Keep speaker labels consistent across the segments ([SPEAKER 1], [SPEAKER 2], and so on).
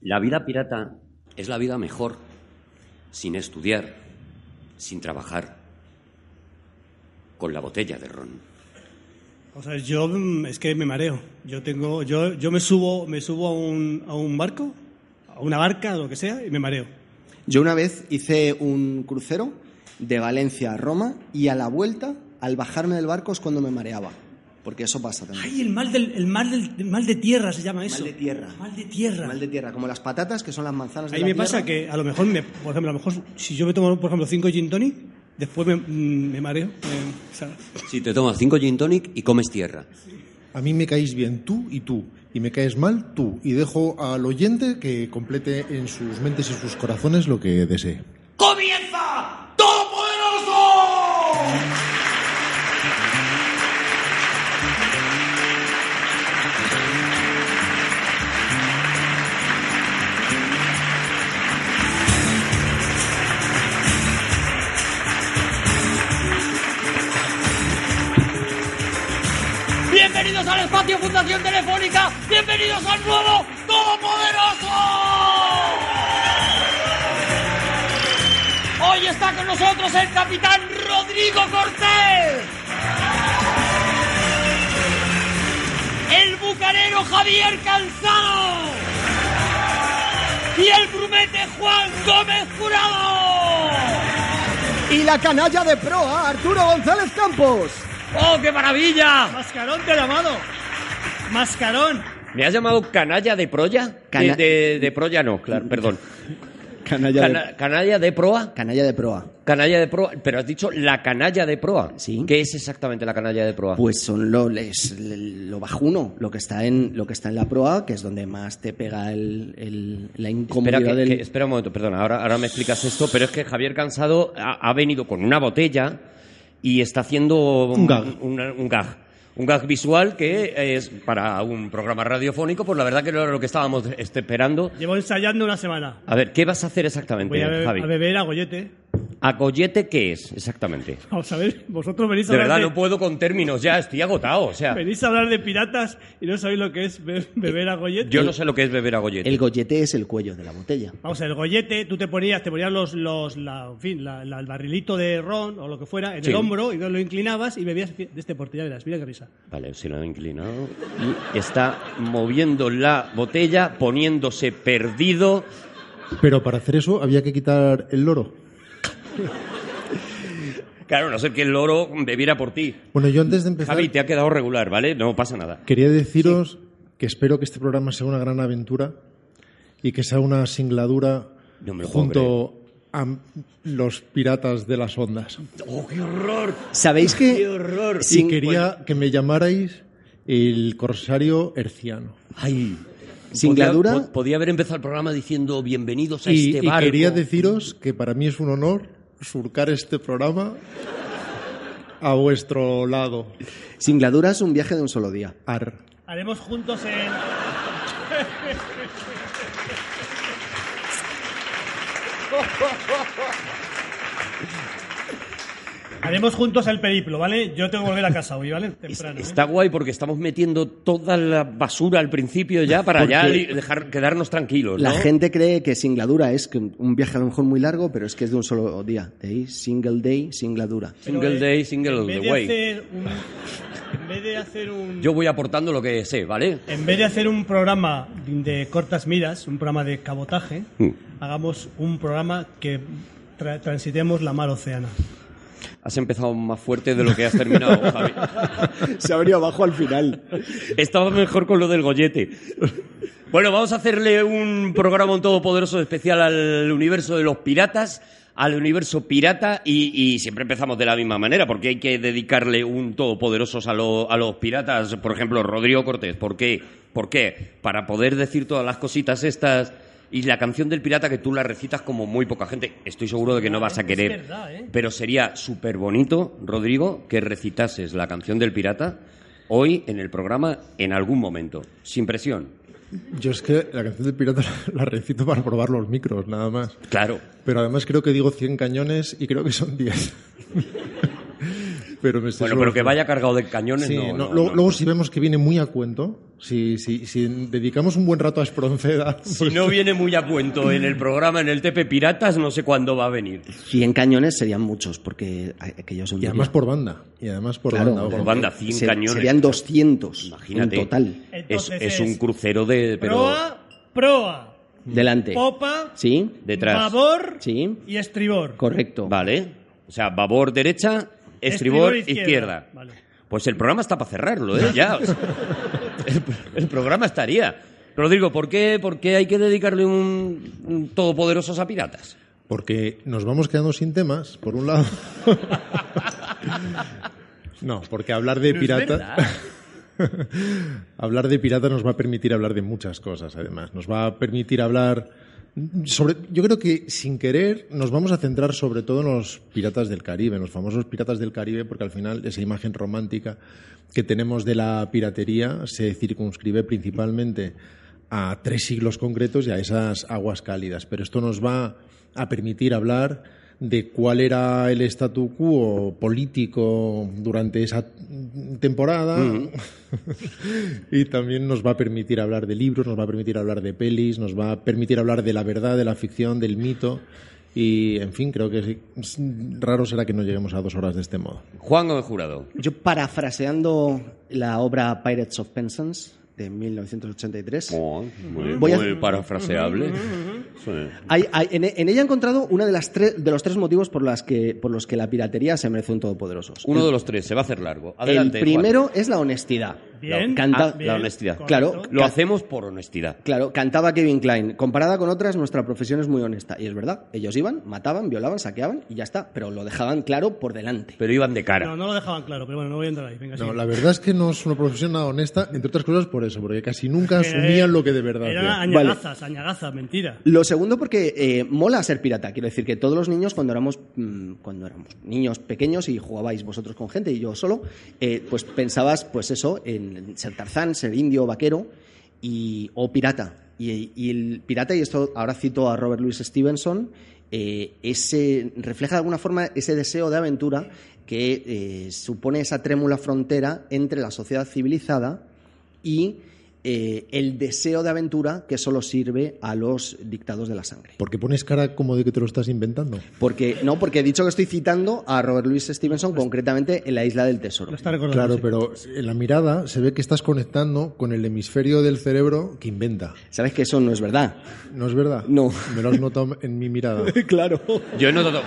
[SPEAKER 1] La vida pirata es la vida mejor, sin estudiar, sin trabajar, con la botella de ron.
[SPEAKER 2] O sea, yo mm, es que me mareo. Yo tengo, yo, yo me subo, me subo a un, a un barco, a una barca, lo que sea, y me mareo.
[SPEAKER 3] Yo una vez hice un crucero de Valencia a Roma y a la vuelta, al bajarme del barco, es cuando me mareaba. Porque eso pasa también.
[SPEAKER 2] Ay, el mal del, el mal del el mal de tierra se llama eso.
[SPEAKER 3] Mal de tierra.
[SPEAKER 2] Mal de tierra.
[SPEAKER 3] Mal de tierra, como las patatas, que son las manzanas de
[SPEAKER 2] Ahí
[SPEAKER 3] la
[SPEAKER 2] me pasa
[SPEAKER 3] tierra.
[SPEAKER 2] que a lo mejor, me, por ejemplo, a lo mejor si yo me tomo, por ejemplo, cinco gin tonic, después me, mm, me mareo. me- o sea,
[SPEAKER 1] Si te tomas cinco gin tonic y comes tierra.
[SPEAKER 4] A mí me caéis bien tú y tú, y me caes mal tú, y dejo al oyente que complete en sus mentes y sus corazones lo que desee.
[SPEAKER 5] ¡Comienza Todopoderoso! Bienvenidos al espacio Fundación Telefónica, bienvenidos al nuevo Todopoderoso. Hoy está con nosotros el capitán Rodrigo Cortés. El bucanero Javier Calzado. Y el brumete Juan Gómez Jurado.
[SPEAKER 3] Y la canalla de proa, Arturo González Campos.
[SPEAKER 5] ¡Oh, qué maravilla!
[SPEAKER 2] Mascarón te he llamado. Mascarón.
[SPEAKER 6] ¿Me has llamado canalla de proya?
[SPEAKER 3] Cana-
[SPEAKER 6] de, de- de proya no, claro, perdón.
[SPEAKER 3] Canalla,
[SPEAKER 6] Cana- ¿Canalla de proa?
[SPEAKER 3] de... canalla de proa.
[SPEAKER 6] Canalla de proa, pero has dicho la canalla de proa.
[SPEAKER 3] Sí.
[SPEAKER 6] ¿Qué es exactamente la canalla de proa?
[SPEAKER 3] Pues son lo, les- lo bajuno, lo que está en lo que está en la proa, que es donde más te pega el, el- la
[SPEAKER 6] Espera,
[SPEAKER 3] incomodidad
[SPEAKER 6] que-
[SPEAKER 3] del.
[SPEAKER 6] que- espera un momento, perdona, ahora, ahora me explicas esto, pero es que Javier Cansado ha, ha venido con una botella y está haciendo
[SPEAKER 4] Un gag.
[SPEAKER 6] Un, un gag. Un gag visual que es para un programa radiofónico, pues la verdad que no era lo que estábamos este, esperando.
[SPEAKER 2] Llevo ensayando una semana.
[SPEAKER 6] A ver, ¿qué vas a hacer exactamente,
[SPEAKER 2] Voy a, be-
[SPEAKER 6] Javi?
[SPEAKER 2] a beber a gollete.
[SPEAKER 6] ¿Acollete qué es exactamente?
[SPEAKER 2] Vamos a ver, vosotros venís a
[SPEAKER 6] De
[SPEAKER 2] hablar
[SPEAKER 6] verdad, no puedo con términos ya, estoy agotado. O sea,
[SPEAKER 2] venís a hablar de piratas y no sabéis lo que es be- beber a gollete.
[SPEAKER 6] yo no sé lo que es beber a gollete.
[SPEAKER 3] El gollete es el cuello de la botella.
[SPEAKER 2] Vamos, el gollete, tú te ponías, te ponías los, los la- en fin, la- la- el barrilito de ron o lo que fuera en
[SPEAKER 6] Sí.
[SPEAKER 2] el hombro y lo inclinabas y bebías de este portillo, verás, mira qué risa.
[SPEAKER 6] Vale, se lo ha inclinado y está moviendo la botella, poniéndose perdido.
[SPEAKER 4] Pero para hacer eso había que quitar el loro.
[SPEAKER 6] Claro, a no ser que el loro bebiera por ti.
[SPEAKER 4] Bueno, yo antes de empezar
[SPEAKER 6] Javi, te ha quedado regular, ¿vale? No pasa nada.
[SPEAKER 4] quería deciros que espero que este programa sea una gran aventura y que sea una singladura
[SPEAKER 6] No me lo puedo
[SPEAKER 4] junto a m- los piratas de las ondas.
[SPEAKER 6] ¡Oh, qué horror!
[SPEAKER 3] ¿Sabéis que
[SPEAKER 6] ¡Qué horror!
[SPEAKER 3] Sí,
[SPEAKER 4] y quería que me llamarais el corsario herciano.
[SPEAKER 6] ¡Ay!
[SPEAKER 3] Singladura.
[SPEAKER 6] Podía, po- podía haber empezado el programa diciendo bienvenidos a
[SPEAKER 4] y,
[SPEAKER 6] este
[SPEAKER 4] y
[SPEAKER 6] barco.
[SPEAKER 4] quería deciros que para mí es un honor surcar este programa a vuestro lado.
[SPEAKER 3] Singladura es un viaje de un solo día.
[SPEAKER 4] Ar.
[SPEAKER 2] Haremos juntos el... Haremos juntos el periplo, ¿vale? Yo tengo que volver a casa hoy, ¿vale?
[SPEAKER 6] Es-
[SPEAKER 2] Temprano. ¿eh?
[SPEAKER 6] Está guay porque estamos metiendo toda la basura al principio ya para ya li- dejar quedarnos tranquilos. ¿no?
[SPEAKER 3] La gente cree que singladura es que un viaje a lo mejor muy largo, pero es que es de un solo día. De ahí, single day, singladura.
[SPEAKER 2] Pero,
[SPEAKER 6] Single
[SPEAKER 2] eh,
[SPEAKER 6] day, single
[SPEAKER 2] en vez
[SPEAKER 6] the
[SPEAKER 2] de
[SPEAKER 6] way.
[SPEAKER 2] hacer un- en vez de hacer un...
[SPEAKER 6] Yo voy aportando lo que sé, ¿vale?
[SPEAKER 2] En vez de hacer un programa de cortas miras, un programa de cabotaje,
[SPEAKER 6] Mm.
[SPEAKER 2] hagamos un programa que tra- transitemos la mar oceana.
[SPEAKER 6] Has empezado más fuerte de lo que has terminado, Javi.
[SPEAKER 3] Se abrió abajo al final.
[SPEAKER 6] Estaba mejor con lo del gollete. Bueno, vamos a hacerle un programa un todopoderoso especial al universo de los piratas, al universo pirata, y, y siempre empezamos de la misma manera, porque hay que dedicarle un todopoderoso a, lo- a los piratas. Por ejemplo, Rodrigo Cortés. ¿Por qué? ¿Por qué? Para poder decir todas las cositas estas. Y la canción del pirata que tú la recitas como muy poca gente. Estoy seguro de que no vas a
[SPEAKER 2] Es
[SPEAKER 6] querer.
[SPEAKER 2] verdad, ¿eh?
[SPEAKER 6] Pero sería súper bonito, Rodrigo, que recitases la canción del pirata hoy en el programa en algún momento, sin presión.
[SPEAKER 4] Yo es que la canción del pirata la, la recito para probar los micros, nada más.
[SPEAKER 6] Claro.
[SPEAKER 4] Pero además creo que digo 100 cañones y creo que son 10. Pero me estoy
[SPEAKER 6] Bueno, pero que
[SPEAKER 4] seguro-
[SPEAKER 6] vaya cargado de cañones,
[SPEAKER 4] Sí,
[SPEAKER 6] no,
[SPEAKER 4] no,
[SPEAKER 6] no,
[SPEAKER 4] luego,
[SPEAKER 6] no.
[SPEAKER 4] luego si vemos que viene muy a cuento, si, si, si dedicamos un buen rato a Espronceda, pues
[SPEAKER 6] Si no viene muy a cuento en el programa, en el TP Piratas, no sé cuándo va a venir.
[SPEAKER 3] 100 cañones serían muchos, porque a- aquellos son.
[SPEAKER 4] y además por banda, y además por
[SPEAKER 3] Claro,
[SPEAKER 4] banda, ojo.
[SPEAKER 6] Por banda, 100
[SPEAKER 3] se-
[SPEAKER 6] cañones.
[SPEAKER 3] Serían 200
[SPEAKER 6] Imagínate.
[SPEAKER 3] en total.
[SPEAKER 6] Es, es
[SPEAKER 2] Entonces es
[SPEAKER 6] un crucero de... Pero
[SPEAKER 2] Proa, proa,
[SPEAKER 3] Delante.
[SPEAKER 2] popa,
[SPEAKER 3] ¿Sí?
[SPEAKER 6] detrás.
[SPEAKER 2] babor
[SPEAKER 3] Sí.
[SPEAKER 2] y estribor.
[SPEAKER 3] Correcto.
[SPEAKER 6] Vale. O sea, babor derecha, estribor, izquierda.
[SPEAKER 2] Vale.
[SPEAKER 6] Pues el programa está para cerrarlo, ¿eh? Ya. o sea, el, el programa estaría. Rodrigo, ¿por qué, por qué hay que dedicarle un, un todopoderosos a piratas?
[SPEAKER 4] Porque nos vamos quedando sin temas, por un lado. no, porque hablar de pirata. hablar de pirata nos va a permitir hablar de muchas cosas, además. Nos va a permitir hablar. Sobre, yo creo que sin querer nos vamos a centrar sobre todo en los piratas del Caribe, en los famosos piratas del Caribe, porque al final esa imagen romántica que tenemos de la piratería se circunscribe principalmente a tres siglos concretos y a esas aguas cálidas. Pero esto nos va a permitir hablar de cuál era el statu quo político durante esa temporada y también nos va a permitir hablar de libros, nos va a permitir hablar de pelis, nos va a permitir hablar de la verdad, de la ficción, del mito y, en fin, creo que sí, es- raro será que no lleguemos a dos horas de este modo.
[SPEAKER 6] Juan Gómez Jurado.
[SPEAKER 3] Yo parafraseando la obra Pirates of Penzance de 1983,
[SPEAKER 6] Oh, muy,
[SPEAKER 3] Voy a-
[SPEAKER 6] muy
[SPEAKER 2] Mm,
[SPEAKER 6] parafraseable. Sí.
[SPEAKER 3] hay- hay- en, en ella he encontrado uno de, las tres- de los tres motivos por, las que, por los que la piratería se merece un todopoderosos.
[SPEAKER 6] Uno de los tres, se va a hacer largo.
[SPEAKER 3] el
[SPEAKER 6] Adelante. Juan.
[SPEAKER 3] primero es la honestidad.
[SPEAKER 2] Bien.
[SPEAKER 3] Canta-
[SPEAKER 6] Ah, la honestidad.
[SPEAKER 3] Claro,
[SPEAKER 2] Correcto.
[SPEAKER 6] Lo hacemos por honestidad.
[SPEAKER 3] Claro, cantaba Kevin Klein. Comparada con otras, nuestra profesión es muy honesta. Y es verdad, ellos iban, mataban, violaban, saqueaban y ya está. Pero lo dejaban claro por delante.
[SPEAKER 6] Pero iban de cara.
[SPEAKER 2] No, no lo dejaban claro, pero bueno, no voy a entrar ahí. Venga,
[SPEAKER 4] No,
[SPEAKER 2] sigue.
[SPEAKER 4] la verdad es que no es una profesión nada honesta, entre otras cosas por eso, porque casi nunca
[SPEAKER 2] Eh,
[SPEAKER 4] asumían lo que de verdad
[SPEAKER 2] Eran
[SPEAKER 4] hacían.
[SPEAKER 2] añagazas, añagazas, mentira.
[SPEAKER 3] Lo segundo porque eh, mola ser pirata. Quiero decir que todos los niños cuando éramos mm, cuando éramos niños pequeños y jugabais vosotros con gente y yo solo, eh, pues pensabas pues eso en ser tarzán, ser indio, vaquero y o pirata. Y, y el pirata y esto ahora cito a Robert Louis Stevenson. eh, ese refleja de alguna forma ese deseo de aventura que eh, supone esa trémula frontera entre la sociedad civilizada y eh, el deseo de aventura que solo sirve a los dictados de la sangre.
[SPEAKER 4] Porque pones cara como de que te lo estás inventando.
[SPEAKER 3] Porque, no, porque he dicho que estoy citando a Robert Louis Stevenson, concretamente en la isla del tesoro.
[SPEAKER 2] Lo está recordando.
[SPEAKER 4] Claro,
[SPEAKER 2] sí.
[SPEAKER 4] pero en la mirada se ve que estás conectando con el hemisferio del cerebro que inventa.
[SPEAKER 3] ¿Sabes que eso no es verdad?
[SPEAKER 4] ¿No es verdad?
[SPEAKER 3] No.
[SPEAKER 4] Me lo has notado en mi mirada.
[SPEAKER 3] claro.
[SPEAKER 6] Yo he notado.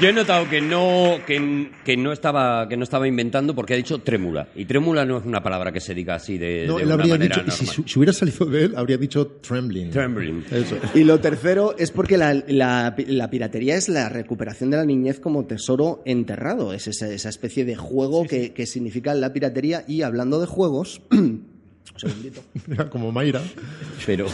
[SPEAKER 6] Yo he notado que no, que, que no estaba, que no estaba inventando porque ha dicho trémula. Y trémula no es una palabra que se diga así de,
[SPEAKER 4] No,
[SPEAKER 6] de
[SPEAKER 4] él
[SPEAKER 6] una
[SPEAKER 4] habría
[SPEAKER 6] manera
[SPEAKER 4] dicho,
[SPEAKER 6] normal.
[SPEAKER 4] si, su- si hubiera salido de él, habría dicho trembling.
[SPEAKER 6] Trembling.
[SPEAKER 4] Eso.
[SPEAKER 3] Y lo tercero es porque la, la- la piratería es la recuperación de la niñez como tesoro enterrado. Es esa, esa especie de juego que, que significa la piratería. Y hablando de juegos,
[SPEAKER 4] Era Como Mayra.
[SPEAKER 6] Pero.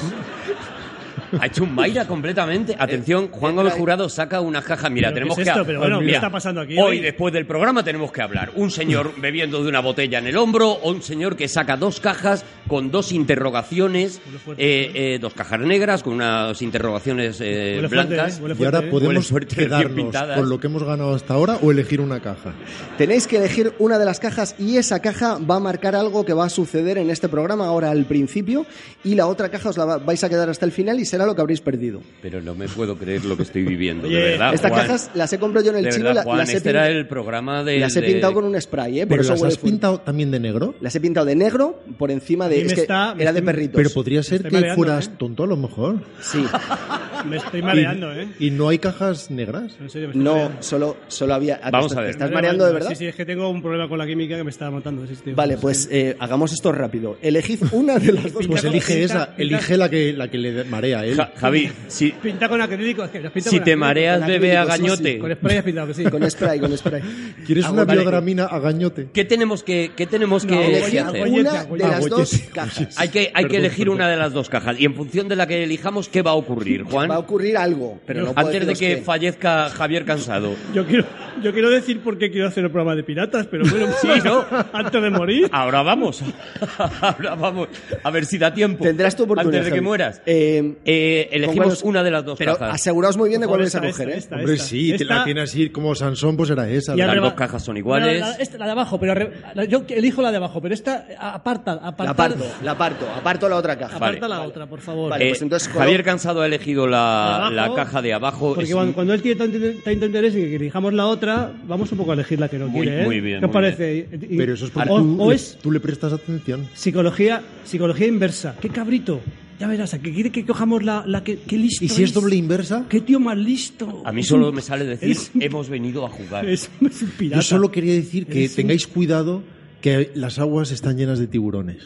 [SPEAKER 6] Ha hecho un Mayra completamente. Atención, Juan Gómez Jurado saca una caja. Mira,
[SPEAKER 2] Eh, ¿Pero
[SPEAKER 6] tenemos
[SPEAKER 2] qué es
[SPEAKER 6] que.
[SPEAKER 2] esto? Pero bueno, ¿qué
[SPEAKER 6] Mira,
[SPEAKER 2] está pasando aquí
[SPEAKER 6] Hoy,
[SPEAKER 2] hoy?
[SPEAKER 6] después del programa, tenemos que hablar. Un señor bebiendo de una botella en el hombro o un señor que saca dos cajas con dos interrogaciones.
[SPEAKER 2] Huele fuerte,
[SPEAKER 6] eh, eh, dos cajas negras con unas interrogaciones eh,
[SPEAKER 2] Huele fuerte,
[SPEAKER 6] blancas.
[SPEAKER 2] ¿eh? Huele
[SPEAKER 4] Y ahora
[SPEAKER 2] fuerte, ¿eh?
[SPEAKER 6] Huele
[SPEAKER 4] podemos
[SPEAKER 6] fuerte, bien
[SPEAKER 4] quedarnos
[SPEAKER 6] pintadas.
[SPEAKER 4] con lo que hemos ganado hasta ahora o elegir una caja.
[SPEAKER 3] Eh, Tenéis que elegir una de las cajas y esa caja va a marcar algo que va a suceder en este programa ahora al principio y la otra caja os la va- vais a quedar hasta el final y será lo que habréis perdido.
[SPEAKER 6] Pero no me puedo creer lo que estoy viviendo, de
[SPEAKER 2] Oye,
[SPEAKER 6] verdad.
[SPEAKER 3] Estas
[SPEAKER 6] Ah, Juan.
[SPEAKER 3] cajas las he comprado yo en
[SPEAKER 6] De
[SPEAKER 3] el chino y
[SPEAKER 6] verdad,
[SPEAKER 3] la-
[SPEAKER 6] Juan,
[SPEAKER 3] las, he
[SPEAKER 6] este
[SPEAKER 3] pin-
[SPEAKER 6] era el programa de.
[SPEAKER 3] las he
[SPEAKER 6] de-
[SPEAKER 3] pintado con un spray, ¿eh? Por
[SPEAKER 4] Pero
[SPEAKER 3] eso
[SPEAKER 4] las
[SPEAKER 3] huele
[SPEAKER 4] has
[SPEAKER 3] fuerte.
[SPEAKER 4] pintado también de negro.
[SPEAKER 3] Las he pintado de negro por encima de...
[SPEAKER 2] A mí me
[SPEAKER 3] Es que
[SPEAKER 2] está- me
[SPEAKER 3] era de
[SPEAKER 2] está-
[SPEAKER 3] perritos.
[SPEAKER 4] Pero podría ser
[SPEAKER 2] estoy
[SPEAKER 4] que
[SPEAKER 2] mareando,
[SPEAKER 4] fueras
[SPEAKER 2] ¿eh?
[SPEAKER 4] tonto a lo mejor.
[SPEAKER 3] Sí,
[SPEAKER 2] Me estoy mareando, ¿eh?
[SPEAKER 4] Y no hay cajas negras.
[SPEAKER 2] En serio, me estoy
[SPEAKER 3] no,
[SPEAKER 2] mareando.
[SPEAKER 3] solo, solo había... ah, te
[SPEAKER 6] Vamos
[SPEAKER 3] estás-
[SPEAKER 6] a ver.
[SPEAKER 3] ¿te ¿Estás
[SPEAKER 2] Me
[SPEAKER 3] mareando de verdad?
[SPEAKER 2] Pues Sí, sí, es que tengo un problema con la química que me está matando. sí, sí,
[SPEAKER 3] Vale,
[SPEAKER 2] sí.
[SPEAKER 3] pues eh, hagamos esto rápido. Elegid una de las dos.
[SPEAKER 4] Pues
[SPEAKER 2] con-
[SPEAKER 4] elige
[SPEAKER 2] pinta-
[SPEAKER 4] esa,
[SPEAKER 2] pinta-
[SPEAKER 4] elige la que, la que le marea a él.
[SPEAKER 6] Ja- Javi, si,
[SPEAKER 2] Pinta con acrílico. es que las pinta
[SPEAKER 6] si
[SPEAKER 2] con
[SPEAKER 6] te
[SPEAKER 2] acrílico.
[SPEAKER 6] mareas,
[SPEAKER 3] con
[SPEAKER 6] bebe a
[SPEAKER 3] acrílico, sí, sí,
[SPEAKER 6] gañote.
[SPEAKER 2] Con spray has pintado que sí.
[SPEAKER 3] Con spray, con spray.
[SPEAKER 4] ¿Quieres
[SPEAKER 6] Ah,
[SPEAKER 4] una
[SPEAKER 6] vale.
[SPEAKER 4] biodramina a gañote?
[SPEAKER 6] ¿Qué tenemos que, qué tenemos
[SPEAKER 2] No,
[SPEAKER 6] que
[SPEAKER 2] oye,
[SPEAKER 6] hacer?
[SPEAKER 2] oye,
[SPEAKER 3] Una de
[SPEAKER 2] Agüete,
[SPEAKER 3] las
[SPEAKER 4] agüete.
[SPEAKER 3] dos cajas.
[SPEAKER 6] Hay que, hay que elegir una de las dos cajas. Y en función de la que elijamos, ¿qué va a ocurrir, Juan?
[SPEAKER 3] Va a ocurrir algo, pero no puedo
[SPEAKER 6] Antes de
[SPEAKER 3] deciros
[SPEAKER 6] que
[SPEAKER 3] qué.
[SPEAKER 6] fallezca Javier Cansado.
[SPEAKER 2] Yo quiero, yo quiero decir por qué quiero hacer el programa de piratas, pero bueno, pues,
[SPEAKER 6] Sí, ¿no? Ah,
[SPEAKER 2] antes de morir.
[SPEAKER 6] Ahora vamos. Ahora vamos. A ver si da tiempo.
[SPEAKER 3] Tendrás tu oportunidad.
[SPEAKER 6] Antes de que
[SPEAKER 3] Javi.
[SPEAKER 6] mueras.
[SPEAKER 3] Eh,
[SPEAKER 6] Eh, eh, elegimos
[SPEAKER 3] cuáles-
[SPEAKER 6] una de las dos
[SPEAKER 3] Pero
[SPEAKER 6] cajas.
[SPEAKER 3] aseguraos muy bien de
[SPEAKER 2] Por
[SPEAKER 3] cuál vais a
[SPEAKER 2] esta,
[SPEAKER 3] coger,
[SPEAKER 2] esta,
[SPEAKER 3] ¿eh?
[SPEAKER 2] esta,
[SPEAKER 4] Hombre,
[SPEAKER 2] esta.
[SPEAKER 4] sí, te la
[SPEAKER 2] Esta-
[SPEAKER 4] tienes ir como Sansón, pues era esa.
[SPEAKER 2] y
[SPEAKER 4] ¿verdad?
[SPEAKER 6] Las
[SPEAKER 2] arriba-
[SPEAKER 6] dos cajas son
[SPEAKER 2] No,
[SPEAKER 6] iguales.
[SPEAKER 2] la, esta, la de abajo, pero arre- la- yo elijo la de abajo, pero esta aparta, aparta
[SPEAKER 3] La parto, la parto, aparto la otra caja.
[SPEAKER 2] aparta la otra, por favor.
[SPEAKER 3] Vale,
[SPEAKER 6] Eh,
[SPEAKER 3] pues entonces, colo-
[SPEAKER 6] Javier Cansado ha elegido la,
[SPEAKER 2] Abajo,
[SPEAKER 6] la caja de abajo.
[SPEAKER 2] Porque
[SPEAKER 6] Es
[SPEAKER 2] cuando, cuando él tiene tanto, inter- tanto interés en que elijamos la otra, vamos un poco a elegir la que no
[SPEAKER 6] Muy-
[SPEAKER 2] quiere. ¿eh?
[SPEAKER 6] muy bien,
[SPEAKER 2] ¿Qué os
[SPEAKER 6] muy
[SPEAKER 2] parece? Y- y-
[SPEAKER 4] Pero eso es porque
[SPEAKER 2] o,
[SPEAKER 4] tú,
[SPEAKER 2] o
[SPEAKER 4] le-
[SPEAKER 2] es
[SPEAKER 4] tú le prestas atención.
[SPEAKER 2] psicología, psicología inversa. ¡Qué cabrito! Ya verás, a que quiere que cojamos la, la que, qué listo.
[SPEAKER 4] ¿Y si es doble inversa?
[SPEAKER 2] ¡Qué tío más listo!
[SPEAKER 6] A mí
[SPEAKER 2] Es
[SPEAKER 6] solo
[SPEAKER 2] un-
[SPEAKER 6] me sale decir, eh,
[SPEAKER 2] es un-
[SPEAKER 6] hemos venido a jugar.
[SPEAKER 2] Es, un- es un pirata.
[SPEAKER 4] Yo solo quería decir que
[SPEAKER 2] Eres un-
[SPEAKER 4] tengáis cuidado que las aguas están llenas de tiburones.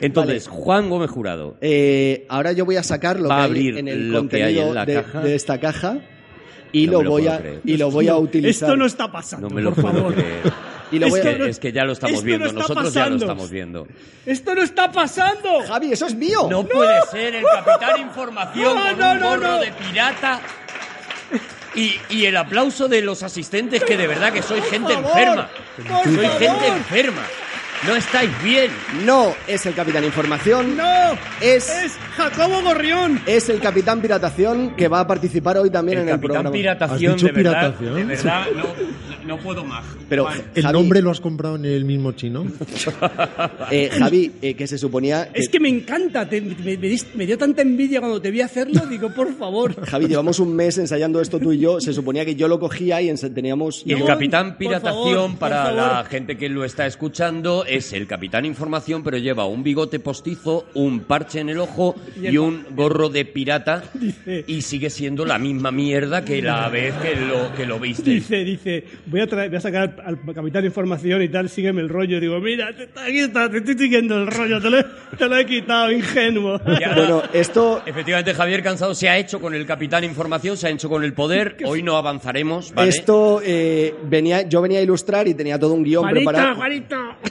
[SPEAKER 6] Entonces, Juan Gómez Jurado.
[SPEAKER 3] eh, ahora yo voy a sacar lo que
[SPEAKER 6] Va a
[SPEAKER 3] hay
[SPEAKER 6] abrir
[SPEAKER 3] en el
[SPEAKER 6] lo que hay en
[SPEAKER 3] contenido
[SPEAKER 6] la
[SPEAKER 3] de,
[SPEAKER 6] caja.
[SPEAKER 3] de esta caja y,
[SPEAKER 6] No
[SPEAKER 3] lo
[SPEAKER 6] me lo
[SPEAKER 3] voy
[SPEAKER 6] puedo
[SPEAKER 3] a,
[SPEAKER 6] creer.
[SPEAKER 3] y lo voy a utilizar.
[SPEAKER 2] Esto no está pasando,
[SPEAKER 6] No me lo
[SPEAKER 2] por
[SPEAKER 6] puedo
[SPEAKER 2] favor.
[SPEAKER 6] creer.
[SPEAKER 3] Y lo
[SPEAKER 6] es,
[SPEAKER 3] voy a-
[SPEAKER 6] que, es que ya lo estamos
[SPEAKER 2] Esto no
[SPEAKER 6] viendo,
[SPEAKER 2] está
[SPEAKER 6] nosotros ya
[SPEAKER 2] pasando.
[SPEAKER 6] lo estamos viendo.
[SPEAKER 2] ¡Esto no está pasando!
[SPEAKER 3] Javi, eso es mío.
[SPEAKER 6] No puede ser el Capitán Información
[SPEAKER 2] No,
[SPEAKER 6] con
[SPEAKER 2] no,
[SPEAKER 6] un
[SPEAKER 2] no,
[SPEAKER 6] gorro
[SPEAKER 2] no.
[SPEAKER 6] de pirata. Y, y el aplauso de los asistentes, que de verdad que soy gente
[SPEAKER 2] favor,
[SPEAKER 6] enferma.
[SPEAKER 2] por
[SPEAKER 6] Soy
[SPEAKER 2] favor.
[SPEAKER 6] gente enferma. No estáis bien.
[SPEAKER 3] No es el Capitán Información.
[SPEAKER 2] ¡No!
[SPEAKER 3] Es-
[SPEAKER 2] ¡Es Jacobo Gorrión!
[SPEAKER 3] Es el Capitán Piratación que va a participar hoy también
[SPEAKER 6] El
[SPEAKER 3] en el
[SPEAKER 6] Capitán
[SPEAKER 3] programa.
[SPEAKER 6] Piratación,
[SPEAKER 4] ¿Has
[SPEAKER 6] de
[SPEAKER 4] dicho
[SPEAKER 6] verdad,
[SPEAKER 4] piratación?
[SPEAKER 6] de verdad no, no puedo más.
[SPEAKER 3] Pero
[SPEAKER 4] ¿El
[SPEAKER 3] Javi,
[SPEAKER 4] nombre lo has comprado en el mismo chino?
[SPEAKER 3] eh, Javi, eh, que se suponía que,
[SPEAKER 2] Es que me encanta, te- me, me dis- me dio tanta envidia cuando te vi hacerlo, digo, por favor.
[SPEAKER 3] Javi, llevamos un mes ensayando esto tú y yo. Se suponía que yo lo cogía y ensa- teníamos.
[SPEAKER 6] Y el
[SPEAKER 2] No,
[SPEAKER 6] capitán
[SPEAKER 2] por
[SPEAKER 6] piratación,
[SPEAKER 2] favor, por
[SPEAKER 6] para
[SPEAKER 2] favor.
[SPEAKER 6] la gente que lo está escuchando, es el capitán información, pero lleva un bigote postizo, un parche en el ojo
[SPEAKER 2] Y
[SPEAKER 6] y,
[SPEAKER 2] el-
[SPEAKER 6] un gorro de pirata.
[SPEAKER 2] Dice-
[SPEAKER 6] Y sigue siendo la misma mierda que la vez que lo, que lo viste.
[SPEAKER 2] Dice, dice, voy a, traer- voy a sacar al, al capitán información y tal, sígueme el rollo. Digo, mira, te- aquí está, te estoy siguiendo el rollo, te lo, he- te lo he quitado, ingenuo.
[SPEAKER 6] Ya.
[SPEAKER 3] Bueno, esto
[SPEAKER 6] Efectivamente, Javier Cansado se ha hecho con el capitán información, se ha hecho con el poder. Hoy no avanzaremos, ¿vale?
[SPEAKER 3] Esto eh, venía, yo venía a ilustrar y tenía todo un guión
[SPEAKER 2] Juanito,
[SPEAKER 3] preparado.
[SPEAKER 2] Juanito.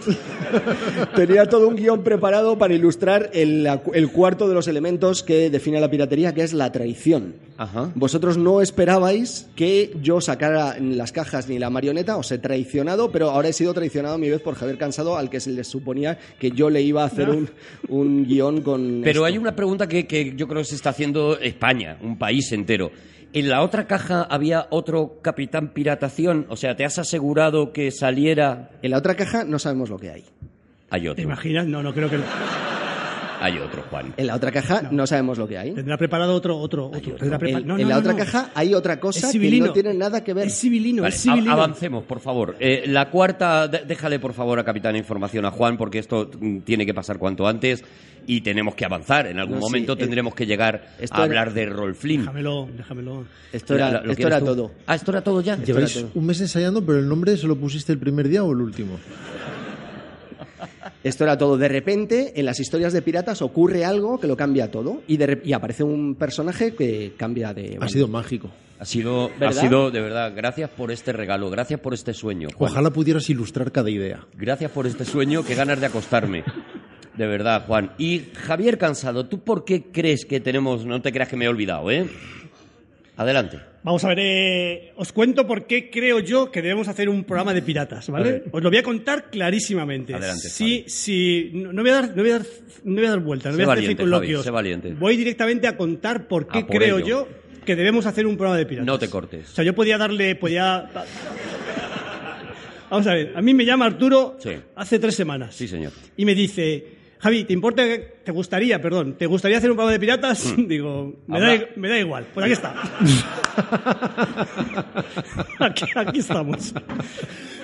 [SPEAKER 3] Tenía todo un guión preparado para ilustrar el, la- el cuarto de los elementos que define la piratería, que es la traición.
[SPEAKER 6] Ajá.
[SPEAKER 3] Vosotros no esperabais que yo sacara en las cajas ni la marioneta, os he traicionado, pero ahora he sido traicionado a mi vez por Javier Cansado, al que se les suponía que yo le iba a hacer un, un guión con.
[SPEAKER 6] Pero
[SPEAKER 3] esto.
[SPEAKER 6] hay una pregunta que, que yo creo que se está haciendo España, un país entero. En la otra caja había otro capitán piratación, o sea, ¿te has asegurado que saliera?
[SPEAKER 3] En la otra caja no sabemos lo que hay.
[SPEAKER 6] Hay
[SPEAKER 2] ¿Te
[SPEAKER 6] otro,
[SPEAKER 2] imaginas? No, no creo que... lo-
[SPEAKER 6] hay otro, Juan.
[SPEAKER 3] En la otra caja no, sabemos lo que hay.
[SPEAKER 2] Tendrá preparado otro, otro, otro. Tendrá prepa-
[SPEAKER 3] en
[SPEAKER 2] no,
[SPEAKER 3] en
[SPEAKER 2] no,
[SPEAKER 3] la
[SPEAKER 2] no,
[SPEAKER 3] otra
[SPEAKER 2] no.
[SPEAKER 3] caja hay otra cosa
[SPEAKER 2] Es
[SPEAKER 3] que
[SPEAKER 2] civilino.
[SPEAKER 3] no tiene nada que ver.
[SPEAKER 2] Es civilino,
[SPEAKER 6] Vale,
[SPEAKER 2] es
[SPEAKER 6] a-
[SPEAKER 2] civilino.
[SPEAKER 6] avancemos, por favor. Eh, la cuarta, de- déjale por favor a Capitán Información a Juan, porque esto mm, tiene que pasar cuanto antes y tenemos que avanzar. En algún
[SPEAKER 3] No, sí,
[SPEAKER 6] momento
[SPEAKER 3] eh,
[SPEAKER 6] tendremos que llegar
[SPEAKER 3] esto
[SPEAKER 6] a
[SPEAKER 3] era-
[SPEAKER 6] hablar de Rolflim.
[SPEAKER 2] Déjamelo, déjamelo.
[SPEAKER 3] Esto era,
[SPEAKER 6] ¿Lo- lo
[SPEAKER 3] esto
[SPEAKER 6] quieres
[SPEAKER 3] era
[SPEAKER 6] tú?
[SPEAKER 3] todo.
[SPEAKER 6] Ah, esto era todo ya.
[SPEAKER 4] Lleváis un mes ensayando, pero el nombre se lo pusiste el primer día o el último.
[SPEAKER 3] Esto era todo. De repente, en las historias de piratas ocurre algo que lo cambia todo y, de rep- y aparece un personaje que cambia de. bando.
[SPEAKER 4] Ha sido mágico.
[SPEAKER 6] Ha sido, ha
[SPEAKER 3] ¿Verdad?
[SPEAKER 6] sido, de verdad, gracias por este regalo, gracias por este sueño, Juan.
[SPEAKER 4] Ojalá pudieras ilustrar cada idea.
[SPEAKER 6] Gracias por este sueño, qué ganas de acostarme. De verdad, Juan. Y Javier Cansado, ¿tú por qué crees que tenemos.? No te creas que me he olvidado, ¿eh? Adelante.
[SPEAKER 2] Vamos a ver, eh, os cuento por qué creo yo que debemos hacer un programa de piratas, ¿vale? Os lo voy a contar clarísimamente.
[SPEAKER 6] Adelante,
[SPEAKER 2] Sí,
[SPEAKER 6] Javi.
[SPEAKER 2] sí, no, no voy a dar, no voy a dar, no voy a dar vueltas, no
[SPEAKER 6] Sé
[SPEAKER 2] voy a hacer
[SPEAKER 6] valiente,
[SPEAKER 2] circunloquios.
[SPEAKER 6] Javi, sé valiente.
[SPEAKER 2] Voy directamente a contar por qué
[SPEAKER 6] A por
[SPEAKER 2] creo
[SPEAKER 6] ello.
[SPEAKER 2] yo que debemos hacer un programa de piratas.
[SPEAKER 6] No te cortes.
[SPEAKER 2] O sea, yo podía darle, podía. Vamos a ver, a mí me llama Arturo
[SPEAKER 6] Sí.
[SPEAKER 2] hace tres semanas
[SPEAKER 6] Sí, señor.
[SPEAKER 2] y me dice, Javi, ¿te importa que te gustaría, perdón, ¿te gustaría hacer un programa de piratas? Digo, me da,
[SPEAKER 6] Habla.
[SPEAKER 2] i- me da igual, pues aquí está. aquí, aquí estamos.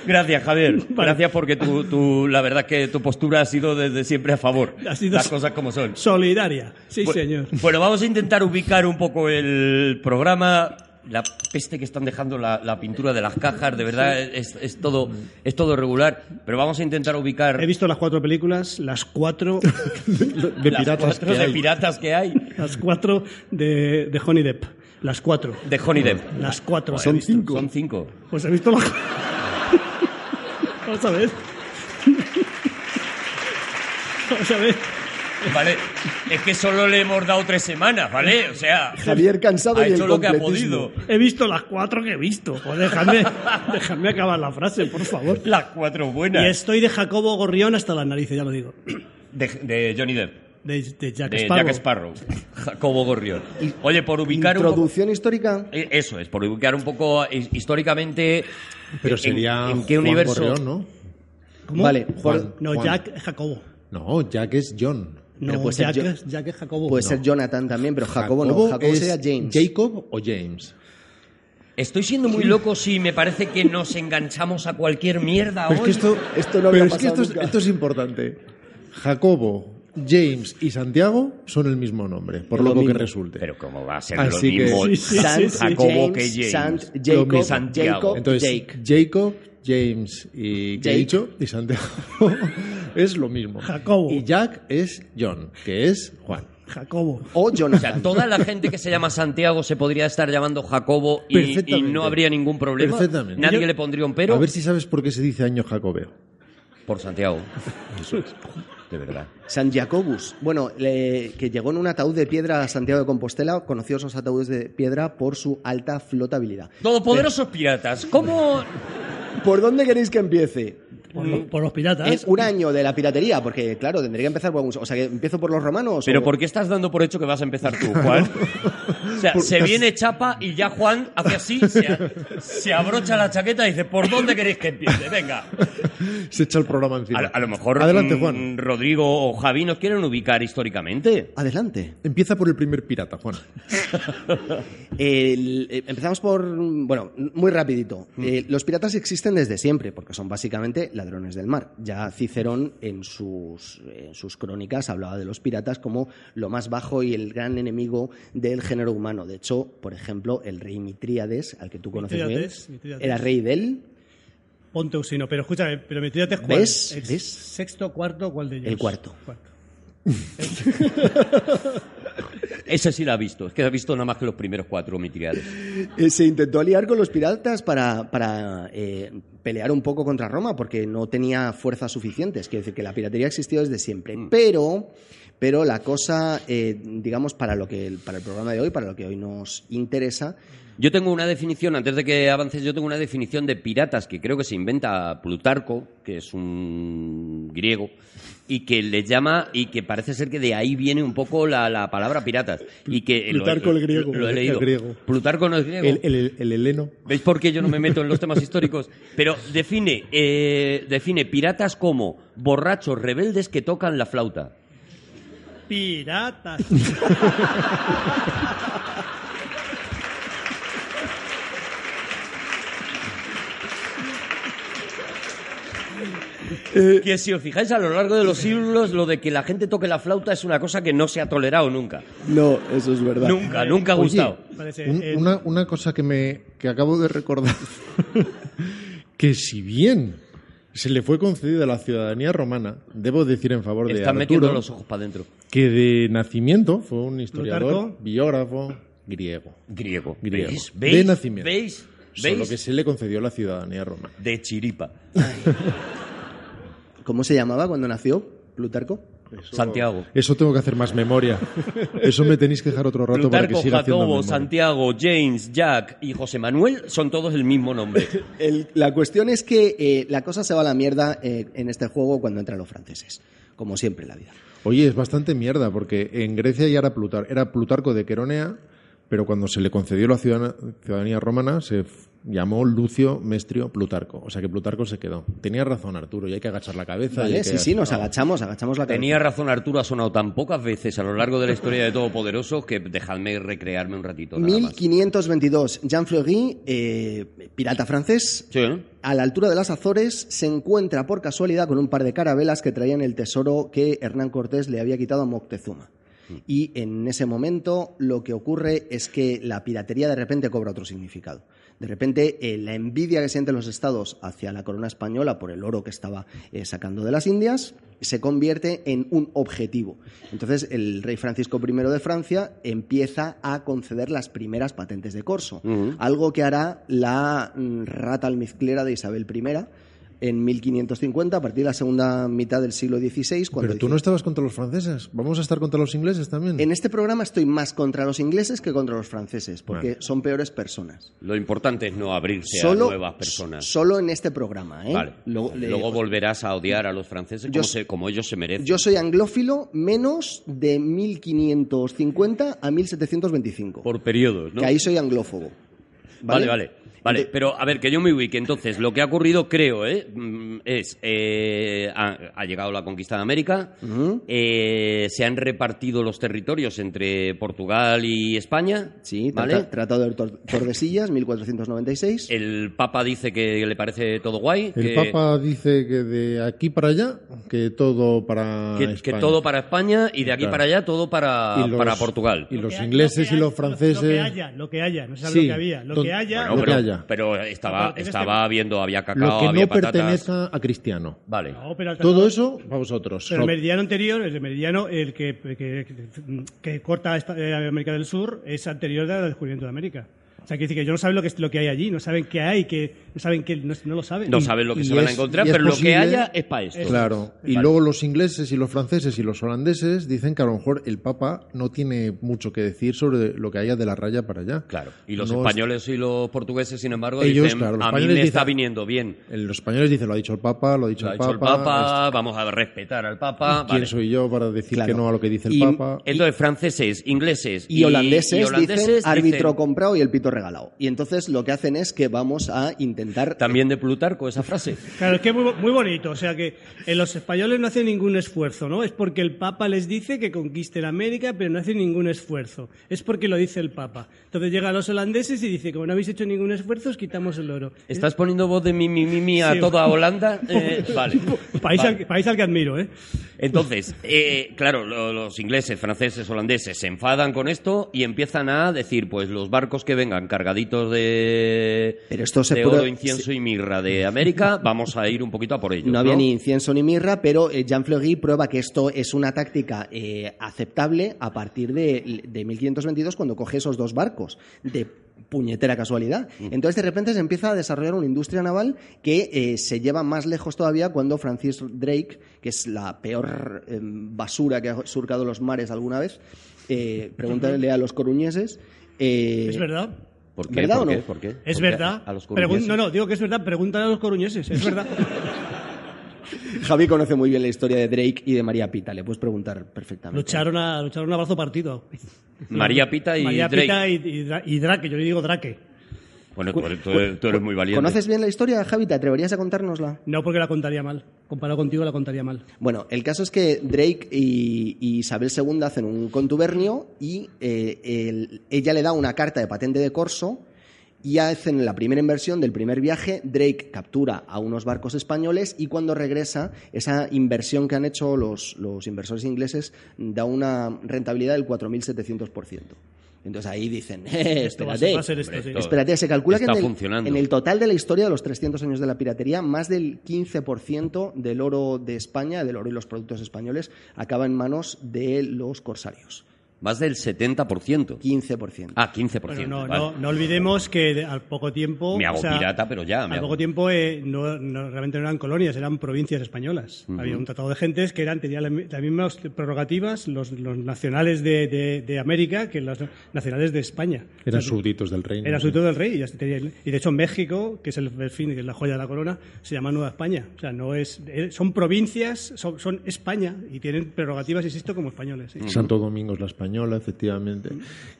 [SPEAKER 6] Gracias, Javier.
[SPEAKER 2] Vale.
[SPEAKER 6] Gracias porque tú, tú- la verdad que tu postura ha sido desde siempre a favor.
[SPEAKER 2] Ha sido-
[SPEAKER 6] Las cosas como son.
[SPEAKER 2] Solidaria, sí,
[SPEAKER 6] Bu-
[SPEAKER 2] señor.
[SPEAKER 6] Bueno, vamos a intentar ubicar un poco el programa. La peste que están dejando la, la pintura de las cajas, de verdad, es, es todo, es todo regular. Pero vamos a intentar ubicar
[SPEAKER 2] He visto las cuatro películas, las cuatro,
[SPEAKER 4] De
[SPEAKER 6] las
[SPEAKER 4] piratas
[SPEAKER 6] cuatro
[SPEAKER 4] que
[SPEAKER 6] de
[SPEAKER 4] hay.
[SPEAKER 6] piratas que hay.
[SPEAKER 2] las cuatro de, de Honey Depp, las cuatro,
[SPEAKER 6] De Johnny Depp.
[SPEAKER 2] las cuatro. he
[SPEAKER 4] Son
[SPEAKER 2] visto.
[SPEAKER 4] cinco.
[SPEAKER 6] Pues Son cinco.
[SPEAKER 2] Pues he visto las... Vamos a ver. Vamos a ver.
[SPEAKER 6] Vale. Es que solo le hemos dado tres semanas, ¿vale? O sea,
[SPEAKER 3] Javier cansado
[SPEAKER 6] ha
[SPEAKER 3] y el
[SPEAKER 6] hecho lo que ha
[SPEAKER 3] completismo.
[SPEAKER 6] podido.
[SPEAKER 2] He visto las cuatro que he visto. Joder, déjame, déjame acabar la frase, por favor.
[SPEAKER 6] Las cuatro
[SPEAKER 2] Y
[SPEAKER 6] buenas.
[SPEAKER 2] estoy de Jacobo Gorrión hasta las narices, ya lo digo.
[SPEAKER 6] De, de Johnny Depp.
[SPEAKER 2] de, de Jack
[SPEAKER 6] de
[SPEAKER 2] Sparrow.
[SPEAKER 6] Jack Sparrow, Jacobo Gorrión. Oye, por ubicar un poco-
[SPEAKER 3] Introducción histórica.
[SPEAKER 6] Eh, Eso es, por ubicar un poco eh, históricamente eh,
[SPEAKER 4] Pero
[SPEAKER 6] en-
[SPEAKER 4] sería
[SPEAKER 6] en, qué
[SPEAKER 4] Juan
[SPEAKER 6] universo.
[SPEAKER 4] Correón, ¿no?
[SPEAKER 2] ¿Cómo?
[SPEAKER 3] Vale,
[SPEAKER 4] Juan.
[SPEAKER 2] No,
[SPEAKER 4] Juan.
[SPEAKER 2] Jack es Jacobo.
[SPEAKER 4] No, Jack es John.
[SPEAKER 3] Pero
[SPEAKER 2] No,
[SPEAKER 3] puede ser
[SPEAKER 2] Jack,
[SPEAKER 3] yo-
[SPEAKER 2] es, Jack es Jacobo.
[SPEAKER 3] Puede
[SPEAKER 2] No.
[SPEAKER 3] ser Jonathan también, pero Jacobo, no. Jacobo
[SPEAKER 4] es
[SPEAKER 3] sería James.
[SPEAKER 4] Jacob o James.
[SPEAKER 6] Estoy siendo muy loco si me parece que nos enganchamos a cualquier mierda
[SPEAKER 4] Pero es
[SPEAKER 6] hoy.
[SPEAKER 4] que esto,
[SPEAKER 3] Esto no había
[SPEAKER 4] pero es que
[SPEAKER 3] pasado
[SPEAKER 4] esto, es-
[SPEAKER 3] nunca.
[SPEAKER 4] esto es importante. Jacobo, James y Santiago son el mismo nombre, por
[SPEAKER 3] Es lo
[SPEAKER 4] lo que
[SPEAKER 3] mismo.
[SPEAKER 4] resulte.
[SPEAKER 6] Pero cómo va a ser
[SPEAKER 4] Así
[SPEAKER 6] lo
[SPEAKER 4] que-
[SPEAKER 6] mismo
[SPEAKER 2] Sí, sí,
[SPEAKER 6] San
[SPEAKER 2] sí, sí.
[SPEAKER 6] Jacobo
[SPEAKER 3] James,
[SPEAKER 6] que
[SPEAKER 3] Sant,
[SPEAKER 6] James.
[SPEAKER 3] Jacob,
[SPEAKER 6] que Santiago.
[SPEAKER 3] Jacob,
[SPEAKER 4] Entonces,
[SPEAKER 3] Jake.
[SPEAKER 4] Jacob, James y ¿qué he
[SPEAKER 3] Jake.
[SPEAKER 4] dicho? y Santiago es lo mismo.
[SPEAKER 2] Jacobo.
[SPEAKER 4] Y Jack es John, que es Juan.
[SPEAKER 2] Jacobo.
[SPEAKER 3] O
[SPEAKER 6] O sea,
[SPEAKER 3] Jonathan.
[SPEAKER 6] toda la gente que se llama Santiago se podría estar llamando Jacobo y- y,
[SPEAKER 4] Perfectamente.
[SPEAKER 6] no habría ningún problema.
[SPEAKER 4] Perfectamente.
[SPEAKER 6] Nadie
[SPEAKER 4] Yo-
[SPEAKER 6] le pondría un pero
[SPEAKER 4] A ver si sabes por qué se dice año jacobeo.
[SPEAKER 6] por Santiago. De verdad.
[SPEAKER 3] San Jacobus. Bueno, le- que llegó en un ataúd de piedra a Santiago de Compostela, conocidos los ataúdes de piedra por su alta flotabilidad.
[SPEAKER 6] Todopoderosos piratas, ¿cómo
[SPEAKER 3] ¿Por dónde queréis que empiece?
[SPEAKER 2] Por, lo- por los piratas.
[SPEAKER 3] Mm. Es un año de la piratería, porque claro, tendría que empezar por algún- O sea, que empiezo por los romanos.
[SPEAKER 6] Pero
[SPEAKER 3] o-
[SPEAKER 6] ¿por qué estás dando por hecho que vas a empezar tú, Juan? O sea, se viene chapa y ya Juan hace así, se, a- se abrocha la chaqueta y dice, ¿por dónde queréis que empiece? Venga.
[SPEAKER 4] Se echa el programa
[SPEAKER 6] A,
[SPEAKER 4] encima.
[SPEAKER 6] lo- a lo mejor
[SPEAKER 4] Adelante,
[SPEAKER 6] mm,
[SPEAKER 4] Juan.
[SPEAKER 6] Rodrigo o Javi nos quieren ubicar históricamente.
[SPEAKER 3] Adelante.
[SPEAKER 4] Empieza por el primer pirata, Juan.
[SPEAKER 3] El- eh, empezamos por, bueno, muy rapidito.
[SPEAKER 6] Mm.
[SPEAKER 3] Eh, los piratas existen desde siempre, porque son básicamente ladrones del mar. Ya Cicerón en sus, en sus crónicas hablaba de los piratas como lo más bajo y el gran enemigo del género humano. De hecho, por ejemplo, el rey Mitríades, al que tú conoces
[SPEAKER 2] Mitrídates,
[SPEAKER 3] bien,
[SPEAKER 2] Mitrídates.
[SPEAKER 3] era rey del
[SPEAKER 2] Ponte Usino. Pero escúchame, pero mi tía te cuál.
[SPEAKER 3] ¿Ves?
[SPEAKER 2] ¿El
[SPEAKER 3] ¿Ves?
[SPEAKER 2] ¿Sexto, cuarto, cuál de ellos?
[SPEAKER 3] El cuarto.
[SPEAKER 6] Ese sí la ha visto, es que ha visto nada más que los primeros cuatro mitiriales.
[SPEAKER 3] Eh, se intentó aliar con los piratas para, para, eh, pelear un poco contra Roma porque no tenía fuerzas suficientes. Quiere decir que la piratería ha existido desde siempre. Pero, pero la cosa, eh, digamos, para, lo que, el- para el programa de hoy, para lo que hoy nos interesa,
[SPEAKER 6] Yo tengo una definición, antes de que avances, yo tengo una definición de piratas que creo que se inventa Plutarco, que es un griego, y que le llama, y que parece ser que de ahí viene un poco la, la palabra piratas. Y que lo-
[SPEAKER 4] Plutarco el griego,
[SPEAKER 6] Lo he
[SPEAKER 4] el
[SPEAKER 6] leído.
[SPEAKER 4] griego.
[SPEAKER 6] Plutarco no es griego.
[SPEAKER 4] El, el- el heleno.
[SPEAKER 6] ¿Veis por qué yo no me meto en los temas históricos? Pero define, eh, define piratas como borrachos rebeldes que tocan la flauta.
[SPEAKER 2] Piratas.
[SPEAKER 6] Que si os fijáis a lo largo de los siglos, lo de que la gente toque la flauta es una cosa que no se ha tolerado nunca.
[SPEAKER 3] no, eso es verdad.
[SPEAKER 6] Nunca, nunca ha
[SPEAKER 4] Oye,
[SPEAKER 6] gustado.
[SPEAKER 2] Parece,
[SPEAKER 4] Un-
[SPEAKER 2] eh,
[SPEAKER 4] una, una cosa que me que acabo de recordar que si bien se le fue concedida la ciudadanía romana, debo decir en favor de
[SPEAKER 6] Están metiendo
[SPEAKER 4] Arturo
[SPEAKER 6] los ojos para adentro.
[SPEAKER 4] que de nacimiento fue un historiador,
[SPEAKER 2] Plutarco.
[SPEAKER 4] biógrafo griego.
[SPEAKER 6] Griego.
[SPEAKER 4] Griego.
[SPEAKER 6] ¿Veis?
[SPEAKER 4] De
[SPEAKER 6] ¿Veis?
[SPEAKER 4] nacimiento.
[SPEAKER 6] ¿Veis?
[SPEAKER 4] Solo
[SPEAKER 6] ¿Veis?
[SPEAKER 4] que se le concedió la ciudadanía romana.
[SPEAKER 6] De chiripa.
[SPEAKER 3] ¿Cómo se llamaba cuando nació Plutarco?
[SPEAKER 6] Santiago.
[SPEAKER 4] Eso tengo que hacer más memoria. Eso me tenéis que dejar otro rato para que
[SPEAKER 6] Plutarco,
[SPEAKER 4] siga haciendo
[SPEAKER 6] Jacobo,
[SPEAKER 4] memoria.
[SPEAKER 6] Santiago, James, Jack y José Manuel son todos el mismo nombre.
[SPEAKER 3] El- la cuestión es que eh, la cosa se va a la mierda eh, en este juego cuando entran los franceses, como siempre en la vida.
[SPEAKER 4] Oye, es bastante mierda, porque en Grecia ya era, Plutar era Plutarco de Queronea, pero cuando se le concedió la ciudadana- ciudadanía romana se f- llamó Lucio Mestrio Plutarco. O sea que Plutarco se quedó. Tenía razón Arturo, y hay que agachar la cabeza. y hay
[SPEAKER 3] ¿Vale?
[SPEAKER 4] que-
[SPEAKER 3] Sí, sí, nos agachamos, agachamos la cabeza.
[SPEAKER 6] Tenía razón Arturo, ha sonado tan pocas veces a lo largo de la historia de Todopoderosos que dejadme recrearme un ratito. Nada más.
[SPEAKER 3] 1522, Jean Fleury, eh, pirata francés,
[SPEAKER 6] Sí, ¿eh? ¿no?
[SPEAKER 3] a la altura de las Azores, se encuentra por casualidad con un par de carabelas que traían el tesoro que Hernán Cortés le había quitado a Moctezuma.
[SPEAKER 4] Mm.
[SPEAKER 3] Y en ese momento lo que ocurre es que la piratería de repente cobra otro significado. De repente eh, la envidia que sienten los estados hacia la corona española por el oro que estaba eh, sacando de las Indias se convierte en un objetivo. Entonces el rey Francisco I de Francia empieza a conceder las primeras patentes de corso,
[SPEAKER 6] Ujú.
[SPEAKER 3] algo que hará la mm, rata almizclera de Isabel I en 1550, a partir de la segunda mitad del siglo XVI. Cuando
[SPEAKER 4] Pero tú
[SPEAKER 3] dicen-
[SPEAKER 4] no estabas contra los franceses. Vamos a estar contra los ingleses
[SPEAKER 6] Mm.
[SPEAKER 4] también.
[SPEAKER 3] En este programa estoy más contra los ingleses que contra los franceses, porque
[SPEAKER 4] Bueno.
[SPEAKER 3] son peores personas.
[SPEAKER 6] Lo importante es no abrirse a nuevas personas.
[SPEAKER 3] Solo en este programa, ¿eh?
[SPEAKER 6] Vale.
[SPEAKER 3] Luego-
[SPEAKER 6] Luego,
[SPEAKER 3] le-
[SPEAKER 6] volverás a odiar a los franceses como,
[SPEAKER 3] Yo s-
[SPEAKER 6] se- como ellos se merecen.
[SPEAKER 3] yo soy anglófilo menos de 1550 a 1725.
[SPEAKER 6] por periodos, ¿no?
[SPEAKER 3] Que ahí soy anglófobo.
[SPEAKER 6] Vale, vale. Vale,
[SPEAKER 3] De-
[SPEAKER 6] pero a ver, que yo me ubique. Entonces, lo que ha ocurrido, creo, ¿eh? Mm, es. eh, ha, ha llegado la conquista de América,
[SPEAKER 3] Ujú.
[SPEAKER 6] eh, se han repartido los territorios entre Portugal y España.
[SPEAKER 3] Sí,
[SPEAKER 6] ¿vale? Eh,
[SPEAKER 3] trata- Tratado de Tor- Tordesillas, 1496.
[SPEAKER 6] El Papa dice que le parece todo guay.
[SPEAKER 4] El
[SPEAKER 6] que,
[SPEAKER 4] Papa dice que de aquí para allá, que todo para
[SPEAKER 6] que- que
[SPEAKER 4] España.
[SPEAKER 6] todo para España y de aquí
[SPEAKER 4] Claro.
[SPEAKER 6] para allá todo para,
[SPEAKER 4] Y los-
[SPEAKER 6] para Portugal.
[SPEAKER 4] y
[SPEAKER 2] Lo
[SPEAKER 4] los
[SPEAKER 2] que hay-
[SPEAKER 4] ingleses
[SPEAKER 2] lo que
[SPEAKER 4] y
[SPEAKER 2] hay-
[SPEAKER 4] los franceses.
[SPEAKER 2] Lo que haya, lo que haya, no sabes
[SPEAKER 4] Sí,
[SPEAKER 2] lo que había. Lo
[SPEAKER 4] don-
[SPEAKER 2] que haya.
[SPEAKER 6] Bueno,
[SPEAKER 4] Lo que
[SPEAKER 6] pero,
[SPEAKER 4] haya.
[SPEAKER 6] pero estaba,
[SPEAKER 2] Pero tienes
[SPEAKER 6] estaba habiendo, había cacao,
[SPEAKER 4] Lo que
[SPEAKER 6] había
[SPEAKER 4] no
[SPEAKER 6] patatas.
[SPEAKER 4] pertenezca a cristiano.
[SPEAKER 6] Vale.
[SPEAKER 2] No, pero al tratado-
[SPEAKER 4] Todo eso para vosotros.
[SPEAKER 2] Pero
[SPEAKER 4] Lo-
[SPEAKER 2] el meridiano anterior, el de meridiano, el que, que, que corta esta- eh, América del Sur, es anterior al descubrimiento de América. O sea, quiere decir que ellos no saben lo que, es- lo que hay allí, no saben qué hay, que no saben que no, no lo saben.
[SPEAKER 6] No saben lo que
[SPEAKER 4] y
[SPEAKER 6] se van a
[SPEAKER 4] es-
[SPEAKER 6] encontrar,
[SPEAKER 4] y es
[SPEAKER 6] pero lo
[SPEAKER 4] posible-
[SPEAKER 6] que haya es para esto.
[SPEAKER 4] Claro. Y
[SPEAKER 6] Vale.
[SPEAKER 4] luego los ingleses y los franceses y los holandeses dicen que a lo mejor el Papa no tiene mucho que decir sobre lo que haya de la raya para allá.
[SPEAKER 6] Claro. Y los
[SPEAKER 4] No es-
[SPEAKER 6] españoles y los portugueses, sin embargo,
[SPEAKER 4] Ellos,
[SPEAKER 6] dicen,
[SPEAKER 4] claro, los
[SPEAKER 6] a mí me
[SPEAKER 4] españoles dicen-
[SPEAKER 6] está viniendo bien.
[SPEAKER 4] eh, Los españoles dicen, lo ha dicho el Papa, lo ha dicho,
[SPEAKER 6] Lo ha
[SPEAKER 4] el,
[SPEAKER 6] dicho
[SPEAKER 4] Papa, este".
[SPEAKER 6] el Papa, vamos a respetar al Papa.
[SPEAKER 4] ¿Quién
[SPEAKER 6] vale.
[SPEAKER 4] soy yo para decir
[SPEAKER 3] Claro.
[SPEAKER 4] que no a lo que dice el
[SPEAKER 3] Y-
[SPEAKER 4] Papa?
[SPEAKER 6] Entonces, franceses, ingleses
[SPEAKER 3] y holandeses,
[SPEAKER 6] y
[SPEAKER 3] dicen
[SPEAKER 6] holandeses
[SPEAKER 3] árbitro
[SPEAKER 6] dicen-
[SPEAKER 3] comprado y el pito regalado. Y entonces lo que hacen es que vamos a intentar.
[SPEAKER 6] También de Plutarco, esa frase.
[SPEAKER 2] Claro, es que es muy, muy bonito. O sea, que eh, los españoles no hacen ningún esfuerzo, ¿no? Es porque el Papa les dice que conquisten América, pero no hacen ningún esfuerzo. Es porque lo dice el Papa. Entonces llegan los holandeses y dice, como no habéis hecho ningún esfuerzo, os quitamos el oro.
[SPEAKER 6] ¿Estás poniendo voz de mi, mi, mi, mi a
[SPEAKER 2] Sí.
[SPEAKER 6] toda Holanda? Eh, vale.
[SPEAKER 2] País,
[SPEAKER 6] Vale.
[SPEAKER 2] al, país al que admiro, ¿eh?
[SPEAKER 6] Entonces, eh, claro, lo- los ingleses, franceses, holandeses se enfadan con esto y empiezan a decir, pues los barcos que vengan cargaditos de,
[SPEAKER 3] Pero esto se
[SPEAKER 6] de
[SPEAKER 3] puede-
[SPEAKER 6] oro, incienso y mirra de América, vamos a ir un poquito a por ellos.
[SPEAKER 3] No había
[SPEAKER 6] ¿no?
[SPEAKER 3] ni incienso ni mirra, pero eh, Jean Fleury prueba que esto es una táctica eh, aceptable a partir de, de 1522 cuando coge esos dos barcos de puñetera casualidad. Entonces de repente se empieza a desarrollar una industria naval que eh, se lleva más lejos todavía cuando Francis Drake, que es la peor eh, basura que ha surcado los mares alguna vez, eh, pregúntale a los coruñeses. eh,
[SPEAKER 2] Es verdad.
[SPEAKER 6] ¿Por qué?
[SPEAKER 3] ¿Verdad
[SPEAKER 6] ¿Por
[SPEAKER 3] o
[SPEAKER 6] qué?
[SPEAKER 3] no?
[SPEAKER 6] ¿Por qué?
[SPEAKER 2] Es
[SPEAKER 6] ¿Por qué?
[SPEAKER 2] verdad.
[SPEAKER 6] A los
[SPEAKER 2] Pregun-
[SPEAKER 6] coruñeses.
[SPEAKER 2] no, no, digo que es verdad. Pregúntale a los coruñeses, es verdad.
[SPEAKER 3] Javi conoce muy bien la historia de Drake y de María Pita, le puedes preguntar perfectamente.
[SPEAKER 2] lucharon, a, lucharon a brazo partido.
[SPEAKER 6] María Pita y
[SPEAKER 2] María
[SPEAKER 6] Drake.
[SPEAKER 2] Pita y, y Dra- y Drake, yo le digo Drake.
[SPEAKER 6] Bueno, tú, tú- tú eres muy valiente.
[SPEAKER 3] ¿Conoces bien la historia, Javi? ¿Te atreverías a contárnosla?
[SPEAKER 2] No, porque la contaría mal. Comparado contigo, la contaría mal.
[SPEAKER 3] Bueno, el caso es que Drake y, y Isabel II hacen un contubernio y eh, el- ella le da una carta de patente de corso y hacen la primera inversión del primer viaje. Drake captura a unos barcos españoles y cuando regresa, esa inversión que han hecho los, los inversores ingleses da una rentabilidad del 4.700%. Entonces ahí dicen, "Eh,
[SPEAKER 2] Esto va a
[SPEAKER 3] espérate,
[SPEAKER 2] ser- va a ser esto,
[SPEAKER 6] Hombre,
[SPEAKER 2] sí.
[SPEAKER 6] esto-
[SPEAKER 3] Espérate, se calcula que
[SPEAKER 6] Está
[SPEAKER 3] en el,
[SPEAKER 6] funcionando.
[SPEAKER 3] en el total de la historia de los 300 años de la piratería, más del 15% del oro de España, del oro y los productos españoles, acaba en manos de los corsarios.
[SPEAKER 6] Más del 70%.
[SPEAKER 3] 15%.
[SPEAKER 6] Ah, 15%.
[SPEAKER 2] Bueno, no,
[SPEAKER 6] vale.
[SPEAKER 2] no, no olvidemos que de- al poco tiempo.
[SPEAKER 6] Me hago
[SPEAKER 2] o sea,
[SPEAKER 6] pirata, pero ya. me
[SPEAKER 2] Al
[SPEAKER 6] hago-
[SPEAKER 2] poco tiempo eh, no, no- realmente no eran colonias, eran provincias españolas. Había un tratado de gentes que eran, tenían la mi- las mismas prerrogativas los, los nacionales de, de- de América que los nacionales de España.
[SPEAKER 4] Eran
[SPEAKER 2] O sea,
[SPEAKER 4] súbditos del reino.
[SPEAKER 2] Era
[SPEAKER 4] sí.
[SPEAKER 2] asunto del rey y, ya se tenía- y de hecho México, que es el el fin, que es la joya de la corona, se llama Nueva España. O sea, no es, eh, son provincias, son, son España y tienen prerrogativas, insisto, como españoles. sí.
[SPEAKER 4] Santo Domingo es la española, efectivamente.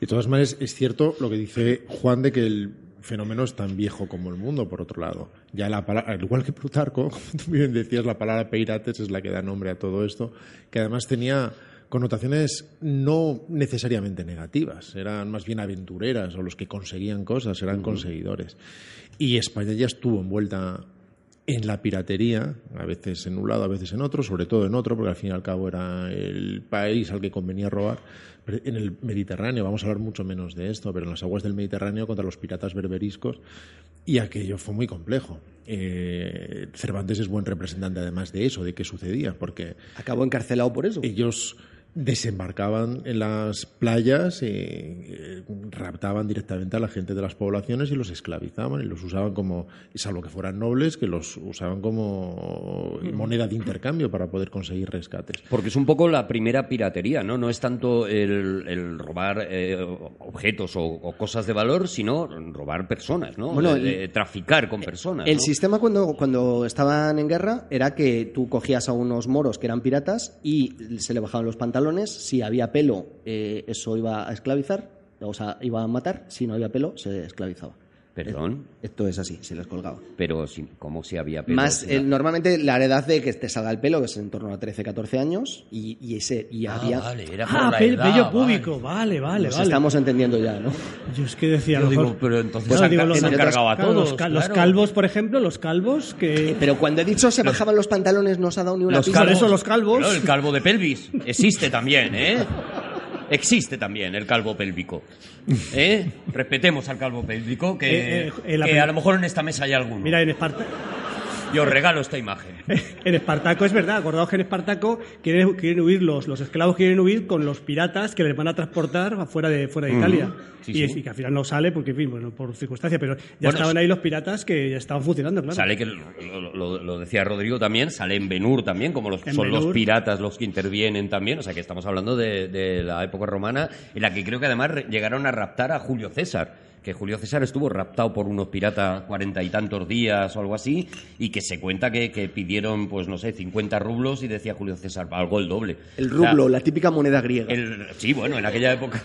[SPEAKER 4] Y de todas maneras, es cierto lo que dice Juan de que el fenómeno es tan viejo como el mundo, por otro lado. Ya la palabra, al igual que Plutarco, tú bien decías, la palabra peirates es la que da nombre a todo esto, que además tenía connotaciones no necesariamente negativas, eran más bien aventureras o los que conseguían cosas, eran conseguidores. Y España ya estuvo envuelta en la piratería, a veces en un lado, a veces en otro, sobre todo en otro, porque al fin y al cabo era el país al que convenía robar. Pero en el Mediterráneo, vamos a hablar mucho menos de esto, pero en las aguas del Mediterráneo contra los piratas berberiscos, y aquello fue muy complejo. Eh, Cervantes es buen representante además de eso, de qué sucedía, porque
[SPEAKER 3] Acabó encarcelado por eso.
[SPEAKER 4] ellos desembarcaban en las playas, eh, eh, raptaban directamente a la gente de las poblaciones y los esclavizaban y los usaban como, salvo que fueran nobles, que los usaban como moneda de intercambio para poder conseguir rescates.
[SPEAKER 6] Porque es un poco la primera piratería, ¿no? No es tanto el, el robar eh, objetos o, o cosas de valor, sino robar personas, ¿no?
[SPEAKER 3] Bueno,
[SPEAKER 6] Eh,
[SPEAKER 3] y-
[SPEAKER 6] eh, traficar con personas.
[SPEAKER 3] El
[SPEAKER 6] ¿no?
[SPEAKER 3] sistema cuando, cuando estaban en guerra era que tú cogías a unos moros que eran piratas y se le bajaban los pantalones. Si había pelo, eh, eso iba a esclavizar, o sea, iba a matar. Si no había pelo, se esclavizaba.
[SPEAKER 6] Perdón,
[SPEAKER 3] Esto es así, se les colgaba.
[SPEAKER 6] pero si- ¿cómo se había pedido?
[SPEAKER 3] Más, eh, normalmente la edad de que te salga el pelo, que es en torno a 13, 14 años, y, y ese, y había...
[SPEAKER 6] vale, era por
[SPEAKER 2] Ah,
[SPEAKER 6] la
[SPEAKER 2] pe-
[SPEAKER 6] edad,
[SPEAKER 2] bello
[SPEAKER 6] vale.
[SPEAKER 2] público. Vale, Ah, vale,
[SPEAKER 3] Nos
[SPEAKER 2] vale.
[SPEAKER 3] estamos entendiendo ya, ¿no?
[SPEAKER 2] Yo es que decía, a lo
[SPEAKER 6] Yo digo,
[SPEAKER 2] mejor-
[SPEAKER 6] pero entonces
[SPEAKER 2] Claro,
[SPEAKER 6] se han
[SPEAKER 2] digo,
[SPEAKER 6] ca-
[SPEAKER 2] los-
[SPEAKER 6] se han cargado a
[SPEAKER 2] claro,
[SPEAKER 6] todos,
[SPEAKER 2] Los, ca- los
[SPEAKER 6] claro.
[SPEAKER 2] calvos, por ejemplo, los calvos que...
[SPEAKER 3] Eh, Pero cuando he dicho se bajaban los pantalones, no os ha dado ni una pista.
[SPEAKER 2] calvos. eso los calvos.
[SPEAKER 6] Claro, el calvo de pelvis. Existe también, ¿eh? Existe también el calvo pélvico. ¿Eh? Respetemos al calvo pélvico, que,
[SPEAKER 2] Eh, eh, eh, la
[SPEAKER 6] que
[SPEAKER 2] prim-
[SPEAKER 6] a lo mejor en esta mesa hay alguno.
[SPEAKER 2] Mira, en Esparta...
[SPEAKER 6] Yo os regalo esta imagen.
[SPEAKER 2] En Espartaco es verdad, acordaos que en Espartaco quieren, quieren huir los, los esclavos quieren huir con los piratas que les van a transportar fuera de fuera de Italia.
[SPEAKER 6] Sí,
[SPEAKER 2] y,
[SPEAKER 6] sí.
[SPEAKER 2] y que al final no sale porque, en fin, bueno, por circunstancias, pero ya
[SPEAKER 6] Bueno,
[SPEAKER 2] estaban
[SPEAKER 6] sí.
[SPEAKER 2] ahí los piratas que ya estaban funcionando, claro.
[SPEAKER 6] Sale que lo, lo- lo- lo decía Rodrigo también, sale en Benur también, como los,
[SPEAKER 2] En
[SPEAKER 6] son los
[SPEAKER 2] Ben-Hur.
[SPEAKER 6] piratas los que intervienen también. O sea que estamos hablando de, de la época romana, en la que creo que además re- llegaron a raptar a Julio César. Que Julio César estuvo raptado por unos piratas cuarenta y tantos días o algo así, y que se cuenta que, que pidieron, pues no sé, 50 rublos y decía Julio César, algo el doble.
[SPEAKER 3] El
[SPEAKER 6] O sea,
[SPEAKER 3] rublo, la típica moneda griega.
[SPEAKER 6] el- sí, bueno, en aquella época.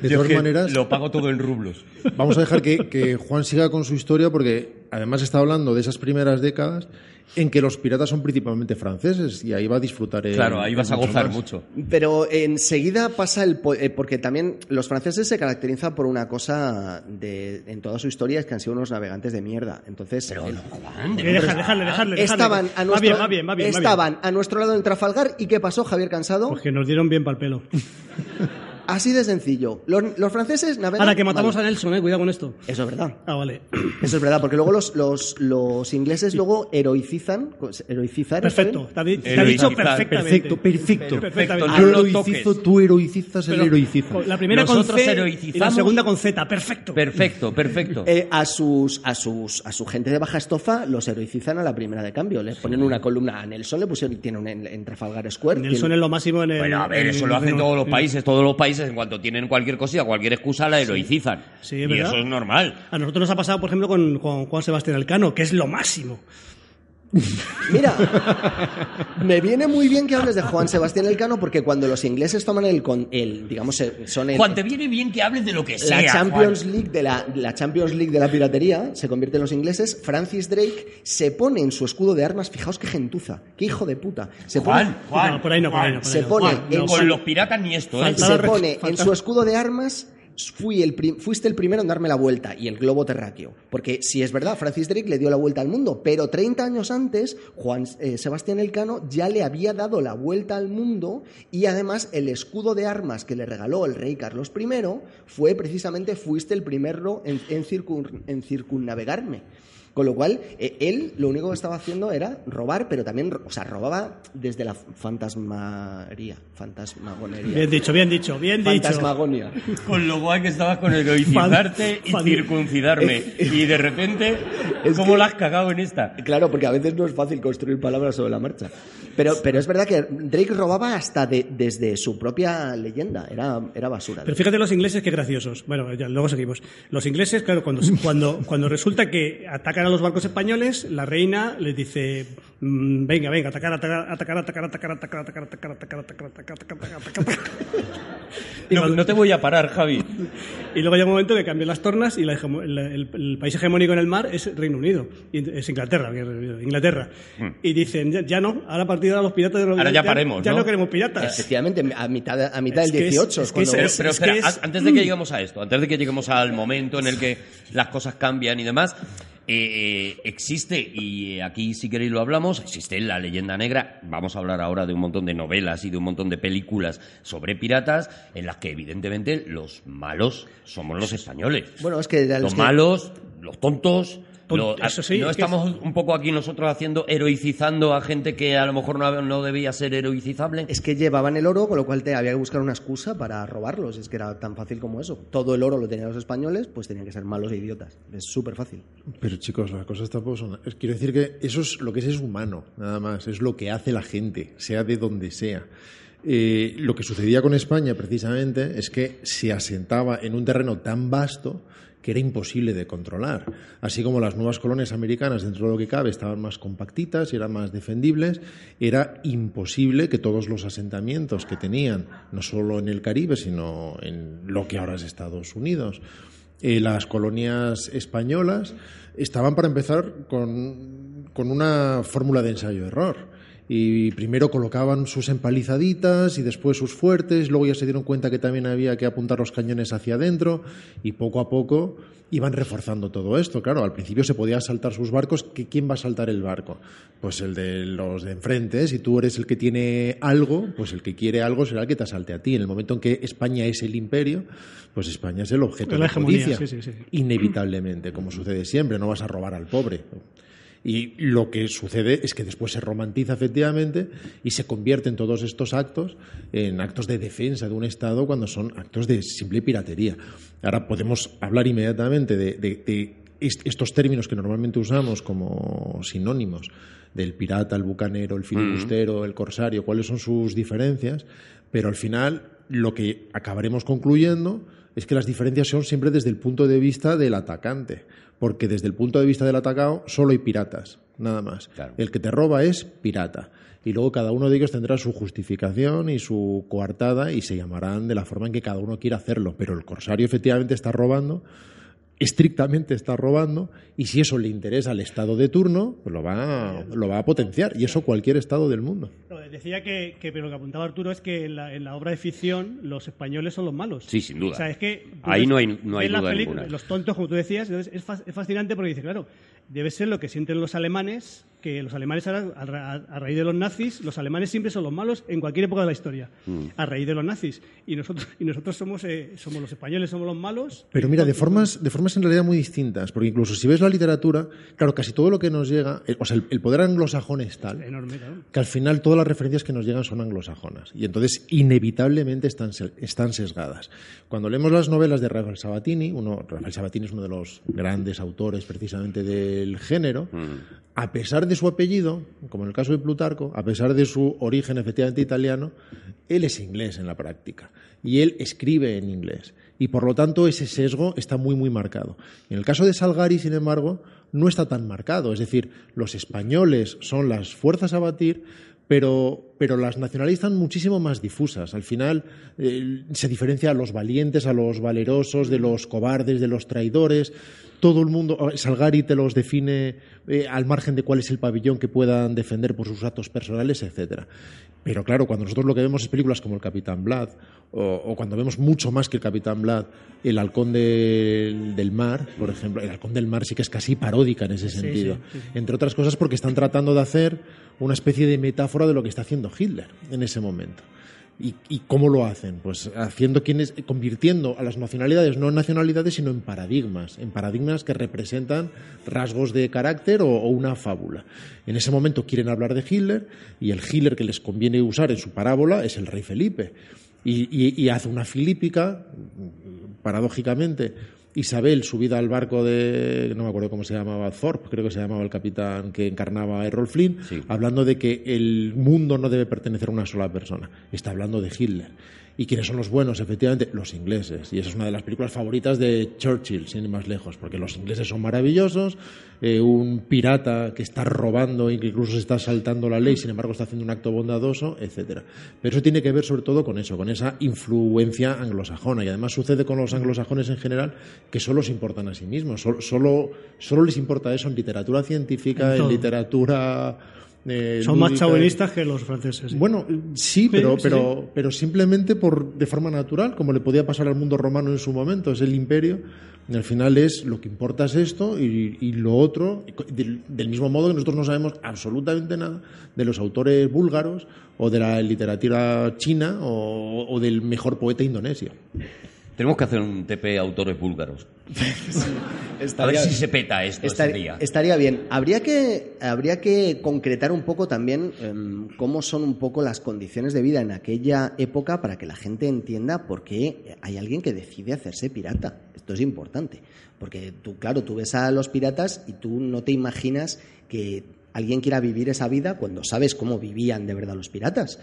[SPEAKER 4] De
[SPEAKER 6] Yo es
[SPEAKER 4] todas
[SPEAKER 6] que
[SPEAKER 4] maneras,
[SPEAKER 6] Lo pago todo en rublos.
[SPEAKER 4] Vamos a dejar que, que Juan siga con su historia porque además está hablando de esas primeras décadas en que los piratas son principalmente franceses y ahí va a disfrutar. el-
[SPEAKER 6] Claro, ahí vas a
[SPEAKER 4] eh, mucho
[SPEAKER 6] gozar
[SPEAKER 4] más.
[SPEAKER 6] mucho.
[SPEAKER 3] Pero enseguida pasa el... po- eh, porque también los franceses se caracterizan por una cosa de, en toda su historia, es que han sido unos navegantes de mierda. Entonces, el-
[SPEAKER 2] Eh, Dejarle, dejarle, dejarle.
[SPEAKER 3] estaban,
[SPEAKER 2] dejarle.
[SPEAKER 3] a
[SPEAKER 2] Va
[SPEAKER 3] nuestro,
[SPEAKER 2] bien, va bien, va bien, va bien.
[SPEAKER 3] estaban a nuestro lado en Trafalgar. ¿Y qué pasó, Javier Cansado?
[SPEAKER 2] Porque nos dieron bien pa'l pelo.
[SPEAKER 3] Así de sencillo. Los, los franceses navegan...
[SPEAKER 2] Ahora que matamos
[SPEAKER 3] mal.
[SPEAKER 2] a Nelson, eh, cuidado con esto.
[SPEAKER 3] Eso es verdad.
[SPEAKER 2] Ah, vale.
[SPEAKER 3] Eso es verdad, porque luego los, los, los ingleses luego heroicizan. heroicizar, ¿está
[SPEAKER 2] Perfecto.
[SPEAKER 3] bien?
[SPEAKER 2] Te ha, di- te ha
[SPEAKER 6] Heroicizar.
[SPEAKER 2] dicho perfectamente.
[SPEAKER 4] Perfecto, perfecto.
[SPEAKER 2] Perfectamente.
[SPEAKER 6] Perfecto.
[SPEAKER 4] Yo
[SPEAKER 6] No lo
[SPEAKER 4] heroicizo,
[SPEAKER 6] toques.
[SPEAKER 4] tú heroicizas, él
[SPEAKER 2] Pero-
[SPEAKER 4] heroiciza.
[SPEAKER 2] La primera con
[SPEAKER 6] Nosotros
[SPEAKER 2] C y la
[SPEAKER 6] heroicizamos.
[SPEAKER 2] segunda con Z. Perfecto.
[SPEAKER 6] Perfecto, perfecto.
[SPEAKER 3] Eh, a sus a sus a su gente de baja estofa los heroicizan a la primera de cambio les ponen una columna a Nelson le pusieron tiene un en, en Trafalgar Square
[SPEAKER 2] Nelson
[SPEAKER 3] tiene-
[SPEAKER 2] es lo máximo en el...
[SPEAKER 6] Bueno, a ver,
[SPEAKER 2] en-
[SPEAKER 6] eso lo hacen
[SPEAKER 2] en-
[SPEAKER 6] todos los países. Todos los países, en cuanto tienen cualquier cosita, cualquier excusa, la heroicizan.
[SPEAKER 2] Sí,
[SPEAKER 6] y
[SPEAKER 2] ¿verdad?
[SPEAKER 6] eso es normal.
[SPEAKER 2] A nosotros nos ha pasado, por ejemplo, con, con Juan Sebastián Elcano, que es lo máximo.
[SPEAKER 3] mira me viene muy bien que hables de Juan Sebastián Elcano porque cuando los ingleses toman el con el digamos eh, son el,
[SPEAKER 6] Juan, te viene bien que hables de lo que sea.
[SPEAKER 3] la Champions
[SPEAKER 6] Juan.
[SPEAKER 3] League de la, la Champions League de la piratería se convierte en los ingleses Francis Drake se pone en su escudo de armas fijaos qué gentuza qué hijo de puta se pone
[SPEAKER 6] Juan, Juan,
[SPEAKER 2] No, por ahí no, por ahí
[SPEAKER 6] Juan.
[SPEAKER 2] no, por ahí
[SPEAKER 3] se
[SPEAKER 2] no.
[SPEAKER 3] pone
[SPEAKER 2] Juan,
[SPEAKER 3] en
[SPEAKER 2] no,
[SPEAKER 3] su-
[SPEAKER 6] Con los piratas ni esto, ¿eh?
[SPEAKER 2] Falta-
[SPEAKER 3] se
[SPEAKER 2] Faltaba
[SPEAKER 3] pone
[SPEAKER 2] respeto,
[SPEAKER 3] en
[SPEAKER 2] falta-
[SPEAKER 3] su escudo de armas fui el prim- fuiste el primero en darme la vuelta y el globo terráqueo porque si es verdad Francis Drake le dio la vuelta al mundo pero 30 años antes Juan eh, Sebastián Elcano ya le había dado la vuelta al mundo y además el escudo de armas que le regaló el rey Carlos I fue precisamente fuiste el primero en, en circun- en circunnavegarme con lo cual, eh, él lo único que estaba haciendo era robar, pero también, ro- o sea, robaba desde la fantasmaría, fantasmagonería.
[SPEAKER 2] Bien dicho, bien dicho, bien dicho.
[SPEAKER 3] Fantasmagonia.
[SPEAKER 6] Con lo guay que estabas con heroicizarte y
[SPEAKER 2] Fal- fal-
[SPEAKER 6] circuncidarme. y de repente,
[SPEAKER 3] Es
[SPEAKER 6] ¿cómo
[SPEAKER 3] que-
[SPEAKER 6] la has cagado en esta?
[SPEAKER 3] Claro, porque a veces no es fácil construir palabras sobre la marcha. Pero, pero es verdad que Drake robaba hasta de- desde su propia leyenda. Era, era basura.
[SPEAKER 2] Pero fíjate los ingleses, qué graciosos. Bueno, ya, luego seguimos. Los ingleses, claro, cuando, cuando, cuando resulta que atacan a los barcos españoles, la reina les dice, mm, venga, venga, atacar, atacar, atacar, atacar, atacar, atacar, atacar, atacar, atacar, atacar, atacar, atacar, atacar, atacar. Y
[SPEAKER 6] No,
[SPEAKER 2] cuando-
[SPEAKER 6] no te voy a parar, Javi.
[SPEAKER 2] Y luego llega un momento que cambian las tornas y la hegemo- la- el, el país hegemónico en el mar es Reino Unido, y es Inglaterra, Inglaterra. Y dicen, ya, ya no, ahora a partir de ahora los piratas de los-
[SPEAKER 6] Hmm. Ahora ya paremos,
[SPEAKER 2] Ya
[SPEAKER 6] ¿no?
[SPEAKER 2] no, queremos piratas.
[SPEAKER 3] Efectivamente, a mitad, a mitad
[SPEAKER 2] Es
[SPEAKER 3] del
[SPEAKER 2] que es-
[SPEAKER 3] 18
[SPEAKER 2] es
[SPEAKER 3] es,
[SPEAKER 2] que
[SPEAKER 3] cuando-
[SPEAKER 6] Pero,
[SPEAKER 2] Es-
[SPEAKER 6] pero
[SPEAKER 2] es
[SPEAKER 6] espera,
[SPEAKER 2] que es- mm.
[SPEAKER 6] an- antes de que lleguemos a esto, antes de que lleguemos al momento en el que las cosas cambian y demás, eh, eh, existe, y eh, aquí si queréis lo hablamos, existe la leyenda negra. Vamos a hablar ahora de un montón de novelas y de un montón de películas sobre piratas en las que evidentemente los malos somos los españoles.
[SPEAKER 3] Bueno, es que de los
[SPEAKER 6] los
[SPEAKER 3] que-
[SPEAKER 6] malos, los tontos,
[SPEAKER 2] Pon-
[SPEAKER 6] No, a-
[SPEAKER 2] eso sí,
[SPEAKER 6] no
[SPEAKER 2] es que-
[SPEAKER 6] estamos un poco aquí nosotros haciendo heroicizando a gente que a lo mejor no, no debía ser heroicizable.
[SPEAKER 3] Es que llevaban el oro, con lo cual te había que buscar una excusa para robarlos. Es que era tan fácil como eso. Todo el oro lo tenían los españoles, pues tenían que ser malos e idiotas. Es súper fácil.
[SPEAKER 4] Pero chicos, las cosas tampoco son. es- Quiero decir que eso es lo que es, es humano, nada más. Es lo que hace la gente, sea de donde sea. Eh, lo que sucedía con España precisamente es que se asentaba en un terreno tan vasto que era imposible de controlar. Así como las nuevas colonias americanas, dentro de lo que cabe, estaban más compactitas y eran más defendibles, era imposible que todos los asentamientos que tenían, no solo en el Caribe, sino en lo que ahora es Estados Unidos, eh, las colonias españolas estaban para empezar con, con una fórmula de ensayo-error. Y primero colocaban sus empalizaditas y después sus fuertes, luego ya se dieron cuenta que también había que apuntar los cañones hacia adentro y poco a poco iban reforzando todo esto. Claro, al principio se podía saltar sus barcos, que ¿quién va a saltar el barco? Pues el de los de enfrente, ¿eh? si tú eres el que tiene algo, pues el que quiere algo será el que te asalte a ti. En el momento en que España es el imperio, pues España es el objeto
[SPEAKER 2] La
[SPEAKER 4] de
[SPEAKER 2] hegemonía,
[SPEAKER 4] codicia.
[SPEAKER 2] sí, sí, sí.
[SPEAKER 4] Inevitablemente, como sucede siempre, no vas a robar al pobre. Y lo que sucede es que después se romantiza efectivamente y se convierten todos estos actos en actos de defensa de un Estado cuando son actos de simple piratería. Ahora podemos hablar inmediatamente de, de- de est- estos términos que normalmente usamos como sinónimos del pirata, el bucanero, el filibustero, el corsario, cuáles son sus diferencias, pero al final lo que acabaremos concluyendo es que las diferencias son siempre desde el punto de vista del atacante, porque desde el punto de vista del atacado solo hay piratas, nada más.
[SPEAKER 6] Claro.
[SPEAKER 4] El que te roba es pirata. Y luego cada uno de ellos tendrá su justificación y su coartada y se llamarán de la forma en que cada uno quiera hacerlo. Pero el corsario efectivamente está robando, estrictamente está robando, y si eso le interesa al Estado de turno, pues lo va, lo va a potenciar. Y eso cualquier Estado del mundo.
[SPEAKER 2] No, Decía que, que- pero lo que apuntaba Arturo es que en la, en la obra de ficción los españoles son los malos.
[SPEAKER 6] Sí, sin duda.
[SPEAKER 2] O sea, es que tú
[SPEAKER 6] Ahí
[SPEAKER 2] ves-
[SPEAKER 6] no hay- no hay
[SPEAKER 2] ves las
[SPEAKER 6] duda
[SPEAKER 2] películas,
[SPEAKER 6] ninguna.
[SPEAKER 2] Los tontos, como tú decías, entonces es, fas- es fascinante porque dice, claro, debe ser lo que sienten los alemanes, que los alemanes ahora, a, ra- a raíz de los nazis, los alemanes siempre son los malos en cualquier época de la historia,
[SPEAKER 6] Mm.
[SPEAKER 2] a raíz de los nazis. Y nosotros, y nosotros somos, eh, somos los españoles, somos los malos.
[SPEAKER 4] Pero mira, de formas, de formas en realidad muy distintas, porque incluso si ves la literatura, claro, casi todo lo que nos llega, el- o sea, el, el poder anglosajón es tal
[SPEAKER 2] Enorme, claro.
[SPEAKER 4] que al final todas las referencias que nos llegan son anglosajonas y entonces inevitablemente están, se- están sesgadas. Cuando leemos las novelas de Rafael Sabatini, uno, Rafael Sabatini es uno de los grandes autores precisamente del género, a pesar de su apellido, como en el caso de Plutarco, a pesar de su origen efectivamente italiano, él es inglés en la práctica y él escribe en inglés. Y por lo tanto ese sesgo está muy, muy marcado. En el caso de Salgari, sin embargo, no está tan marcado. Es decir, los españoles son las fuerzas a batir, pero, pero las nacionalistas muchísimo más difusas. Al final eh, se diferencia a los valientes, a los valerosos, de los cobardes, de los traidores. Todo el mundo, ah, Salgari te los define eh, al margen de cuál es el pabellón que puedan defender por sus actos personales, etcétera. Pero claro, cuando nosotros lo que vemos es películas como El Capitán Blad, o, o cuando vemos mucho más que El Capitán Blad, El Halcón del, del Mar, por ejemplo, El Halcón del Mar sí que es casi paródica en ese
[SPEAKER 2] Sí,
[SPEAKER 4] sentido.
[SPEAKER 2] sí, sí, sí.
[SPEAKER 4] Entre otras cosas porque están tratando de hacer una especie de metáfora de lo que está haciendo Hitler en ese momento. ¿Y, y cómo lo hacen? Pues haciendo quienes, convirtiendo a las nacionalidades, no en nacionalidades, sino en paradigmas, en paradigmas que representan rasgos de carácter o, o una fábula. En ese momento quieren hablar de Hitler y el Hitler que les conviene usar en su parábola es el rey Felipe. Y, y- y hace una filípica, paradójicamente, Isabel subida al barco de, no me acuerdo cómo se llamaba, Thorpe, creo que se llamaba el capitán que encarnaba a Errol Flynn, hablando de que el mundo no debe pertenecer a una sola persona. Está hablando de Hitler. ¿Y quiénes son los buenos? Efectivamente, los ingleses. Y esa es una de las películas favoritas de Churchill, sin ir más lejos, porque los ingleses son maravillosos. eh, un pirata que está robando y que incluso se está saltando la ley, sin embargo está haciendo un acto bondadoso, etcétera. Pero eso tiene que ver sobre todo con eso, con esa influencia anglosajona. Y además sucede con los anglosajones en general que solo se importan a sí mismos. Solo, solo, solo les importa eso en literatura científica,
[SPEAKER 2] En
[SPEAKER 4] en,
[SPEAKER 2] todo.
[SPEAKER 4] literatura. eh,
[SPEAKER 2] Son más
[SPEAKER 4] lúdica.
[SPEAKER 2] chauvinistas que los franceses. ¿Ah, sí.
[SPEAKER 4] Bueno, sí, pero,
[SPEAKER 2] sí,
[SPEAKER 4] pero, pero simplemente por, de forma natural, como le podía pasar al mundo romano en su momento, es el imperio. y al final es lo que importa es esto y, y lo otro, y co- del, del mismo modo que nosotros no sabemos absolutamente nada de los autores búlgaros o de la literatura china o, o del mejor poeta indonesio.
[SPEAKER 6] Tenemos que hacer un TP autores búlgaros. A ver
[SPEAKER 3] Estaría-
[SPEAKER 6] si se peta esto
[SPEAKER 3] Estar-
[SPEAKER 6] ese día.
[SPEAKER 3] estaría bien. Habría que, habría que concretar un poco también em, cómo son un poco las condiciones de vida en aquella época para que la gente entienda por qué hay alguien que decide hacerse pirata. Esto es importante. Porque tú, claro, tú ves a los piratas y tú no te imaginas que alguien quiera vivir esa vida cuando sabes cómo vivían de verdad los piratas.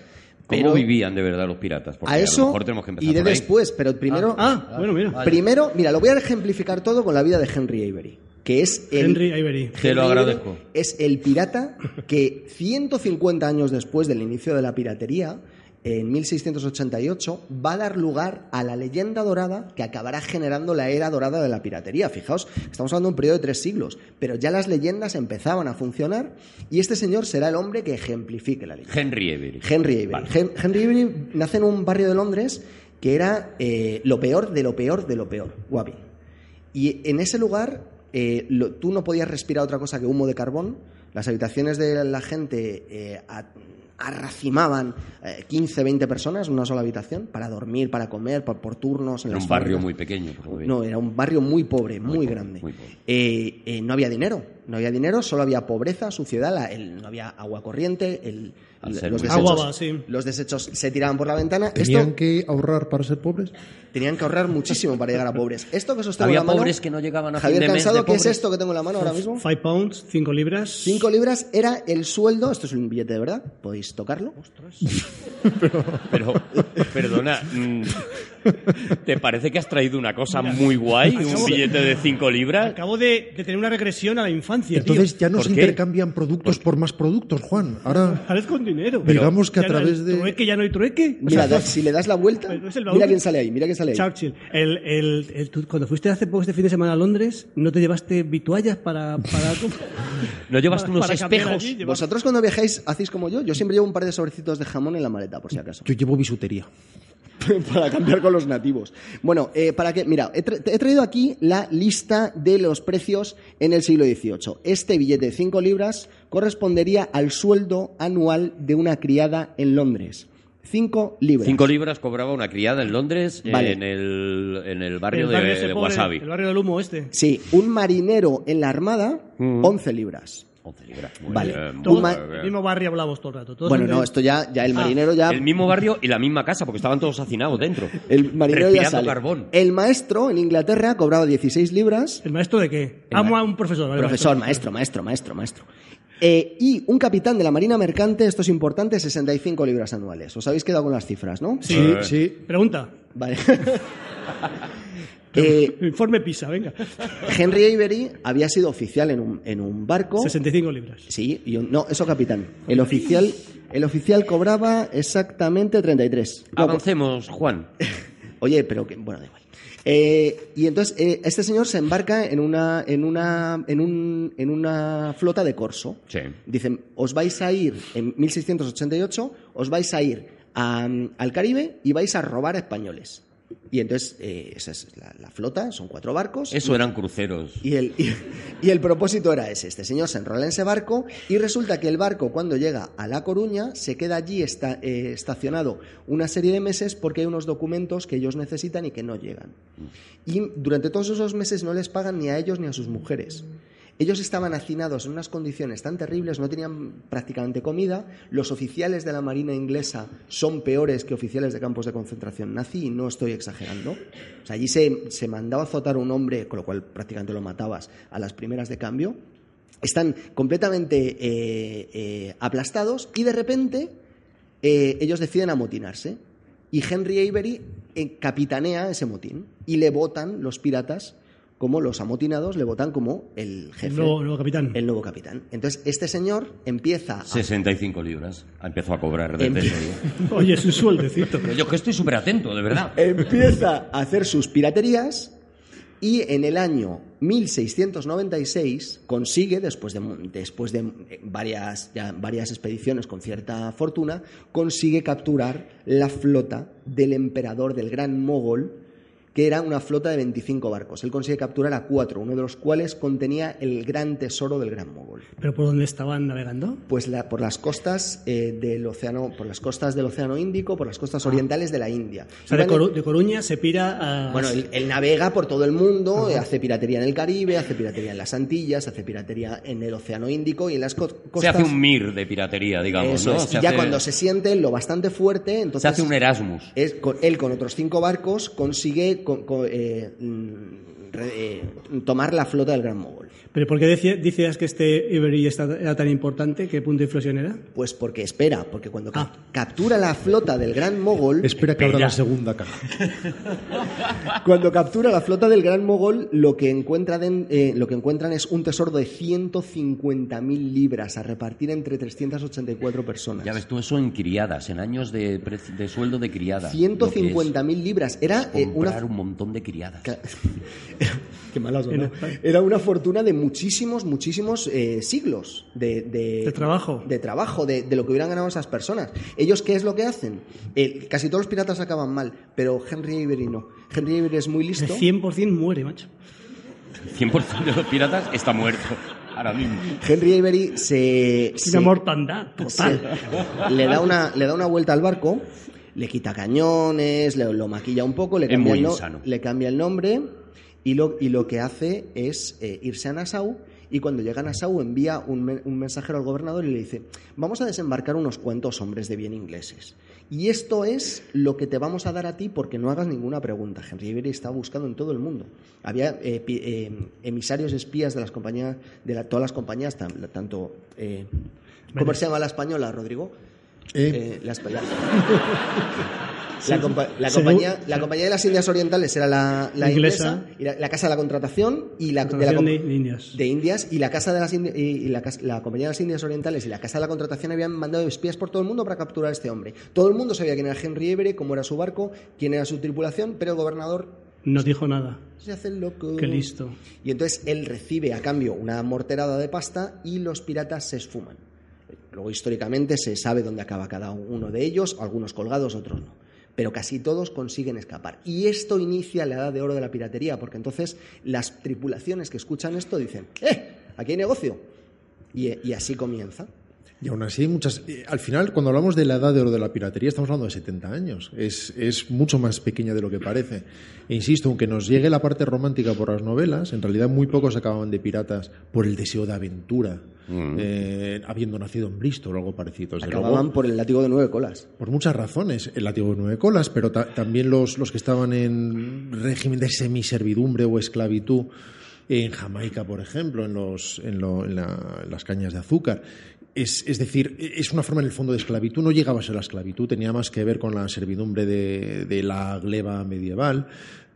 [SPEAKER 6] ¿Cómo
[SPEAKER 3] Pero
[SPEAKER 6] vivían de verdad los piratas? Porque
[SPEAKER 3] a
[SPEAKER 6] a
[SPEAKER 3] eso
[SPEAKER 6] lo mejor tenemos que empezar
[SPEAKER 3] iré
[SPEAKER 6] por ahí.
[SPEAKER 3] después, pero primero...
[SPEAKER 2] Ah, bueno, mira.
[SPEAKER 3] Primero, mira, lo voy a ejemplificar todo con la vida de Henry Avery, que es el,
[SPEAKER 2] Henry Ibery.
[SPEAKER 6] Te lo
[SPEAKER 3] Henry
[SPEAKER 6] agradezco.
[SPEAKER 3] Ibery Es el pirata que 150 años después del inicio de la piratería, en 1688, va a dar lugar a la leyenda dorada que acabará generando la era dorada de la piratería. Fijaos, estamos hablando de un periodo de tres siglos, pero ya las leyendas empezaban a funcionar y este señor será el hombre que ejemplifique la leyenda.
[SPEAKER 6] Henry Avery.
[SPEAKER 3] Henry Avery.
[SPEAKER 6] Vale.
[SPEAKER 3] Hen- Henry Avery nace en un barrio de Londres que era eh, lo peor de lo peor de lo peor, Wapping. Y en ese lugar eh, lo- tú no podías respirar otra cosa que humo de carbón. Las habitaciones de la gente eh, a- arracimaban eh, 15, 20 personas en una sola habitación para dormir, para comer, por, por turnos. En
[SPEAKER 6] Era
[SPEAKER 3] las
[SPEAKER 6] un barrio
[SPEAKER 3] fábricas.
[SPEAKER 6] muy pequeño. por lo que veo.
[SPEAKER 3] No, era un barrio muy pobre, muy,
[SPEAKER 6] pobre,
[SPEAKER 3] grande.
[SPEAKER 6] muy pobre.
[SPEAKER 3] Eh, eh, no había dinero, no había dinero, solo había pobreza, suciedad, la- el- no había agua corriente, el-
[SPEAKER 6] Al
[SPEAKER 3] los,
[SPEAKER 6] ser
[SPEAKER 3] desechos,
[SPEAKER 6] muy-
[SPEAKER 2] Agua va, sí.
[SPEAKER 3] los desechos se tiraban por la ventana.
[SPEAKER 4] ¿Tenían
[SPEAKER 3] Esto,
[SPEAKER 4] que ahorrar para ser pobres?
[SPEAKER 3] tenían que ahorrar muchísimo para llegar a pobres. Esto que sostengo en
[SPEAKER 6] Había
[SPEAKER 3] la mano,
[SPEAKER 6] pobres que no llegaban a fin
[SPEAKER 3] Javier
[SPEAKER 6] de mes
[SPEAKER 3] Cansado,
[SPEAKER 6] de
[SPEAKER 3] ¿qué es
[SPEAKER 6] pobres.
[SPEAKER 3] esto que tengo en la mano ahora mismo?
[SPEAKER 2] Five pounds, cinco libras.
[SPEAKER 3] Cinco libras era el sueldo, esto es un billete de verdad, podéis tocarlo.
[SPEAKER 6] Pero, perdona, mm, ¿te parece que has traído una cosa muy guay? ¿Un
[SPEAKER 2] acabo-
[SPEAKER 6] billete de 5 libras?
[SPEAKER 2] Acabo de, de tener una regresión a la infancia,
[SPEAKER 4] Entonces
[SPEAKER 2] tío.
[SPEAKER 4] ya no
[SPEAKER 6] ¿por
[SPEAKER 4] se
[SPEAKER 6] qué?
[SPEAKER 4] intercambian productos por más productos, Juan. Ahora
[SPEAKER 2] Ahora es con dinero.
[SPEAKER 4] Digamos que a
[SPEAKER 2] Ya no-
[SPEAKER 4] través de-
[SPEAKER 2] El trueque ya no hay trueque. O
[SPEAKER 3] Mira,
[SPEAKER 2] sea,
[SPEAKER 3] da- si le das la vuelta,
[SPEAKER 2] Pero es el baúl
[SPEAKER 3] mira
[SPEAKER 2] que-
[SPEAKER 3] quién sale ahí, mira quién sale ahí.
[SPEAKER 2] Churchill, el, el, el- tú cuando fuiste hace poco este fin de semana a Londres, ¿no te llevaste vituallas para... para
[SPEAKER 6] ¿No llevas
[SPEAKER 2] para-
[SPEAKER 6] unos
[SPEAKER 2] para cambiar
[SPEAKER 6] espejos?
[SPEAKER 2] allí? Llevas-
[SPEAKER 3] Vosotros cuando viajáis hacéis como yo, yo siempre llevo un par de sobrecitos de jamón en la maleta, por si acaso.
[SPEAKER 4] yo llevo bisutería.
[SPEAKER 3] para cambiar con los nativos. Bueno, eh, para que, mira, he, tra- he traído aquí la lista de los precios en el siglo XVIII. Este billete de 5 libras correspondería al sueldo anual de una criada en Londres. 5 libras.
[SPEAKER 6] 5 libras cobraba una criada en Londres, eh,
[SPEAKER 3] Vale.
[SPEAKER 6] en, el, en el
[SPEAKER 2] el
[SPEAKER 6] barrio, de,
[SPEAKER 2] ese
[SPEAKER 6] de
[SPEAKER 2] pobre,
[SPEAKER 6] Wasabi.
[SPEAKER 2] El barrio del humo este.
[SPEAKER 3] Sí, un marinero en la armada,
[SPEAKER 6] Mm.
[SPEAKER 3] 11 libras.
[SPEAKER 6] 11 libras. muy
[SPEAKER 3] Vale.
[SPEAKER 6] bien, muy
[SPEAKER 3] Tú
[SPEAKER 2] Todos,
[SPEAKER 3] ma-
[SPEAKER 6] bien.
[SPEAKER 2] el mismo barrio hablamos todo el rato. todos
[SPEAKER 3] Bueno,
[SPEAKER 2] siempre-
[SPEAKER 3] no, esto ya, ya el marinero ya...
[SPEAKER 6] El mismo barrio y la misma casa, porque estaban todos hacinados dentro.
[SPEAKER 3] El marinero ya
[SPEAKER 6] respirando
[SPEAKER 3] sale.
[SPEAKER 6] carbón.
[SPEAKER 3] El maestro en Inglaterra cobraba 16 libras.
[SPEAKER 2] ¿El maestro de qué?
[SPEAKER 3] El
[SPEAKER 2] Amo
[SPEAKER 3] ma-
[SPEAKER 2] a un profesor. vale,
[SPEAKER 3] Profesor, maestro, maestro, maestro, maestro. Eh, y un capitán de la Marina Mercante, esto es importante, 65 libras anuales. Os habéis quedado con las cifras, ¿no?
[SPEAKER 2] Sí.
[SPEAKER 4] Sí, sí.
[SPEAKER 2] Pregunta.
[SPEAKER 3] Vale. Eh,
[SPEAKER 2] Informe PISA, venga.
[SPEAKER 3] Henry Avery había sido oficial en un, en un barco.
[SPEAKER 2] 65 libras.
[SPEAKER 3] Sí, y un- no, eso capitán. El oficial, el oficial cobraba exactamente 33. No, pues,
[SPEAKER 6] Avancemos, Juan.
[SPEAKER 3] Oye, pero que, bueno, da igual. Eh, y entonces eh, este señor se embarca en una, en una, en un, en una flota de corso.
[SPEAKER 6] Sí.
[SPEAKER 3] Dicen, os vais a ir en 1688, os vais a ir a, mm, al Caribe y vais a robar a españoles. Y entonces eh, esa es la, la flota, son cuatro barcos.
[SPEAKER 6] Eso eran cruceros.
[SPEAKER 3] Y el, y, y el propósito era ese. Este señor se enrola en ese barco y resulta que el barco cuando llega a La Coruña se queda allí esta- eh, estacionado una serie de meses porque hay unos documentos que ellos necesitan y que no llegan. Y durante todos esos meses no les pagan ni a ellos ni a sus mujeres. Ellos estaban hacinados en unas condiciones tan terribles, no tenían prácticamente comida. Los oficiales de la Marina inglesa son peores que oficiales de campos de concentración nazi, y no estoy exagerando. O sea, allí se, se mandaba a azotar a un hombre, con lo cual prácticamente lo matabas, a las primeras de cambio. Están completamente eh, eh, aplastados y de repente eh, ellos deciden amotinarse. Y Henry Avery eh, capitanea ese motín y le votan los piratas como los amotinados, le votan como el jefe,
[SPEAKER 2] El nuevo, nuevo capitán.
[SPEAKER 3] el nuevo capitán. Entonces, este señor empieza a...
[SPEAKER 6] 65 libras. Empezó a cobrar desde
[SPEAKER 3] Empie-
[SPEAKER 6] ese día.
[SPEAKER 2] Oye, es un sueldecito.
[SPEAKER 6] Pero yo que estoy súper atento, de verdad.
[SPEAKER 3] Eh, empieza a hacer sus piraterías y en el año 1696 consigue, después de, después de eh, varias, ya varias expediciones con cierta fortuna, consigue capturar la flota del emperador del gran mogol que era una flota de 25 barcos. Él consigue capturar a cuatro, uno de los cuales contenía el gran tesoro del Gran Mogol.
[SPEAKER 2] ¿Pero por dónde estaban navegando?
[SPEAKER 3] Pues la- por las costas eh, del océano, por las costas del océano Índico, por las costas orientales de la India.
[SPEAKER 2] Ah. O sea, de,
[SPEAKER 3] Iban-
[SPEAKER 2] Coru- de Coruña se pira a...
[SPEAKER 3] bueno, él, él navega por todo el mundo, eh, hace piratería en el Caribe, hace piratería en las Antillas, hace piratería en el Océano Índico y en las co- costas.
[SPEAKER 6] Se hace un mir de piratería, digamos,
[SPEAKER 3] Eso
[SPEAKER 6] ¿no?
[SPEAKER 3] es.
[SPEAKER 6] Se
[SPEAKER 3] Y ya
[SPEAKER 6] hace-
[SPEAKER 3] cuando se siente lo bastante fuerte, entonces
[SPEAKER 6] se hace un e-, Erasmus.
[SPEAKER 3] es- con- él con otros cinco barcos consigue con- con- eh, mm, re- eh, tomar la flota del Gran Mogol.
[SPEAKER 2] ¿Pero por qué decía- decías que este Iberia está- era tan importante? ¿Qué punto de inflexión era?
[SPEAKER 3] Pues porque espera, porque cuando cap-
[SPEAKER 2] Ah.
[SPEAKER 3] captura la flota del Gran Mogol,
[SPEAKER 4] Espera que abra la segunda caja.
[SPEAKER 3] Cuando captura la flota del Gran Mogol, lo que, encuentra den- eh, lo que encuentran es un tesoro de 150.000 libras a repartir entre 384 personas.
[SPEAKER 6] Ya ves tú eso en criadas, en años de, pre- de sueldo de criadas.
[SPEAKER 3] 150.000 libras. Era eh, una...
[SPEAKER 6] Comprar un montón de criadas.
[SPEAKER 3] Ca- Qué mala ha sonado. Era una fortuna de muchísimos, muchísimos eh, siglos de,
[SPEAKER 2] De trabajo.
[SPEAKER 3] De trabajo, de, de lo que hubieran ganado esas personas. ¿Ellos qué es lo que hacen? Eh, casi todos los piratas acaban mal, pero Henry Avery no. Henry Avery es muy
[SPEAKER 2] El
[SPEAKER 3] listo.
[SPEAKER 2] 100% muere, macho.
[SPEAKER 6] 100% de los piratas está muerto ahora mismo.
[SPEAKER 3] Henry Avery se...
[SPEAKER 2] Es
[SPEAKER 3] se-
[SPEAKER 2] una mortandad total.
[SPEAKER 3] Sí. Le da una, le da una vuelta al barco, le quita cañones, le- lo maquilla un poco, le
[SPEAKER 6] Es
[SPEAKER 3] cambia,
[SPEAKER 6] muy
[SPEAKER 3] el, no-
[SPEAKER 6] insano.
[SPEAKER 3] le cambia el nombre y lo, y lo que hace es eh, irse a Nassau y cuando llega a Nassau envía un, men- un mensajero al gobernador y le dice vamos a desembarcar unos cuantos hombres de bien ingleses y esto es lo que te vamos a dar a ti porque no hagas ninguna pregunta. Henry Avery está buscado en todo el mundo. Había eh, pi- eh, emisarios espías de las compañías, de la- todas las compañías, tan- tanto eh, ¿Cómo se llama la española, Rodrigo? Eh,
[SPEAKER 4] Eh.
[SPEAKER 3] la, espa- la- la compa- la
[SPEAKER 2] Según-
[SPEAKER 3] compañía, la compañía de las Indias Orientales era la, la
[SPEAKER 2] Inglesa.
[SPEAKER 3] inglesa, y la, la casa de la contratación y la,
[SPEAKER 2] Contratación
[SPEAKER 3] de, la comp-
[SPEAKER 2] de indias.
[SPEAKER 3] de Indias y la casa de las Indi- y, y la, cas- la compañía de las Indias Orientales y la casa de la contratación habían mandado espías por todo el mundo para capturar a este hombre. Todo el mundo sabía quién era Henry Everett, cómo era su barco, quién era su tripulación, pero el gobernador
[SPEAKER 2] No dijo nada.
[SPEAKER 3] se hace el loco.
[SPEAKER 2] Qué listo.
[SPEAKER 3] Y entonces él recibe a cambio una morterada de pasta y los piratas se esfuman. Luego históricamente se sabe dónde acaba cada uno de ellos, algunos colgados, otros no. Pero casi todos consiguen escapar. Y esto inicia la edad de oro de la piratería, porque entonces las tripulaciones que escuchan esto dicen, ¡eh! Aquí hay negocio. Y, y así comienza.
[SPEAKER 4] Y aún así, hay muchas. eh, al final, cuando hablamos de la edad de oro de la piratería, estamos hablando de 70 años. Es, es mucho más pequeña de lo que parece. E insisto, aunque nos llegue la parte romántica por las novelas, en realidad muy pocos acababan de piratas por el deseo de aventura, eh, habiendo nacido en Bristol o algo parecido. Desde luego,
[SPEAKER 3] Acababan por el látigo de nueve colas.
[SPEAKER 4] por muchas razones, el látigo de nueve colas, pero ta- también los, los que estaban en régimen de semiservidumbre o esclavitud en Jamaica, por ejemplo, en, los, en, lo- en la- en las cañas de azúcar. Es, es decir, e-, es una forma en el fondo de esclavitud, no llegaba a ser la esclavitud, tenía más que ver con la servidumbre de, de la gleba medieval,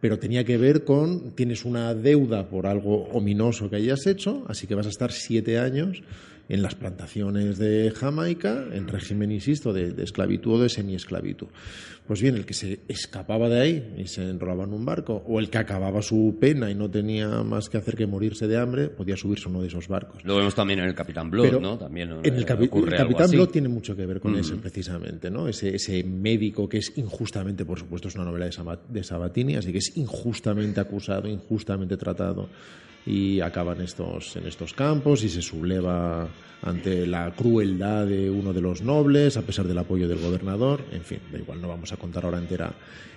[SPEAKER 4] pero tenía que ver con, tienes una deuda por algo ominoso que hayas hecho, así que vas a estar siete años en las plantaciones de Jamaica, en régimen, insisto, de, de esclavitud o de semiesclavitud. Pues bien, el que se escapaba de ahí y se enrolaba en un barco, o el que acababa su pena y no tenía más que hacer que morirse de hambre, podía subirse a uno de esos barcos.
[SPEAKER 6] Lo vemos también en el Capitán Blood,
[SPEAKER 4] Pero
[SPEAKER 6] ¿no? También eh,
[SPEAKER 4] en el, capi-
[SPEAKER 6] ocurre
[SPEAKER 4] el
[SPEAKER 6] algo
[SPEAKER 4] Capitán
[SPEAKER 6] así. Mm.
[SPEAKER 4] Blood tiene mucho que ver con eso, precisamente, ¿no? Ese, ese médico que es injustamente, por supuesto, es una novela de, Sama- de Sabatini, así que es injustamente acusado, injustamente tratado. Y acaban estos, en estos campos y se subleva ante la crueldad de uno de los nobles, a pesar del apoyo del gobernador. En fin, da igual, no vamos a contar ahora entera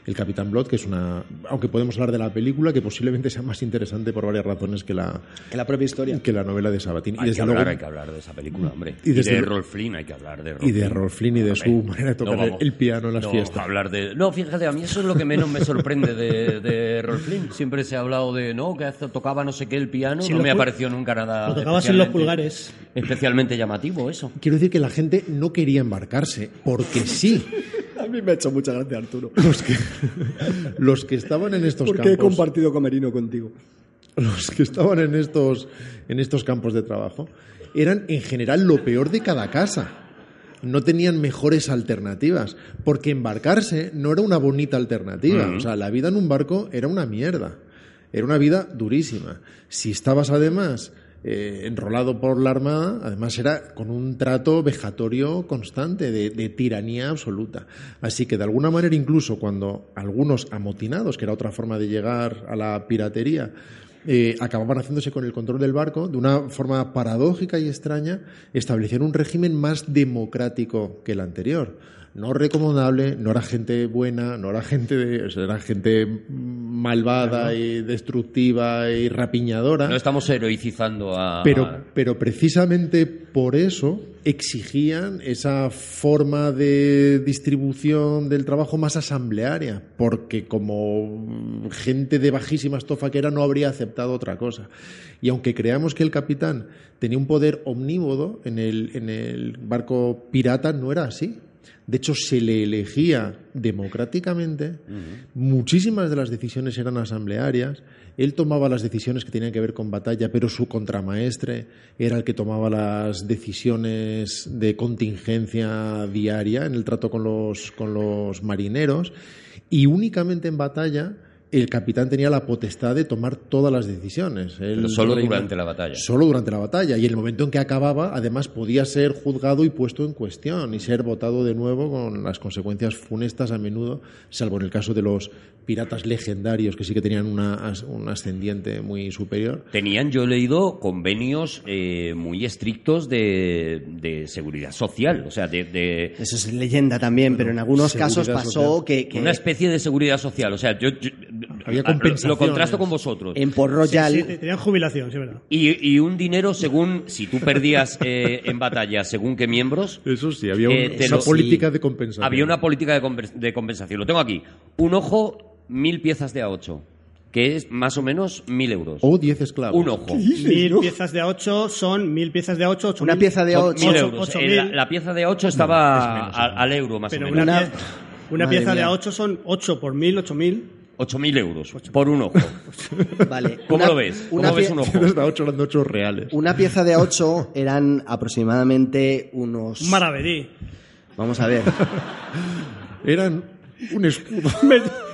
[SPEAKER 4] el Capitán Blood, que es una. Aunque podemos hablar de la película, que posiblemente sea más interesante por varias razones que la,
[SPEAKER 3] Que la propia historia.
[SPEAKER 4] que la novela de Sabatini. Y
[SPEAKER 6] Hay que,
[SPEAKER 4] desde
[SPEAKER 6] hablar,
[SPEAKER 4] luego-
[SPEAKER 6] hay que hablar de esa película, hombre.
[SPEAKER 4] Y
[SPEAKER 6] Y,
[SPEAKER 4] desde
[SPEAKER 6] de
[SPEAKER 4] lu-
[SPEAKER 6] Rolf Flynn hay que hablar de Rolf
[SPEAKER 4] Y de
[SPEAKER 6] Flynn.
[SPEAKER 4] Rolf Flynn y de su
[SPEAKER 6] Hombre,
[SPEAKER 4] manera de tocar
[SPEAKER 6] no vamos-
[SPEAKER 4] el piano en las
[SPEAKER 6] no vamos a
[SPEAKER 4] fiestas.
[SPEAKER 6] hablar de... No, fíjate, a mí eso es lo que menos me sorprende de, de Rolf Flynn. Siempre se ha hablado de, no, que hasta tocaba no sé qué el piano.
[SPEAKER 2] Sí,
[SPEAKER 6] no
[SPEAKER 2] lo
[SPEAKER 6] me
[SPEAKER 2] pu-
[SPEAKER 6] apareció nunca nada
[SPEAKER 2] Lo tocabas en los
[SPEAKER 6] especialmente-
[SPEAKER 2] pulgares.
[SPEAKER 6] Especialmente llamativo eso.
[SPEAKER 4] Quiero decir que la gente no quería embarcarse, porque sí.
[SPEAKER 3] A mí me ha hecho mucha gracia, Arturo.
[SPEAKER 4] Los que, los que estaban en estos campos.
[SPEAKER 3] comerino contigo.
[SPEAKER 4] los que estaban en estos, en estos campos de trabajo eran en general lo peor de cada casa. No tenían mejores alternativas, porque embarcarse no era una bonita alternativa. O sea, la vida en un barco era una mierda. Era una vida durísima. Si estabas además eh, enrolado por la Armada, además era con un trato vejatorio constante, de, de tiranía absoluta. Así que de alguna manera, incluso cuando algunos amotinados, que era otra forma de llegar a la piratería, eh, acababan haciéndose con el control del barco, de una forma paradójica y extraña, establecieron un régimen más democrático que el anterior. No recomendable, no era gente buena, no era gente, de- o sea, era gente malvada y destructiva y rapiñadora.
[SPEAKER 6] No estamos heroicizando a...
[SPEAKER 4] Pero, pero precisamente por eso exigían esa forma de distribución del trabajo más asamblearia, porque como gente de bajísima estofa que era no habría aceptado otra cosa. Y aunque creamos que el capitán tenía un poder omnívodo en el, en el barco pirata, no era así. De hecho, se le elegía democráticamente, muchísimas de las decisiones eran asamblearias, él tomaba las decisiones que tenían que ver con batalla, pero su contramaestre era el que tomaba las decisiones de contingencia diaria en el trato con los, con los marineros, y únicamente en batalla el capitán tenía la potestad de tomar todas las decisiones. Él
[SPEAKER 6] Pero solo
[SPEAKER 4] reina-
[SPEAKER 6] durante la batalla.
[SPEAKER 4] Solo durante la batalla. Y en el momento en que acababa, además podía ser juzgado y puesto en cuestión y ser votado de nuevo con las consecuencias funestas a menudo, salvo en el caso de los piratas legendarios que sí que tenían una as- un ascendiente muy superior.
[SPEAKER 6] Tenían, yo he leído, convenios eh, muy estrictos de, de seguridad social, o sea, de, de-
[SPEAKER 3] Eso es leyenda también, pero en algunos
[SPEAKER 4] seguridad
[SPEAKER 3] casos pasó
[SPEAKER 4] social.
[SPEAKER 3] que, que
[SPEAKER 6] una especie de seguridad social. O sea, yo, yo- ah,
[SPEAKER 4] Había
[SPEAKER 6] lo- lo
[SPEAKER 4] compensaciones.
[SPEAKER 6] contrasto con vosotros.
[SPEAKER 3] en Port Royal
[SPEAKER 2] Sí, te- tenían jubilación, sí, verdad.
[SPEAKER 6] Y, y un dinero según, si tú perdías eh, en batalla, según qué miembros,
[SPEAKER 4] Eso sí, había
[SPEAKER 6] Eh, te
[SPEAKER 4] una
[SPEAKER 6] lo-
[SPEAKER 4] política
[SPEAKER 6] sí.
[SPEAKER 4] de compensación.
[SPEAKER 6] había una política de, compens- de compensación. Lo tengo aquí. Un ojo, mil piezas de A8, que es más o menos mil euros.
[SPEAKER 4] O 10 esclavos.
[SPEAKER 6] un ojo.
[SPEAKER 2] Mil piezas de A8 son mil piezas de A8. ocho
[SPEAKER 3] una
[SPEAKER 2] mil.
[SPEAKER 3] pieza de
[SPEAKER 6] Son
[SPEAKER 3] ocho
[SPEAKER 6] mil
[SPEAKER 2] ocho-
[SPEAKER 6] euros.
[SPEAKER 2] ocho
[SPEAKER 6] Eh, la,
[SPEAKER 2] mil.
[SPEAKER 6] la pieza de A8 estaba al, al euro, más
[SPEAKER 2] Pero
[SPEAKER 6] o
[SPEAKER 2] una,
[SPEAKER 6] menos.
[SPEAKER 3] Una-
[SPEAKER 2] pie- una
[SPEAKER 3] Madre
[SPEAKER 2] pieza de
[SPEAKER 3] mía.
[SPEAKER 2] A8 son 8 por 1000, 8000.
[SPEAKER 6] Ocho mil euros por un ojo.
[SPEAKER 3] Vale.
[SPEAKER 6] ¿Cómo
[SPEAKER 3] Una-
[SPEAKER 6] lo ves? ¿Cómo
[SPEAKER 3] una
[SPEAKER 6] ves
[SPEAKER 3] pie-
[SPEAKER 6] un ojo?
[SPEAKER 4] Tienes la ocho, eran ocho reales.
[SPEAKER 3] Una pieza de A8 eran aproximadamente unos.
[SPEAKER 2] Un maravedí.
[SPEAKER 3] Vamos a ver.
[SPEAKER 4] Eran un escudo.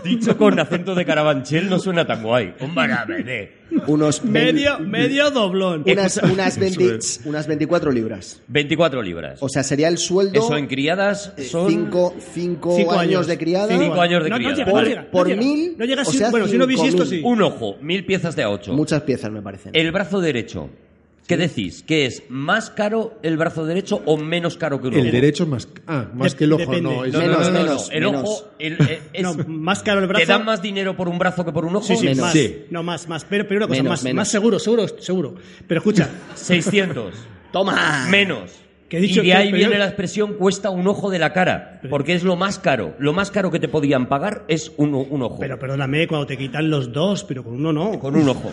[SPEAKER 6] Dicho con acento de carabanchel no suena tan guay. Un barabene.
[SPEAKER 3] Unos. vein-
[SPEAKER 2] Medio, medio doblón.
[SPEAKER 3] Unas,
[SPEAKER 6] Escucha,
[SPEAKER 3] unas, 20 unas 24 libras.
[SPEAKER 6] 24 libras.
[SPEAKER 3] O sea, sería el sueldo.
[SPEAKER 6] Eso en criadas son...
[SPEAKER 3] 5
[SPEAKER 2] Eh, Cinco
[SPEAKER 3] años, de criada.
[SPEAKER 6] Cinco años de
[SPEAKER 2] No, no
[SPEAKER 6] criada,
[SPEAKER 2] llega, no
[SPEAKER 6] vale.
[SPEAKER 2] llega, no
[SPEAKER 3] Por
[SPEAKER 2] llega.
[SPEAKER 3] mil,
[SPEAKER 2] No llega
[SPEAKER 3] o
[SPEAKER 2] si-
[SPEAKER 3] sea,
[SPEAKER 2] bueno, si no
[SPEAKER 3] cinco
[SPEAKER 2] bisiesto,
[SPEAKER 3] mil.
[SPEAKER 2] sí.
[SPEAKER 6] Un ojo, mil piezas de a ocho.
[SPEAKER 3] Muchas piezas, me parecen.
[SPEAKER 6] El brazo derecho. ¿Qué decís? ¿Que es más caro el brazo derecho o menos caro que un ojo?
[SPEAKER 4] El derecho más, ah, más
[SPEAKER 2] Dep-
[SPEAKER 4] que el ojo.
[SPEAKER 2] depende.
[SPEAKER 4] No, es-
[SPEAKER 6] No, no, no,
[SPEAKER 3] Menos,
[SPEAKER 6] no, no,
[SPEAKER 3] menos,
[SPEAKER 6] El
[SPEAKER 3] menos.
[SPEAKER 6] ojo... el- eh, es-
[SPEAKER 2] No, más caro el brazo.
[SPEAKER 6] ¿Te dan más dinero por un brazo que por un ojo?
[SPEAKER 2] Sí, sí,
[SPEAKER 3] Menos.
[SPEAKER 2] más.
[SPEAKER 4] Sí.
[SPEAKER 2] No, más, más. Pero, pero una cosa,
[SPEAKER 3] Menos,
[SPEAKER 2] más,
[SPEAKER 3] menos.
[SPEAKER 2] más seguro, seguro, seguro. Pero escucha,
[SPEAKER 6] 600.
[SPEAKER 3] ¡Toma!
[SPEAKER 6] Menos.
[SPEAKER 2] Que he dicho
[SPEAKER 6] y de
[SPEAKER 2] que-
[SPEAKER 6] ahí
[SPEAKER 2] pero
[SPEAKER 6] viene
[SPEAKER 2] yo-
[SPEAKER 6] la expresión cuesta un ojo de la cara, porque es lo más caro. Lo más caro que te podían pagar es un, un ojo.
[SPEAKER 2] pero perdóname cuando te quitan los dos, pero con uno no.
[SPEAKER 6] Con un ojo.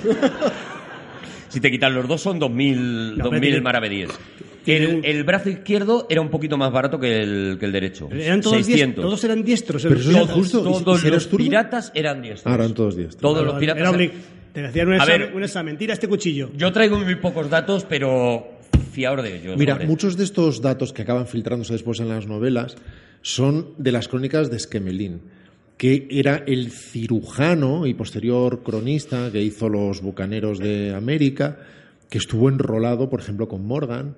[SPEAKER 6] si te quitan los dos son 2.000,
[SPEAKER 2] No, pero
[SPEAKER 6] 2000
[SPEAKER 2] tiene-
[SPEAKER 6] maravedíes.
[SPEAKER 2] tiene
[SPEAKER 6] El,
[SPEAKER 2] un-
[SPEAKER 6] el brazo izquierdo era un poquito más barato que el, que el derecho.
[SPEAKER 2] Eran todos, diez,
[SPEAKER 6] 600.
[SPEAKER 2] todos eran diestros.
[SPEAKER 4] Pero
[SPEAKER 2] los
[SPEAKER 4] eso es
[SPEAKER 2] piratas.
[SPEAKER 4] injusto. ¿Y si-
[SPEAKER 6] Todos
[SPEAKER 4] si eres
[SPEAKER 6] los
[SPEAKER 4] turco?
[SPEAKER 6] piratas eran diestros.
[SPEAKER 4] Ah, eran todos diez.
[SPEAKER 6] Todos los
[SPEAKER 2] Era
[SPEAKER 6] piratas.
[SPEAKER 2] oblig- Te hacían un
[SPEAKER 6] A
[SPEAKER 2] examen,
[SPEAKER 6] ver.
[SPEAKER 2] un examen. Tira este cuchillo.
[SPEAKER 6] Yo traigo muy pocos datos, pero fiaos de ellos.
[SPEAKER 4] Mira,
[SPEAKER 6] hombre.
[SPEAKER 4] muchos de estos datos que acaban filtrándose después en las novelas son de las crónicas de Esquemelín, que era el cirujano y posterior cronista que hizo los bucaneros de América, que estuvo enrolado, por ejemplo, con Morgan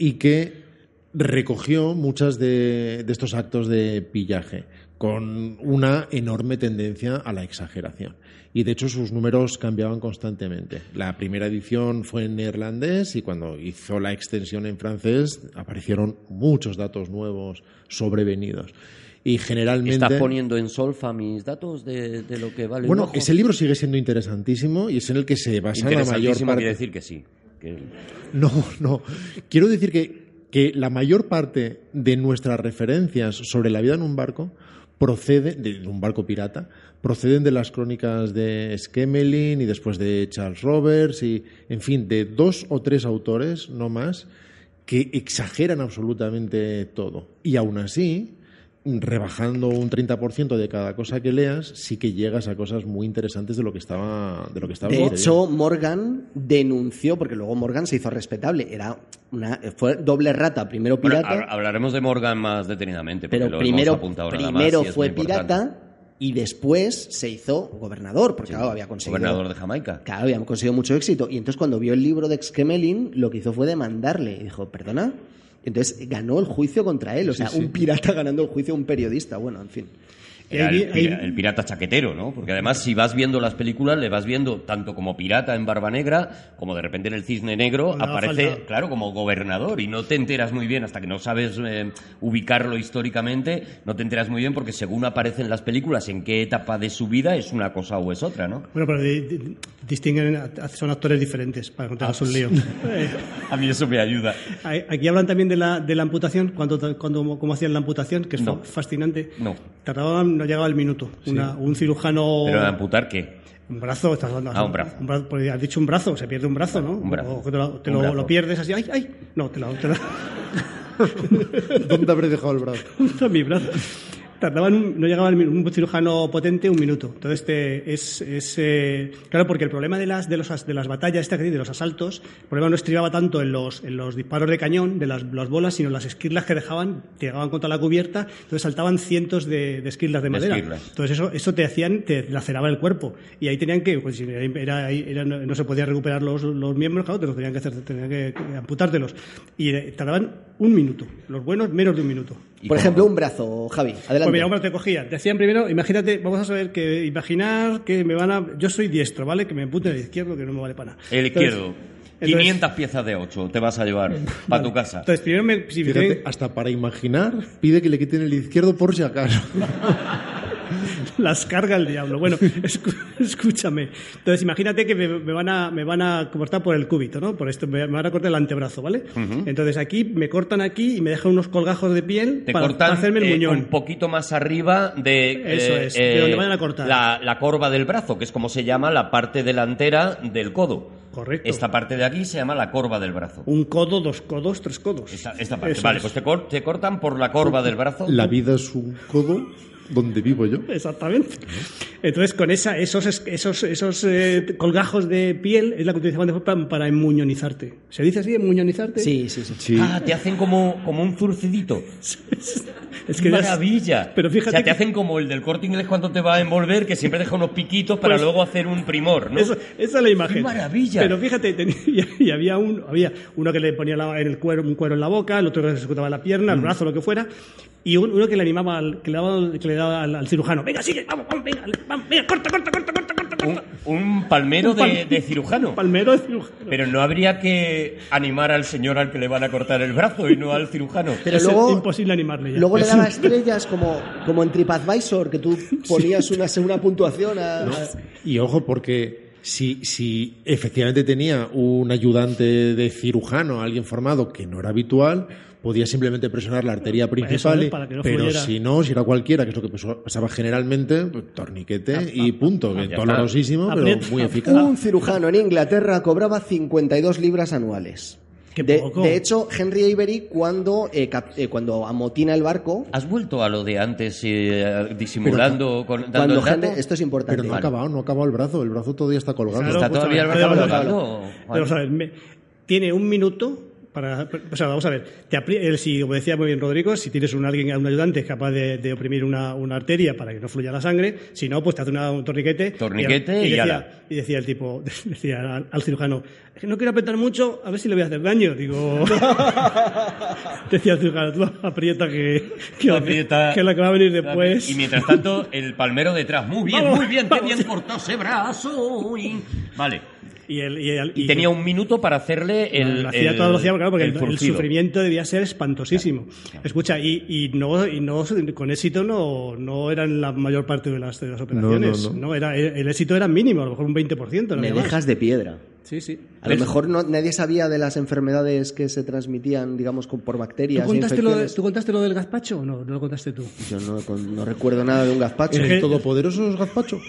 [SPEAKER 4] y que recogió muchas de, de estos actos de pillaje con una enorme tendencia a la exageración. Y de hecho sus números cambiaban constantemente. La primera edición fue en neerlandés y cuando hizo la extensión en francés aparecieron muchos datos nuevos sobrevenidos. Y generalmente...
[SPEAKER 6] ¿Estás poniendo en solfa mis datos de, de lo que vale un
[SPEAKER 4] Bueno,
[SPEAKER 6] ojo?
[SPEAKER 4] ese libro sigue siendo interesantísimo y es en el que se basa la mayor
[SPEAKER 6] Interesantísimo
[SPEAKER 4] parte...
[SPEAKER 6] quiere decir que sí. que-
[SPEAKER 4] No, no. Quiero decir que, que la mayor parte de nuestras referencias sobre la vida en un barco procede de un barco pirata proceden de las crónicas de Skemelin y después de Charles Roberts y en fin de dos o tres autores no más que exageran absolutamente todo y aún así rebajando un 30% de cada cosa que leas sí que llegas a cosas muy interesantes de lo que estaba de lo que estaba
[SPEAKER 3] De
[SPEAKER 4] sucediendo.
[SPEAKER 3] hecho, Morgan denunció, porque luego Morgan se hizo respetable. Era una, fue doble rata, primero
[SPEAKER 6] Bueno,
[SPEAKER 3] pirata,
[SPEAKER 6] hab- hablaremos de Morgan más detenidamente. porque
[SPEAKER 3] pero
[SPEAKER 6] lo hemos
[SPEAKER 3] primero,
[SPEAKER 6] apuntado nada más
[SPEAKER 3] primero
[SPEAKER 6] y es
[SPEAKER 3] fue
[SPEAKER 6] muy importante.
[SPEAKER 3] pirata y después se hizo gobernador, porque claro, había conseguido...
[SPEAKER 6] Gobernador de Jamaica.
[SPEAKER 3] Claro, habían conseguido mucho éxito. Y entonces cuando vio el libro de Exkemelin, lo que hizo fue demandarle. Y dijo, perdona. Entonces ganó el juicio contra él. O sea, un pirata ganando el juicio a un periodista. Bueno, en fin.
[SPEAKER 6] Era
[SPEAKER 2] Ahí-
[SPEAKER 6] el, pira-
[SPEAKER 2] ahí-
[SPEAKER 6] el pirata chaquetero, ¿no? Porque además, si vas viendo las películas, le vas viendo tanto como pirata en Barba Negra, como de repente en el Cisne Negro,
[SPEAKER 2] Cuando haga
[SPEAKER 6] aparece,
[SPEAKER 2] falta.
[SPEAKER 6] claro, como gobernador. Y no te enteras muy bien, hasta que no sabes eh, ubicarlo históricamente, no te enteras muy bien porque según aparecen las películas, en qué etapa de su vida es una cosa o es otra, ¿no?
[SPEAKER 2] Bueno, pero di- di- distinguen, a- son actores diferentes, para
[SPEAKER 6] Ah,
[SPEAKER 2] que no es un lío. Eh,
[SPEAKER 6] A mí eso me ayuda.
[SPEAKER 2] a- Aquí hablan también de la, de la amputación, cuando, cuando, cómo hacían la amputación, que es
[SPEAKER 6] No.
[SPEAKER 2] fascinante.
[SPEAKER 6] No.
[SPEAKER 2] Tardaban, no llegaba el minuto. Una- un cirujano...
[SPEAKER 6] Pero de amputar, ¿qué?
[SPEAKER 2] Un brazo, estás hablando.
[SPEAKER 6] Ah, un brazo.
[SPEAKER 2] porque has dicho un brazo, se pierde un brazo, ¿no?
[SPEAKER 6] Un brazo.
[SPEAKER 2] O que te lo, te
[SPEAKER 6] Un
[SPEAKER 2] lo-
[SPEAKER 6] brazo.
[SPEAKER 2] lo pierdes así, ¡ay, ay! No, te lo. Te lo-
[SPEAKER 4] ¿Dónde habré dejado el brazo?
[SPEAKER 2] Está mi brazo. Tardaban un- no llegaba el min- un cirujano potente un minuto. Entonces, te- es. es, eh, claro, porque el problema de las, de los, as- de las batallas, esta que dice, de los asaltos, el problema no estribaba tanto en los, en los disparos de cañón, de las, las bolas, sino en las esquirlas que dejaban, que llegaban contra la cubierta, entonces saltaban cientos de, de esquirlas de
[SPEAKER 6] De
[SPEAKER 2] madera.
[SPEAKER 6] esquirlas.
[SPEAKER 2] Entonces eso, eso te hacían, te laceraba el cuerpo. Y ahí tenían que, pues, si era- era- era- no, no se podía recuperar los, los miembros, claro, te los tenían que hacer, tenían que, que amputártelos. Y eh, tardaban un minuto. Los buenos, menos de un minuto.
[SPEAKER 6] ¿Y
[SPEAKER 3] Por
[SPEAKER 6] cómo?
[SPEAKER 3] ejemplo, un brazo, Javi.
[SPEAKER 2] Pues
[SPEAKER 3] Adelante.
[SPEAKER 2] mira, hombre, te cogía. Te hacían primero, imagínate, vamos a saber que, imaginar que me van a. Yo soy diestro, ¿vale? Que me emputen el izquierdo, que no me vale para nada.
[SPEAKER 6] El
[SPEAKER 2] Entonces-
[SPEAKER 6] izquierdo.
[SPEAKER 2] entonces-
[SPEAKER 6] 500 piezas de 8 te vas a llevar para tu casa.
[SPEAKER 2] Entonces, primero me. Si me
[SPEAKER 4] Fíjate,
[SPEAKER 2] tienen-
[SPEAKER 4] hasta para imaginar, pide que le quiten el izquierdo por si acaso.
[SPEAKER 2] las carga el diablo. Bueno, escu- escúchame. Entonces, imagínate que me, me van a, me van a cortar por el cúbito, ¿no? Por esto, me, me van a cortar el antebrazo, ¿vale? Entonces, aquí me cortan aquí y me dejan unos colgajos de piel
[SPEAKER 6] Te
[SPEAKER 2] para,
[SPEAKER 6] cortan
[SPEAKER 2] para hacerme el
[SPEAKER 6] eh,
[SPEAKER 2] muñón.
[SPEAKER 6] un poquito más arriba de, eh,
[SPEAKER 2] Eso es, de donde vayan a cortar.
[SPEAKER 6] La, la corva del brazo, que es como se llama la parte delantera del codo.
[SPEAKER 2] Correcto.
[SPEAKER 6] Esta parte de aquí se llama la corva del brazo.
[SPEAKER 2] Un codo, dos codos, tres codos.
[SPEAKER 6] Esta, esta parte.
[SPEAKER 2] Uh, Eso
[SPEAKER 6] vale,
[SPEAKER 2] es. Uh,
[SPEAKER 6] pues te, cor- te cortan por la corva del brazo.
[SPEAKER 4] La vida es un codo donde vivo yo.
[SPEAKER 2] Exactamente. Entonces, con esa, esos, es- esos, esos eh, colgajos de piel es la que utilizaban después para, para enmuñonizarte. ¿Se dice así, enmuñonizarte?
[SPEAKER 3] Sí, sí, sí.
[SPEAKER 4] Sí.
[SPEAKER 6] Ah, te hacen como, como un zurcidito.
[SPEAKER 2] Es
[SPEAKER 6] ¡Qué
[SPEAKER 2] que ya es-
[SPEAKER 6] maravilla!
[SPEAKER 2] Pero fíjate
[SPEAKER 6] O sea, te
[SPEAKER 2] que-
[SPEAKER 6] hacen como el del corte inglés cuando te va a envolver, que siempre deja unos piquitos para
[SPEAKER 2] Pues-
[SPEAKER 6] luego hacer un primor, ¿no?
[SPEAKER 2] Esa, esa es la imagen.
[SPEAKER 6] ¡Qué maravilla!
[SPEAKER 2] Pero fíjate, tenía- y había, un, había uno que le ponía la- en el cuero, un cuero en la boca, el otro que le ejecutaba la pierna,
[SPEAKER 3] Mm.
[SPEAKER 2] el brazo, lo que fuera, y un- uno que le animaba, al, que le daba, que le daba al, al cirujano, venga, sigue, vamos, vamos, venga, vamos, venga, corta, corta, corta, corta, corta, corta.
[SPEAKER 6] Un, un palmero
[SPEAKER 2] Un pal-
[SPEAKER 6] de, de cirujano.
[SPEAKER 2] Palmero de cirujano.
[SPEAKER 6] Pero no habría que animar al señor al que le van a cortar el brazo y no al cirujano.
[SPEAKER 3] Pero
[SPEAKER 2] es
[SPEAKER 3] luego-
[SPEAKER 2] imposible animarle ya.
[SPEAKER 3] Luego le
[SPEAKER 2] Es-
[SPEAKER 3] daba estrellas como, como en TripAdvisor, que tú ponías una, una puntuación a...
[SPEAKER 4] Y ojo, porque si, si efectivamente tenía un ayudante de cirujano, alguien formado, que no era habitual, podía simplemente presionar la arteria principal.
[SPEAKER 2] es,
[SPEAKER 4] y-
[SPEAKER 2] ¿eh? para que no
[SPEAKER 4] pero
[SPEAKER 2] fluyera.
[SPEAKER 4] si no, si era cualquiera, que es lo que pasó- pasaba generalmente, pues, torniquete y punto.
[SPEAKER 2] Ah,
[SPEAKER 4] que
[SPEAKER 6] ya
[SPEAKER 4] dolorosísimo, pero
[SPEAKER 2] Aprieta.
[SPEAKER 4] muy eficaz.
[SPEAKER 2] Ah.
[SPEAKER 3] Un cirujano en Inglaterra cobraba 52 libras anuales.
[SPEAKER 2] Qué
[SPEAKER 3] de,
[SPEAKER 2] poco.
[SPEAKER 3] de hecho, Henry Avery, cuando, eh, cap- eh, cuando amotina el barco,
[SPEAKER 6] ¿Has vuelto a lo de antes eh, disimulando, con, dando
[SPEAKER 3] cuando
[SPEAKER 6] el dato?
[SPEAKER 3] Henry- esto es importante.
[SPEAKER 4] Pero no ha
[SPEAKER 3] Vale.
[SPEAKER 4] acabado, no ha acabado el brazo, el brazo todavía está colgando.
[SPEAKER 2] Claro,
[SPEAKER 6] ¿Está
[SPEAKER 2] pues,
[SPEAKER 6] todavía
[SPEAKER 2] a
[SPEAKER 6] el
[SPEAKER 2] ver,
[SPEAKER 6] brazo
[SPEAKER 2] vamos a ver.
[SPEAKER 6] colgando, Juan?
[SPEAKER 2] Vamos a ver, me- tiene un minuto para. O sea, vamos a ver, te apri- eh, si, como decía muy bien Rodrigo, si tienes un alguien, un ayudante capaz de, de oprimir una, una arteria para que no fluya la sangre, si no, pues te hace una- un torniquete.
[SPEAKER 6] Torniquete y
[SPEAKER 2] decía,
[SPEAKER 6] ala.
[SPEAKER 2] y decía el tipo, decía al, al cirujano, "Es que no quiero apretar mucho, a ver si le voy a hacer daño. Digo. decía el cirujano, tú aprieta que, que, la-
[SPEAKER 6] Aprieta-
[SPEAKER 2] que la que va a venir después.
[SPEAKER 6] Y mientras tanto, el palmero detrás. Muy bien,
[SPEAKER 2] Vamos,
[SPEAKER 6] muy bien, qué
[SPEAKER 2] vamos.
[SPEAKER 6] bien cortó ese brazo. y- Vale.
[SPEAKER 2] Y, el- y el-
[SPEAKER 6] Y, tenía un minuto para hacerle el.
[SPEAKER 2] lo hacía
[SPEAKER 6] el-
[SPEAKER 2] todo lo hacía, claro, porque el, el
[SPEAKER 6] zurcido.
[SPEAKER 2] sufrimiento debía ser espantosísimo. Escucha, y, y no, y no con éxito no, no eran la mayor parte de las, de las operaciones.
[SPEAKER 4] no.
[SPEAKER 2] era, el, el éxito era mínimo, a lo mejor un 20%. no
[SPEAKER 3] me
[SPEAKER 2] había más.
[SPEAKER 3] dejas de piedra.
[SPEAKER 2] Sí, sí.
[SPEAKER 3] A lo mejor no, nadie sabía de las enfermedades que se transmitían, digamos, con- por
[SPEAKER 2] ¿Tú
[SPEAKER 3] bacterias. e
[SPEAKER 2] contaste, lo de-
[SPEAKER 3] infecciones.
[SPEAKER 2] tú contaste lo del gazpacho o no? No lo contaste tú.
[SPEAKER 3] Yo no, con- no recuerdo nada de un gazpacho.
[SPEAKER 4] ¿En
[SPEAKER 2] que-
[SPEAKER 4] el todopoderoso es gazpacho?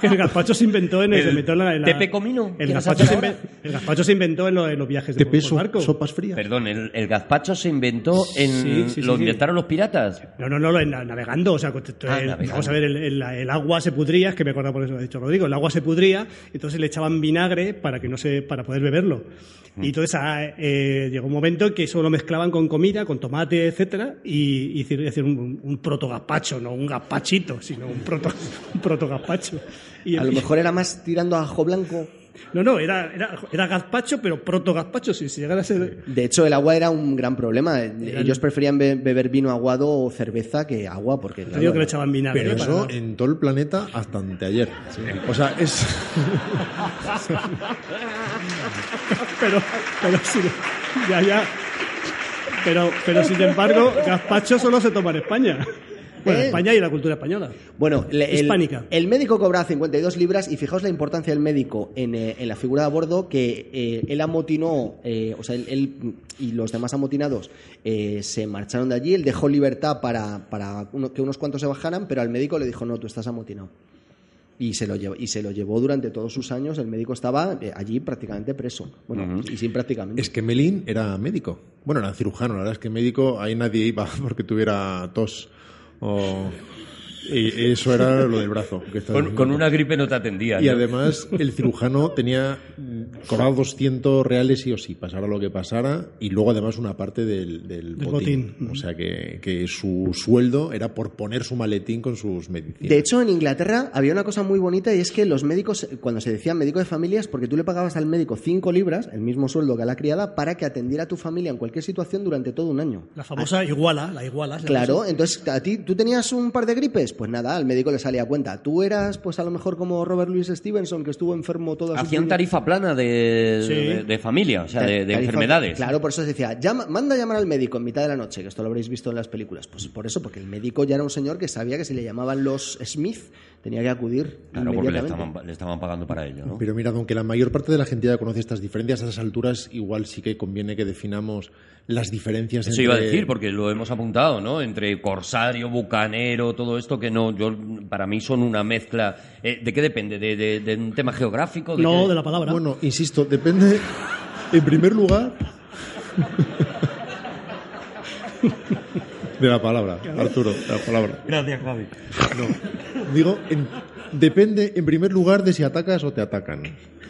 [SPEAKER 2] Que el gazpacho se inventó en el.
[SPEAKER 6] El
[SPEAKER 2] se inventó en la- en la-
[SPEAKER 6] tepe comino.
[SPEAKER 2] El
[SPEAKER 6] ¿Qué nos
[SPEAKER 2] gazpacho,
[SPEAKER 6] hace
[SPEAKER 2] se
[SPEAKER 6] ahora?
[SPEAKER 2] inven- el gazpacho se inventó en, lo- en los viajes de
[SPEAKER 4] ¿Te
[SPEAKER 2] por- por
[SPEAKER 4] peso
[SPEAKER 2] barco.
[SPEAKER 4] sopas frías?
[SPEAKER 6] Perdón, el, el gazpacho se inventó en.
[SPEAKER 2] Sí, sí, sí,
[SPEAKER 6] lo
[SPEAKER 2] sí.
[SPEAKER 6] inventaron los piratas.
[SPEAKER 2] No, no, no, lo- na- navegando. O sea, con- eh,
[SPEAKER 6] navegando.
[SPEAKER 2] vamos a ver, el, el- el agua se pudría, es que me acuerdo por eso lo ha dicho Rodrigo, el agua se pudría, entonces le echaban vinagre para para que no se, para poder beberlo. Y entonces ah, eh, llegó un momento que eso lo mezclaban con comida, con tomate, etcétera, y y hicieron hicieron un, un protogazpacho, no un gazpachito, sino un proto, un protogazpacho. Y-
[SPEAKER 3] A lo mejor era más tirando a ajo blanco.
[SPEAKER 2] No, no, era, era, era gazpacho, pero protogazpacho, si si llegara a ser...
[SPEAKER 3] De hecho, el agua era un gran problema. Ellos preferían be- beber vino aguado o cerveza que agua, porque.
[SPEAKER 2] Te
[SPEAKER 3] claro,
[SPEAKER 2] digo que le echaban vinagre.
[SPEAKER 4] Pero
[SPEAKER 2] ¿eh? para-
[SPEAKER 4] eso en todo el planeta hasta anteayer. O sea, es.
[SPEAKER 2] pero, pero si, ya, ya. Pero, pero sin embargo, gazpacho solo se toma en España. Bueno,
[SPEAKER 3] Eh.
[SPEAKER 2] España y la cultura española.
[SPEAKER 3] Bueno, le- el,
[SPEAKER 2] Hispánica.
[SPEAKER 3] el médico cobraba 52 libras y fijaos la importancia del médico en, eh, en la figura de a bordo que eh, él amotinó, eh, o sea, él, él y los demás amotinados eh, se marcharon de allí, él dejó libertad para, para uno- que unos cuantos se bajaran, pero al médico le dijo, no, tú estás amotinado. Y se, lo llevó, y se lo llevó durante todos sus años, el médico estaba eh, allí prácticamente preso. Bueno, y sin prácticamente.
[SPEAKER 4] Es que Melín era médico. Bueno, era cirujano, la verdad es que médico ahí nadie iba porque tuviera tos. O... Y eso era lo del brazo. que estaba
[SPEAKER 6] Con,
[SPEAKER 4] diciendo.
[SPEAKER 6] con una gripe no te atendía.
[SPEAKER 4] Y
[SPEAKER 6] ¿no?
[SPEAKER 4] además el cirujano tenía mm, cobrado 200 reales sí o sí, pasara lo que pasara, y luego además una parte del, del
[SPEAKER 2] Del
[SPEAKER 4] botín.
[SPEAKER 2] botín.
[SPEAKER 4] O sea que, que su sueldo era por poner su maletín con sus medicinas.
[SPEAKER 3] De hecho, en Inglaterra había una cosa muy bonita y es que los médicos, cuando se decía médico de familias, porque tú le pagabas al médico 5 libras, el mismo sueldo que a la criada, para que atendiera a tu familia en cualquier situación durante todo un año.
[SPEAKER 2] La famosa iguala, la iguala. ¿sabes?
[SPEAKER 3] Claro, entonces a ti, ¿tú tenías un par de gripes? Pues nada, al médico le salía a cuenta. Tú eras, pues a lo mejor como Robert Louis Stevenson, que estuvo enfermo toda su
[SPEAKER 6] Hacían
[SPEAKER 3] vida.
[SPEAKER 6] tarifa plana de,
[SPEAKER 2] Sí.
[SPEAKER 6] de, de familia, o sea, de, de
[SPEAKER 3] Tarifa-
[SPEAKER 6] enfermedades.
[SPEAKER 3] Claro, por eso se decía, llama- manda a llamar al médico en mitad de la noche, que esto lo habréis visto en las películas. Pues por eso, porque el médico ya era un señor que sabía que si le llamaban los Smith, tenía que acudir.
[SPEAKER 6] Claro, porque le
[SPEAKER 3] inmediatamente.
[SPEAKER 6] estaban, le estaban pagando para ello, ¿no?
[SPEAKER 4] Pero mirad, aunque la mayor parte de la gente ya conoce estas diferencias, a esas alturas igual sí que conviene que definamos las diferencias
[SPEAKER 6] Eso
[SPEAKER 4] entre...
[SPEAKER 6] iba a decir, porque lo hemos apuntado, ¿no? Entre corsario, bucanero, todo esto que no, yo para mí son una mezcla. Eh, ¿De qué depende? ¿De, de- de un tema geográfico?
[SPEAKER 2] No,
[SPEAKER 6] qué?
[SPEAKER 2] de la palabra.
[SPEAKER 4] Bueno, insisto, depende, en primer lugar, de la palabra, Arturo, de la palabra.
[SPEAKER 2] Gracias, Javi.
[SPEAKER 4] No, digo, en- depende, en primer lugar, de si atacas o te atacan.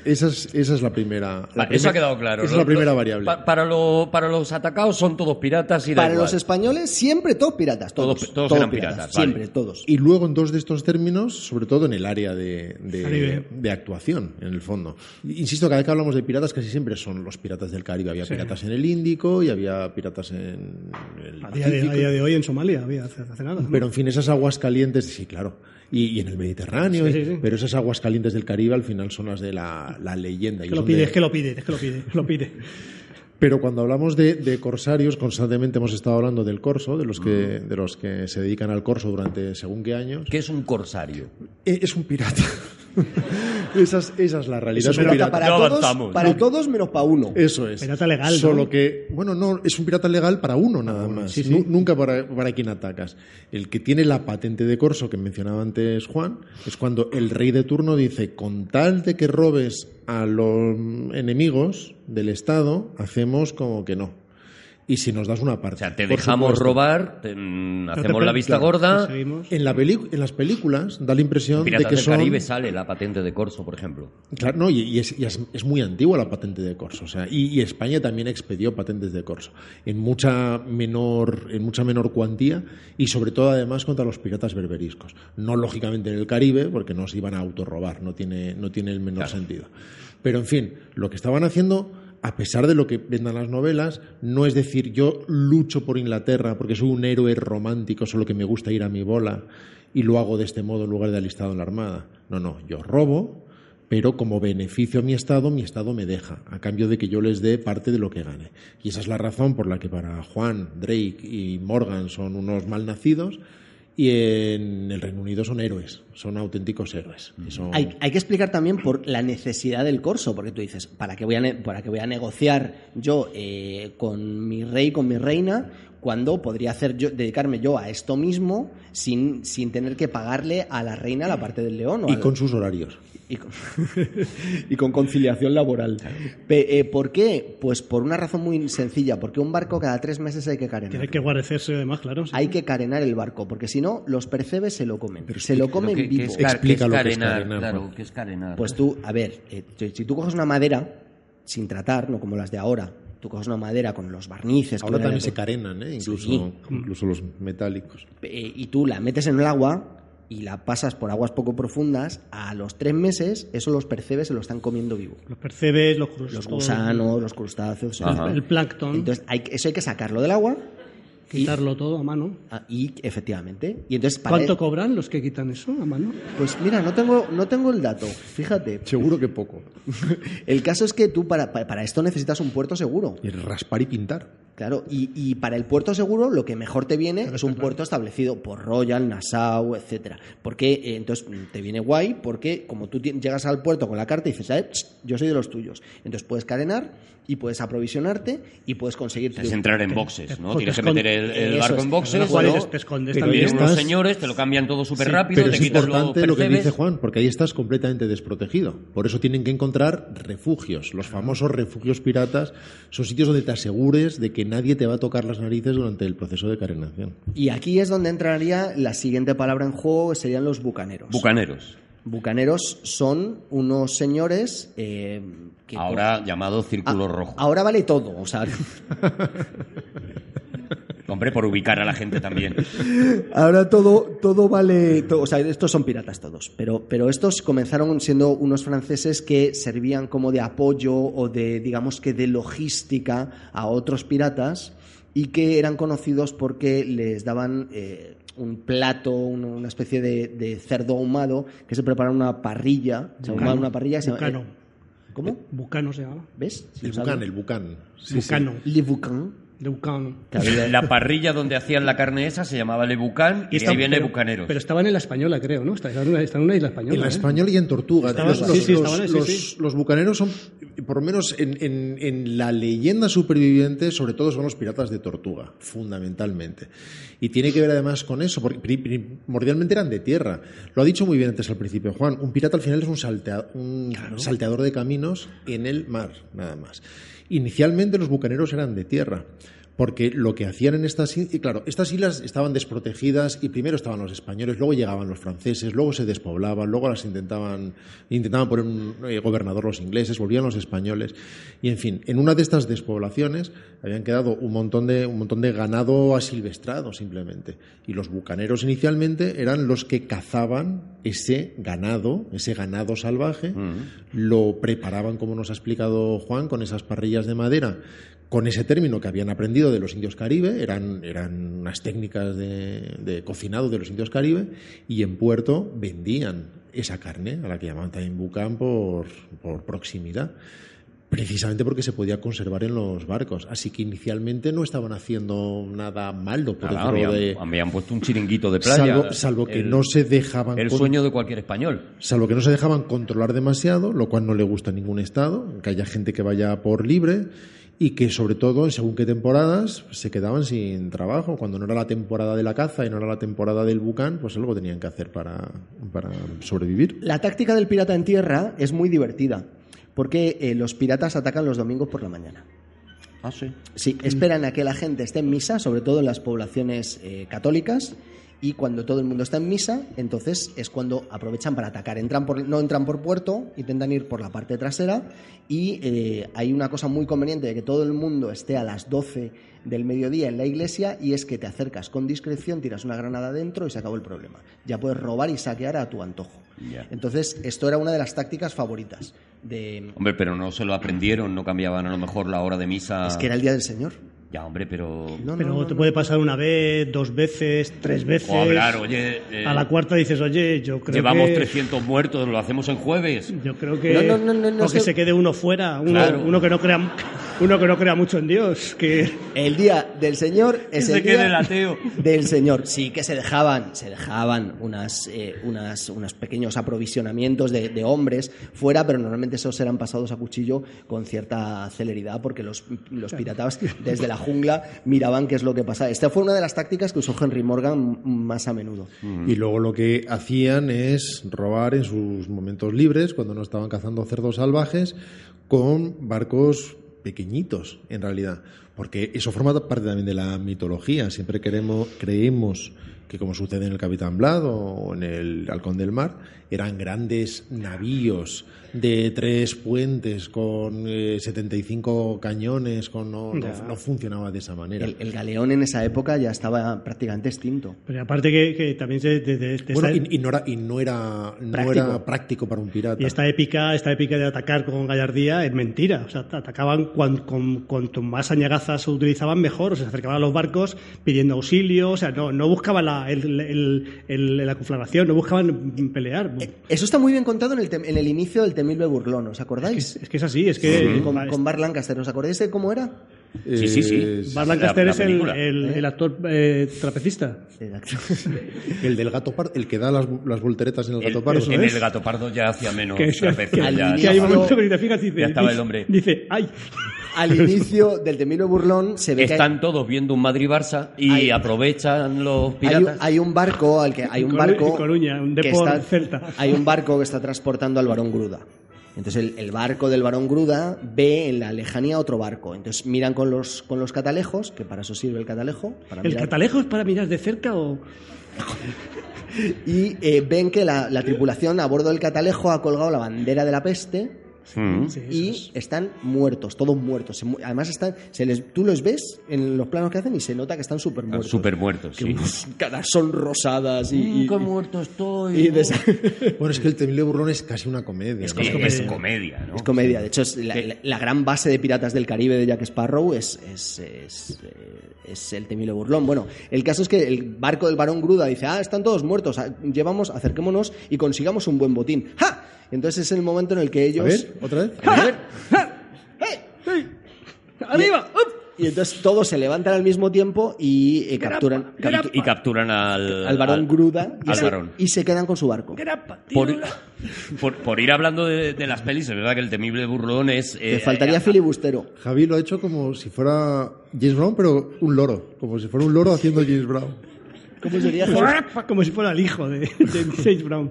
[SPEAKER 4] Esa es, esa es la primera.
[SPEAKER 6] Ah,
[SPEAKER 4] la
[SPEAKER 6] Eso
[SPEAKER 4] primer-
[SPEAKER 6] ha quedado claro.
[SPEAKER 4] Esa es
[SPEAKER 6] ¿no?
[SPEAKER 4] la primera variable.
[SPEAKER 6] Pa- para, lo- para los atacados son todos piratas y da
[SPEAKER 3] Para
[SPEAKER 6] igual.
[SPEAKER 3] los españoles, siempre todos piratas. Todos,
[SPEAKER 6] Todos- todos eran piratas, vale.
[SPEAKER 3] Siempre, todos.
[SPEAKER 4] Y luego en dos de estos términos, sobre todo en el área de, de-
[SPEAKER 2] Caribe.
[SPEAKER 4] de actuación, en el fondo. Insisto, cada vez que hablamos de piratas, casi siempre son los piratas del Caribe. Había piratas en el Índico y había piratas en el
[SPEAKER 2] A día, de,
[SPEAKER 4] Pacífico.
[SPEAKER 2] a día de hoy en Somalia había hace, hace nada. ¿no?
[SPEAKER 4] Pero en fin, esas aguas calientes, sí, claro. Y, y en el Mediterráneo,
[SPEAKER 2] Sí,
[SPEAKER 4] y-
[SPEAKER 2] sí, sí.
[SPEAKER 4] pero esas aguas calientes del Caribe al final son las de la, la leyenda. y
[SPEAKER 2] que lo
[SPEAKER 4] son de-
[SPEAKER 2] pide, es que lo pide, es que lo pide, lo pide.
[SPEAKER 4] Pero cuando hablamos de, de corsarios, constantemente hemos estado hablando del corso, de los que, de los que se dedican al corso durante según qué años.
[SPEAKER 6] ¿Qué es un corsario?
[SPEAKER 4] Eh, Es un pirata. esa, es, esa es la realidad. Es un
[SPEAKER 3] Pero
[SPEAKER 4] pirata.
[SPEAKER 3] para,
[SPEAKER 6] No
[SPEAKER 3] todos,
[SPEAKER 6] avanzamos.
[SPEAKER 3] para todos menos para uno.
[SPEAKER 4] Eso es.
[SPEAKER 2] Pirata legal, ¿no?
[SPEAKER 4] Solo que, bueno, no, es un pirata legal para uno
[SPEAKER 6] Ah,
[SPEAKER 4] nada más.
[SPEAKER 2] sí, sí.
[SPEAKER 4] Nu- Nunca para, para quien atacas. El que tiene la patente de corso que mencionaba antes Juan, es cuando el rey de turno dice, con tal de que robes a los enemigos del Estado, hacemos como que no. Y si nos das una parte.
[SPEAKER 6] O sea, te
[SPEAKER 4] Por
[SPEAKER 6] dejamos
[SPEAKER 4] supuesto.
[SPEAKER 6] robar, te- mm,
[SPEAKER 2] No te
[SPEAKER 6] hacemos
[SPEAKER 2] pe-
[SPEAKER 6] la vista
[SPEAKER 2] claro,
[SPEAKER 6] gorda.
[SPEAKER 2] seguimos.
[SPEAKER 4] En, la peli- en las películas da la impresión de
[SPEAKER 6] Piratas
[SPEAKER 4] que
[SPEAKER 6] del
[SPEAKER 4] son...
[SPEAKER 6] Caribe sale la patente de corso, por ejemplo.
[SPEAKER 4] Claro, no, y, y es, y es- es muy antigua la patente de corso. O sea, y, y España también expedió patentes de corso en mucha menor, en mucha menor cuantía y sobre todo además contra los piratas berberiscos. No lógicamente en el Caribe, porque no se iban a autorrobar, no tiene, no tiene el menor sentido. Pero en fin, lo que estaban haciendo, a pesar de lo que vendan las novelas, no es decir yo lucho por Inglaterra porque soy un héroe romántico, solo que me gusta ir a mi bola y lo hago de este modo en lugar de alistado en la armada. No, no, yo robo pero como beneficio a mi Estado, mi Estado me deja, a cambio de que yo les dé parte de lo que gane. Y esa es la razón por la que para Juan, Drake y Morgan son unos malnacidos y en el Reino Unido son héroes, son auténticos héroes. Y son-
[SPEAKER 3] Hay, hay que explicar también por la necesidad del corso, porque tú dices, ¿para qué voy a, ne- para qué voy a negociar yo eh, con mi rey, con mi reina, cuando podría hacer yo, dedicarme yo a esto mismo sin, sin tener que pagarle a la reina la parte del león? o
[SPEAKER 4] y
[SPEAKER 3] al-
[SPEAKER 4] con sus horarios.
[SPEAKER 3] y con, y con conciliación laboral. Pe- eh, ¿Por qué? Pues por una razón muy sencilla, porque un barco cada tres meses hay que carenar.
[SPEAKER 2] Tiene que guarecerse además, claro. sí.
[SPEAKER 3] Hay que carenar el barco, porque si no, los percebes se lo comen. se lo comen
[SPEAKER 7] que,
[SPEAKER 3] vivo.
[SPEAKER 7] es car-
[SPEAKER 4] Explica
[SPEAKER 7] que
[SPEAKER 4] lo
[SPEAKER 7] es
[SPEAKER 4] que es
[SPEAKER 7] carenar,
[SPEAKER 4] carenar,
[SPEAKER 7] claro,
[SPEAKER 4] Juan.
[SPEAKER 7] que es carenar.
[SPEAKER 3] Pues tú, a ver, eh, si- si tú coges una madera sin tratar, no como las de ahora, tú coges una madera con los barnices.
[SPEAKER 4] Ahora
[SPEAKER 3] con
[SPEAKER 4] también
[SPEAKER 3] el-
[SPEAKER 4] se carenan, ¿eh? incluso,
[SPEAKER 3] Sí.
[SPEAKER 4] incluso los metálicos.
[SPEAKER 3] eh, y tú la metes en el agua y la pasas por aguas poco profundas, a los tres meses eso los percebes se lo están comiendo vivo.
[SPEAKER 2] Los percebes, los
[SPEAKER 3] Los
[SPEAKER 2] crustáceos.
[SPEAKER 3] gusanos, los crustáceos.
[SPEAKER 7] Ajá.
[SPEAKER 2] El plancton.
[SPEAKER 3] Entonces hay, que- eso hay que sacarlo del agua y,
[SPEAKER 2] quitarlo todo a mano.
[SPEAKER 3] ah, y, efectivamente. Y entonces para- e-
[SPEAKER 2] ¿Cuánto cobran los que quitan eso a mano?
[SPEAKER 3] Pues mira, no tengo, no tengo el dato, fíjate.
[SPEAKER 4] Seguro que poco.
[SPEAKER 3] El caso es que tú para, para- para esto necesitas un puerto seguro.
[SPEAKER 4] Y raspar y pintar.
[SPEAKER 3] Claro, y, y para el puerto seguro lo que mejor te viene es un puerto establecido por Royal, Nassau, etcétera. Porque eh, entonces mm, te viene guay porque como tú ti- llegas al puerto con la carta y dices, "Eh, ch, yo soy de los tuyos. Entonces puedes carenar y puedes aprovisionarte y puedes conseguir...
[SPEAKER 6] Es
[SPEAKER 3] tribu-
[SPEAKER 6] entrar en boxes, ¿no?
[SPEAKER 2] Porque
[SPEAKER 6] Tienes que
[SPEAKER 2] escon-
[SPEAKER 6] meter el, el
[SPEAKER 3] Eso
[SPEAKER 6] barco
[SPEAKER 3] es,
[SPEAKER 6] en
[SPEAKER 3] no
[SPEAKER 6] boxes.
[SPEAKER 3] juegues,
[SPEAKER 6] luego
[SPEAKER 2] te escondes
[SPEAKER 4] pero
[SPEAKER 2] también.
[SPEAKER 6] Vienen unos
[SPEAKER 4] estás-
[SPEAKER 6] señores, te lo cambian todo súper
[SPEAKER 4] Sí,
[SPEAKER 6] rápido,
[SPEAKER 4] pero
[SPEAKER 6] te
[SPEAKER 4] es
[SPEAKER 6] quitas
[SPEAKER 4] importante
[SPEAKER 6] los
[SPEAKER 4] lo que
[SPEAKER 6] percebes.
[SPEAKER 4] dice Juan, porque ahí estás completamente desprotegido. Por eso tienen que encontrar refugios. Los famosos refugios piratas son sitios donde te asegures de que nadie te va a tocar las narices durante el proceso de carenación.
[SPEAKER 3] Y aquí es donde entraría la siguiente palabra en juego, que serían los bucaneros.
[SPEAKER 6] Bucaneros.
[SPEAKER 3] bucaneros son unos señores eh, que...
[SPEAKER 6] Ahora llamado
[SPEAKER 4] Ah,
[SPEAKER 6] Círculo Rojo.
[SPEAKER 3] Ahora vale todo, o sea,
[SPEAKER 6] Hombre, por ubicar a la gente también.
[SPEAKER 3] Ahora todo, todo vale. to- o sea, estos son piratas todos. Pero, pero estos comenzaron siendo unos franceses que servían como de apoyo o de, digamos que de logística a otros piratas y que eran conocidos porque les daban eh, un plato, un- una especie de, de cerdo ahumado que se preparaba en una parrilla. Se ahumaba en una parrilla. que se eh, llama-
[SPEAKER 2] Bucano. Eh,
[SPEAKER 3] ¿Cómo?
[SPEAKER 2] Bucano se llama.
[SPEAKER 3] ¿Ves? Si
[SPEAKER 4] El
[SPEAKER 3] lo sabe.
[SPEAKER 4] bucán, el bucán. Sí, sí.
[SPEAKER 2] Bucano.
[SPEAKER 3] Le Boucan.
[SPEAKER 2] De Bucano.
[SPEAKER 3] Que había-
[SPEAKER 6] La parrilla donde hacían la carne esa se llamaba Le Bucan y, de
[SPEAKER 2] está-
[SPEAKER 6] ahí viene
[SPEAKER 2] pero-
[SPEAKER 6] Bucaneros.
[SPEAKER 2] Pero estaban en la española, creo, ¿no? Estaban en una, estaban en una isla española.
[SPEAKER 4] En la
[SPEAKER 2] ¿eh?
[SPEAKER 4] española y en Tortuga.
[SPEAKER 2] Estaban-
[SPEAKER 4] los,
[SPEAKER 2] sí,
[SPEAKER 4] los-
[SPEAKER 2] sí,
[SPEAKER 4] los-
[SPEAKER 2] estaban- sí,
[SPEAKER 4] los-
[SPEAKER 2] sí.
[SPEAKER 4] los bucaneros son, por lo menos en, en- en la leyenda superviviente, sobre todo son los piratas de Tortuga, fundamentalmente. Y tiene que ver además con eso, porque pri- primordialmente eran de tierra. Lo ha dicho muy bien antes al principio Juan, un pirata al final es un, saltea- un salteador de caminos en el mar, nada más. Inicialmente los bucaneros eran de tierra. Porque lo que hacían en estas islas, y claro, estas islas estaban desprotegidas y primero estaban los españoles, luego llegaban los franceses, luego se despoblaban, luego las intentaban, intentaban poner un eh, gobernador los ingleses, volvían los españoles y en fin, en una de estas despoblaciones habían quedado un montón de un montón de ganado asilvestrado simplemente y los bucaneros inicialmente eran los que cazaban ese ganado, ese ganado salvaje, lo preparaban como nos ha explicado Juan con esas parrillas de madera con ese término que habían aprendido de los indios caribe, eran, eran unas técnicas de, de cocinado de los indios caribe, y en Puerto vendían esa carne, a la que llamaban también bucán por, por proximidad, precisamente porque se podía conservar en los barcos. Así que inicialmente no estaban haciendo nada malo, por
[SPEAKER 6] Nada,
[SPEAKER 4] decirlo
[SPEAKER 6] habían,
[SPEAKER 4] de...
[SPEAKER 6] habían puesto un chiringuito de playa.
[SPEAKER 4] Salvo, salvo que
[SPEAKER 6] El-
[SPEAKER 4] no se dejaban
[SPEAKER 6] El
[SPEAKER 4] con-
[SPEAKER 6] sueño de cualquier español.
[SPEAKER 4] Salvo que no se dejaban controlar demasiado, lo cual no le gusta a ningún Estado, que haya gente que vaya por libre y que sobre todo en según qué temporadas se quedaban sin trabajo. Cuando no era la temporada de la caza y no era la temporada del bucán, pues algo tenían que hacer para, para sobrevivir.
[SPEAKER 3] La táctica del pirata en tierra es muy divertida, porque eh, los piratas atacan los domingos por la mañana.
[SPEAKER 7] Ah, sí.
[SPEAKER 3] Sí, esperan a que la gente esté en misa, sobre todo en las poblaciones eh, católicas, y cuando todo el mundo está en misa, entonces es cuando aprovechan para atacar. Entran por, no entran por puerto, intentan ir por la parte trasera, y eh, hay una cosa muy conveniente de que todo el mundo esté a las 12 del mediodía en la iglesia, y es que te acercas con discreción, tiras una granada adentro y se acabó el problema. Ya puedes robar y saquear a tu antojo.
[SPEAKER 6] Ya.
[SPEAKER 3] Entonces, esto era una de las tácticas favoritas de...
[SPEAKER 6] Hombre, pero no se lo aprendieron, no cambiaban a lo mejor la hora de misa.
[SPEAKER 3] Es que era el Día del Señor.
[SPEAKER 6] Ya, hombre, pero...
[SPEAKER 3] No, no,
[SPEAKER 2] Pero
[SPEAKER 3] no,
[SPEAKER 2] te
[SPEAKER 3] no.
[SPEAKER 2] puede pasar una vez, dos veces, tres veces.
[SPEAKER 6] O hablar, oye... eh,
[SPEAKER 2] a la cuarta dices, oye, yo creo
[SPEAKER 6] Llevamos
[SPEAKER 2] que.
[SPEAKER 6] 300 muertos, lo hacemos en jueves.
[SPEAKER 2] Yo creo que.
[SPEAKER 3] No, no, no, no, no
[SPEAKER 2] o que
[SPEAKER 3] sé.
[SPEAKER 2] se quede uno fuera, uno,
[SPEAKER 6] Claro.
[SPEAKER 2] uno que no crea. Uno que no crea mucho en Dios, que
[SPEAKER 3] El día del Señor es
[SPEAKER 7] se
[SPEAKER 3] el
[SPEAKER 7] quede
[SPEAKER 3] día
[SPEAKER 7] el ateo.
[SPEAKER 3] del Señor. Sí, que se dejaban, se dejaban unas, eh, unas, unos pequeños aprovisionamientos de, de hombres fuera, pero normalmente esos eran pasados a cuchillo con cierta celeridad porque los, los piratas desde la jungla miraban qué es lo que pasaba. Esta fue una de las tácticas que usó Henry Morgan más a menudo.
[SPEAKER 4] Y luego lo que hacían es robar en sus momentos libres, cuando no estaban cazando cerdos salvajes, con barcos pequeñitos, en realidad. Porque eso forma parte también de la mitología. Siempre queremos, creemos que, como sucede en el Capitán Blad o en el Halcón del Mar, eran grandes navíos de tres puentes con eh, 75 cañones. Con, no, no- no funcionaba de esa manera.
[SPEAKER 3] El, el galeón en esa época ya estaba prácticamente extinto.
[SPEAKER 2] Pero aparte que, que también se, de- de- de
[SPEAKER 4] Bueno,
[SPEAKER 2] esta-
[SPEAKER 4] y, y no era, y no era, no
[SPEAKER 3] Práctico.
[SPEAKER 4] era práctico para un pirata.
[SPEAKER 2] y esta épica, esta épica de atacar con gallardía es mentira. O sea, at- atacaban cuan- con- cuanto más añagazas se utilizaban mejor. O sea, se acercaban a los barcos pidiendo auxilio. O sea, no, no buscaban la, el- el- el- la conflagración, no buscaban mm, pelear.
[SPEAKER 3] Eh, Eso está muy bien contado en el, tem- en el inicio del temible burlón, ¿os acordáis?
[SPEAKER 2] Es que es así, es que
[SPEAKER 3] Con, con Bar Lancaster, ¿os acordáis de cómo era?
[SPEAKER 1] Sí, sí, sí.
[SPEAKER 4] Eh,
[SPEAKER 2] Bart Lancaster
[SPEAKER 6] La- la
[SPEAKER 2] es el,
[SPEAKER 6] película.
[SPEAKER 2] el- el actor eh, trapecista.
[SPEAKER 3] Exacto.
[SPEAKER 4] El del gato pardo, el que da las, las volteretas en el gato
[SPEAKER 6] El-
[SPEAKER 4] pardo.
[SPEAKER 6] en
[SPEAKER 4] ¿sabes?
[SPEAKER 6] el gato pardo ya hacía menos
[SPEAKER 2] Que,
[SPEAKER 6] trapecio,
[SPEAKER 2] que-
[SPEAKER 6] ya-
[SPEAKER 2] que
[SPEAKER 6] ya
[SPEAKER 2] hay un
[SPEAKER 6] estaba-
[SPEAKER 2] momento que te fijas y dice,
[SPEAKER 6] ya estaba el hombre.
[SPEAKER 2] dice, ay,
[SPEAKER 3] Al inicio del temible burlón se ve que hay-
[SPEAKER 6] Están todos viendo un Madrid-Barça y
[SPEAKER 3] Ahí.
[SPEAKER 6] aprovechan los
[SPEAKER 3] hay, un-
[SPEAKER 6] piratas.
[SPEAKER 3] hay un barco al que hay un
[SPEAKER 2] Coru-
[SPEAKER 3] barco
[SPEAKER 2] Coruña, un depor celta.
[SPEAKER 3] hay un barco que está transportando al Barón Gruda. Entonces el, el barco del Barón Gruda ve en la lejanía otro barco. Entonces miran con los con los catalejos, que para eso sirve el catalejo, para
[SPEAKER 2] ¿el
[SPEAKER 3] mirar,
[SPEAKER 2] catalejo es para mirar de cerca o...?
[SPEAKER 3] y eh, ven que la, la tripulación a bordo del catalejo ha colgado la bandera de la peste
[SPEAKER 6] Mm.
[SPEAKER 3] y están muertos, todos muertos. Se mu- Además están, se les, tú los ves en los planos que hacen y se nota que están súper
[SPEAKER 6] Están
[SPEAKER 3] muertos.
[SPEAKER 6] Súper muertos, sí.
[SPEAKER 3] Caras son rosadas y, y- y-
[SPEAKER 6] "Mm, muerto estoy.
[SPEAKER 3] y de esa-
[SPEAKER 4] Bueno, es que el temible burlón es casi una comedia. ¿no?
[SPEAKER 6] Es, es comedia, ¿no?
[SPEAKER 3] Es comedia. De hecho, es la, la- la gran base de Piratas del Caribe de Jack Sparrow es, es, es, eh, es el temible burlón. Bueno, el caso es que el barco del barón Gruda dice, ah, están todos muertos, ah, llevamos, acerquémonos y consigamos un buen botín. ¡Ja! Entonces es el momento en el que
[SPEAKER 4] A
[SPEAKER 3] ellos...
[SPEAKER 4] ver, otra vez.
[SPEAKER 3] A ver. ¡Arriba! Y entonces todos se levantan al mismo tiempo y eh, capturan, captu-
[SPEAKER 6] Y capturan al...
[SPEAKER 3] al barón Gruda y
[SPEAKER 6] al
[SPEAKER 3] se,
[SPEAKER 6] barón.
[SPEAKER 3] y se quedan con su barco.
[SPEAKER 6] Por, por, por ir hablando de, de las pelis, es verdad que el temible burlón es... eh,
[SPEAKER 3] Le faltaría filibustero.
[SPEAKER 4] Javi lo ha hecho como si fuera James Brown, pero un loro. Como si fuera un loro haciendo James Brown.
[SPEAKER 3] ¿Cómo sería
[SPEAKER 2] Como si fuera el hijo de, de James Brown.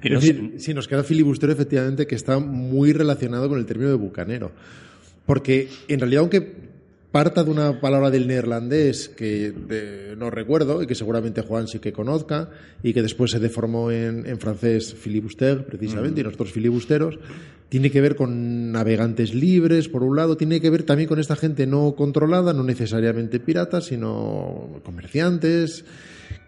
[SPEAKER 6] que
[SPEAKER 4] Es
[SPEAKER 6] no sé-
[SPEAKER 4] decir, sí, nos queda filibustero, efectivamente, que está muy relacionado con el término de bucanero. Porque, en realidad, aunque parta de una palabra del neerlandés que de- no recuerdo y que seguramente Juan sí que conozca y que después se deformó en, en francés filibuster,
[SPEAKER 6] Mm.
[SPEAKER 4] precisamente, y nosotros filibusteros, tiene que ver con navegantes libres, por un lado, tiene que ver también con esta gente no controlada, no necesariamente piratas, sino comerciantes,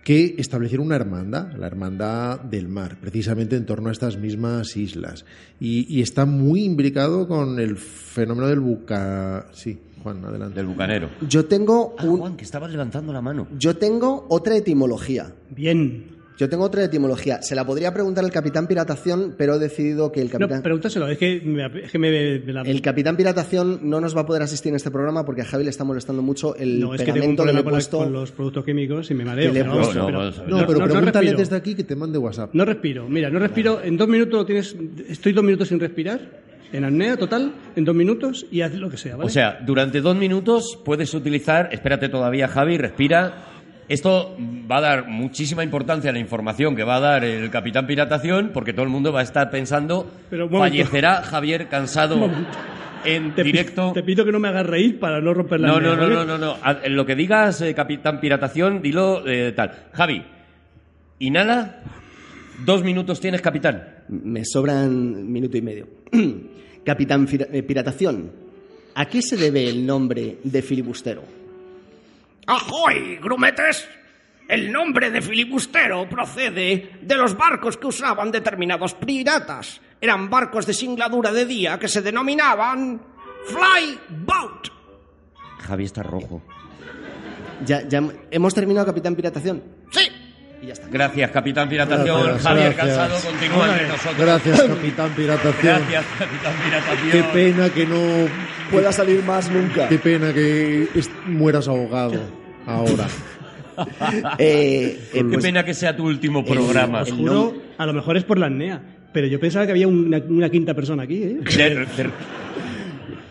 [SPEAKER 4] que establecieron una hermandad, la hermandad del mar, precisamente en torno a estas mismas islas. Y, y está muy imbricado con el fenómeno del buca... Sí, Juan, adelante.
[SPEAKER 6] del bucanero.
[SPEAKER 3] Yo tengo
[SPEAKER 6] Ah,
[SPEAKER 3] un,
[SPEAKER 6] Juan, que estabas levantando la mano.
[SPEAKER 3] Yo tengo otra etimología.
[SPEAKER 2] Bien.
[SPEAKER 3] Yo tengo otra etimología. Se la podría preguntar al capitán piratación, pero he decidido que el
[SPEAKER 2] No,
[SPEAKER 3] capitán,
[SPEAKER 2] pregúntaselo, es que me... es que me- me la-
[SPEAKER 3] el capitán piratación no nos va a poder asistir en este programa porque a Javi le está molestando mucho el
[SPEAKER 2] no, es que tengo un
[SPEAKER 3] pegamento que le
[SPEAKER 2] problema
[SPEAKER 3] he
[SPEAKER 2] con, la-
[SPEAKER 3] puesto.
[SPEAKER 2] con los productos químicos y me mareo.
[SPEAKER 3] Que le he
[SPEAKER 2] pero vamos,
[SPEAKER 6] puesto.
[SPEAKER 2] pero-
[SPEAKER 6] No, no,
[SPEAKER 4] No, pero pregúntale
[SPEAKER 2] respiro.
[SPEAKER 4] desde aquí que te mande WhatsApp.
[SPEAKER 2] No respiro, mira, no respiro. En dos minutos lo tienes. Estoy dos minutos sin respirar, en apnea total, en dos minutos y haz lo que sea, ¿vale?
[SPEAKER 6] O sea, durante dos minutos puedes utilizar, espérate todavía Javi, respira. Esto va a dar muchísima importancia a la información que va a dar el Capitán Piratación, porque todo el mundo va a estar pensando,
[SPEAKER 2] Pero un momento.
[SPEAKER 6] fallecerá Javier cansado en
[SPEAKER 2] te, pi-
[SPEAKER 6] directo.
[SPEAKER 2] Te pido que no me hagas reír para no romper la
[SPEAKER 6] No,
[SPEAKER 2] apnea,
[SPEAKER 6] no, no,
[SPEAKER 2] ¿vale?
[SPEAKER 6] no, no, no. A- Lo que digas, eh, Capitán Piratación, dilo eh, tal. Javi, inhala. Dos minutos tienes, Capitán.
[SPEAKER 3] Me sobran minuto y medio. capitán Fira- eh, piratación, ¿a qué se debe el nombre de filibustero?
[SPEAKER 8] ¡Ajoy, grumetes! El nombre de filibustero procede de los barcos que usaban determinados piratas. Eran barcos de singladura de día que se denominaban fly boat.
[SPEAKER 6] Javi está rojo.
[SPEAKER 3] Ya, ya hemos terminado capitán piratación.
[SPEAKER 8] Sí,
[SPEAKER 3] Y ya está.
[SPEAKER 6] Gracias, Capitán Piratación.
[SPEAKER 4] Gracias,
[SPEAKER 6] Javier
[SPEAKER 4] gracias.
[SPEAKER 6] Cansado continúa entre nosotros.
[SPEAKER 4] Gracias, Capitán Piratación.
[SPEAKER 6] eh. Gracias, Capitán
[SPEAKER 4] Qué
[SPEAKER 6] Piratación.
[SPEAKER 4] pena que no.
[SPEAKER 7] Pueda salir más nunca.
[SPEAKER 3] Eh,
[SPEAKER 4] Qué pena que est- mueras ahogado ahora.
[SPEAKER 3] Eh, eh,
[SPEAKER 6] Qué
[SPEAKER 3] pues,
[SPEAKER 6] pena que sea tu último programa.
[SPEAKER 2] Os juro, a lo mejor es por la apnea, pero yo pensaba que había una, una quinta persona aquí, ¿eh?
[SPEAKER 6] De- de-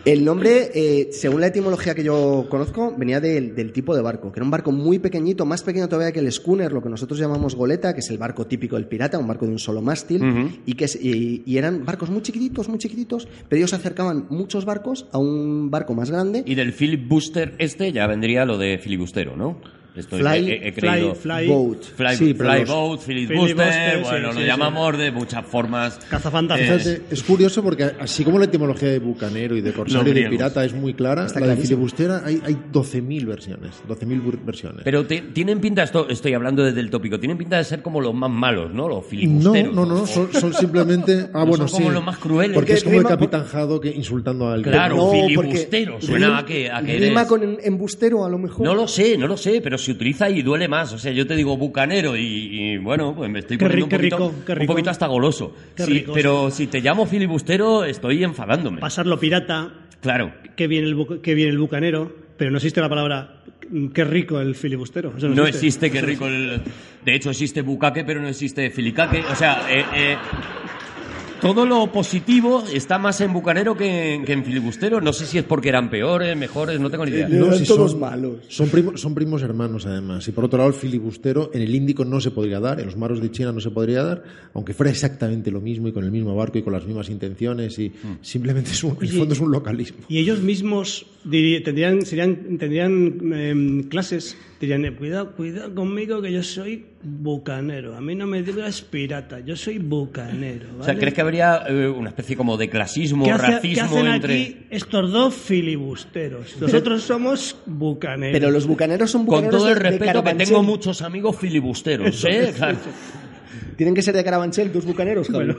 [SPEAKER 3] El nombre, eh, según la etimología que yo conozco, venía del, del tipo de barco, que era un barco muy pequeñito, más pequeño todavía que el schooner, lo que nosotros llamamos goleta, que es el barco típico del pirata, un barco de un solo mástil, y, que es- y- y eran barcos muy chiquititos, muy chiquititos, pero ellos acercaban muchos barcos a un barco más grande.
[SPEAKER 6] Y del Philip Booster este ya vendría lo de filibustero, ¿no? Estoy,
[SPEAKER 3] Fly-
[SPEAKER 6] he- he
[SPEAKER 2] Fly,
[SPEAKER 6] creído-
[SPEAKER 2] fly,
[SPEAKER 3] Boat.
[SPEAKER 6] Fly,
[SPEAKER 4] Sí, pero
[SPEAKER 6] Fly
[SPEAKER 4] los-
[SPEAKER 6] Boat, Philip
[SPEAKER 2] Filibuster,
[SPEAKER 6] Booster,
[SPEAKER 2] sí,
[SPEAKER 6] bueno,
[SPEAKER 2] sí,
[SPEAKER 6] lo
[SPEAKER 2] sí.
[SPEAKER 6] llamamos de muchas formas. Eh,
[SPEAKER 2] cazafantasmas. eh,
[SPEAKER 4] Fíjate, es curioso porque así como la etimología de bucanero y de
[SPEAKER 6] Los
[SPEAKER 4] corsario y de
[SPEAKER 6] griegos.
[SPEAKER 4] pirata es muy clara,
[SPEAKER 3] Está
[SPEAKER 4] la de
[SPEAKER 3] clarísimo.
[SPEAKER 4] filibustera hay, hay 12.000 versiones. 12.000 bur- versiones.
[SPEAKER 6] Pero te- tienen pinta, esto estoy hablando desde el tópico, tienen pinta de ser como los más malos, ¿no? Los
[SPEAKER 4] no,
[SPEAKER 6] filibusteros.
[SPEAKER 4] no, no, son, son simplemente. Ah,
[SPEAKER 6] No
[SPEAKER 4] bueno,
[SPEAKER 6] son como
[SPEAKER 4] sí.
[SPEAKER 6] los más crueles.
[SPEAKER 4] Porque es como el
[SPEAKER 3] Rima-
[SPEAKER 4] capitán Jado que insultando al
[SPEAKER 6] Claro,
[SPEAKER 3] No, porque
[SPEAKER 6] filibustero. Suena
[SPEAKER 3] rima-
[SPEAKER 6] a que, a que
[SPEAKER 3] rima
[SPEAKER 6] eres-
[SPEAKER 3] con en- embustero, a lo mejor.
[SPEAKER 6] No lo sé, no lo sé, pero se utiliza y duele más. O sea, yo te digo bucanero y, y, bueno, pues me estoy
[SPEAKER 2] Qué
[SPEAKER 6] poniendo
[SPEAKER 2] ri- qué
[SPEAKER 6] un, poquito,
[SPEAKER 2] rico, qué
[SPEAKER 6] un
[SPEAKER 2] rico.
[SPEAKER 6] poquito hasta goloso.
[SPEAKER 2] Qué
[SPEAKER 6] Sí,
[SPEAKER 2] rico,
[SPEAKER 6] pero si te llamo filibustero, estoy enfadándome.
[SPEAKER 2] Pasarlo pirata,
[SPEAKER 6] Claro.
[SPEAKER 2] que viene, el bu- que viene el bucanero, pero no existe la palabra mm, qué rico el filibustero. Eso
[SPEAKER 6] No existe, qué rico el... De hecho, existe bucaque, pero no existe filicaque. O sea, eh, eh, todo lo positivo está más en bucanero que en, que en filibustero. No sé si es porque eran peores, mejores, no tengo ni
[SPEAKER 2] Eh,
[SPEAKER 6] idea.
[SPEAKER 7] Eran
[SPEAKER 4] si
[SPEAKER 7] todos malos.
[SPEAKER 4] Son, primo- son primos hermanos, además. Y por otro lado, el filibustero en el Índico no se podría dar, en los maros de China no se podría dar, aunque fuera exactamente lo mismo y con el mismo barco y con las mismas intenciones. Y
[SPEAKER 6] Mm.
[SPEAKER 4] simplemente es un, en el
[SPEAKER 2] Oye,
[SPEAKER 4] fondo es un localismo.
[SPEAKER 2] Y ellos mismos diri- tendrían, serían, tendrían em, clases, dirían, eh, cuidado, cuidado conmigo que yo soy bucanero, a mí no me digas pirata, yo soy bucanero.
[SPEAKER 6] O sea,
[SPEAKER 2] ¿vale?
[SPEAKER 6] ¿crees que habría eh, una especie como de clasismo,
[SPEAKER 2] ¿Qué hace- qué
[SPEAKER 6] racismo
[SPEAKER 2] hacen
[SPEAKER 6] entre...?
[SPEAKER 2] aquí estos dos filibusteros? Nosotros somos bucaneros.
[SPEAKER 3] Pero los bucaneros son
[SPEAKER 6] Con
[SPEAKER 3] bucaneros
[SPEAKER 6] todo el
[SPEAKER 3] de- de
[SPEAKER 6] respeto que
[SPEAKER 3] Carabanchel.
[SPEAKER 6] tengo muchos amigos filibusteros, ¿eh? Claro.
[SPEAKER 3] Tienen que ser de Carabanchel, dos bucaneros, Javi.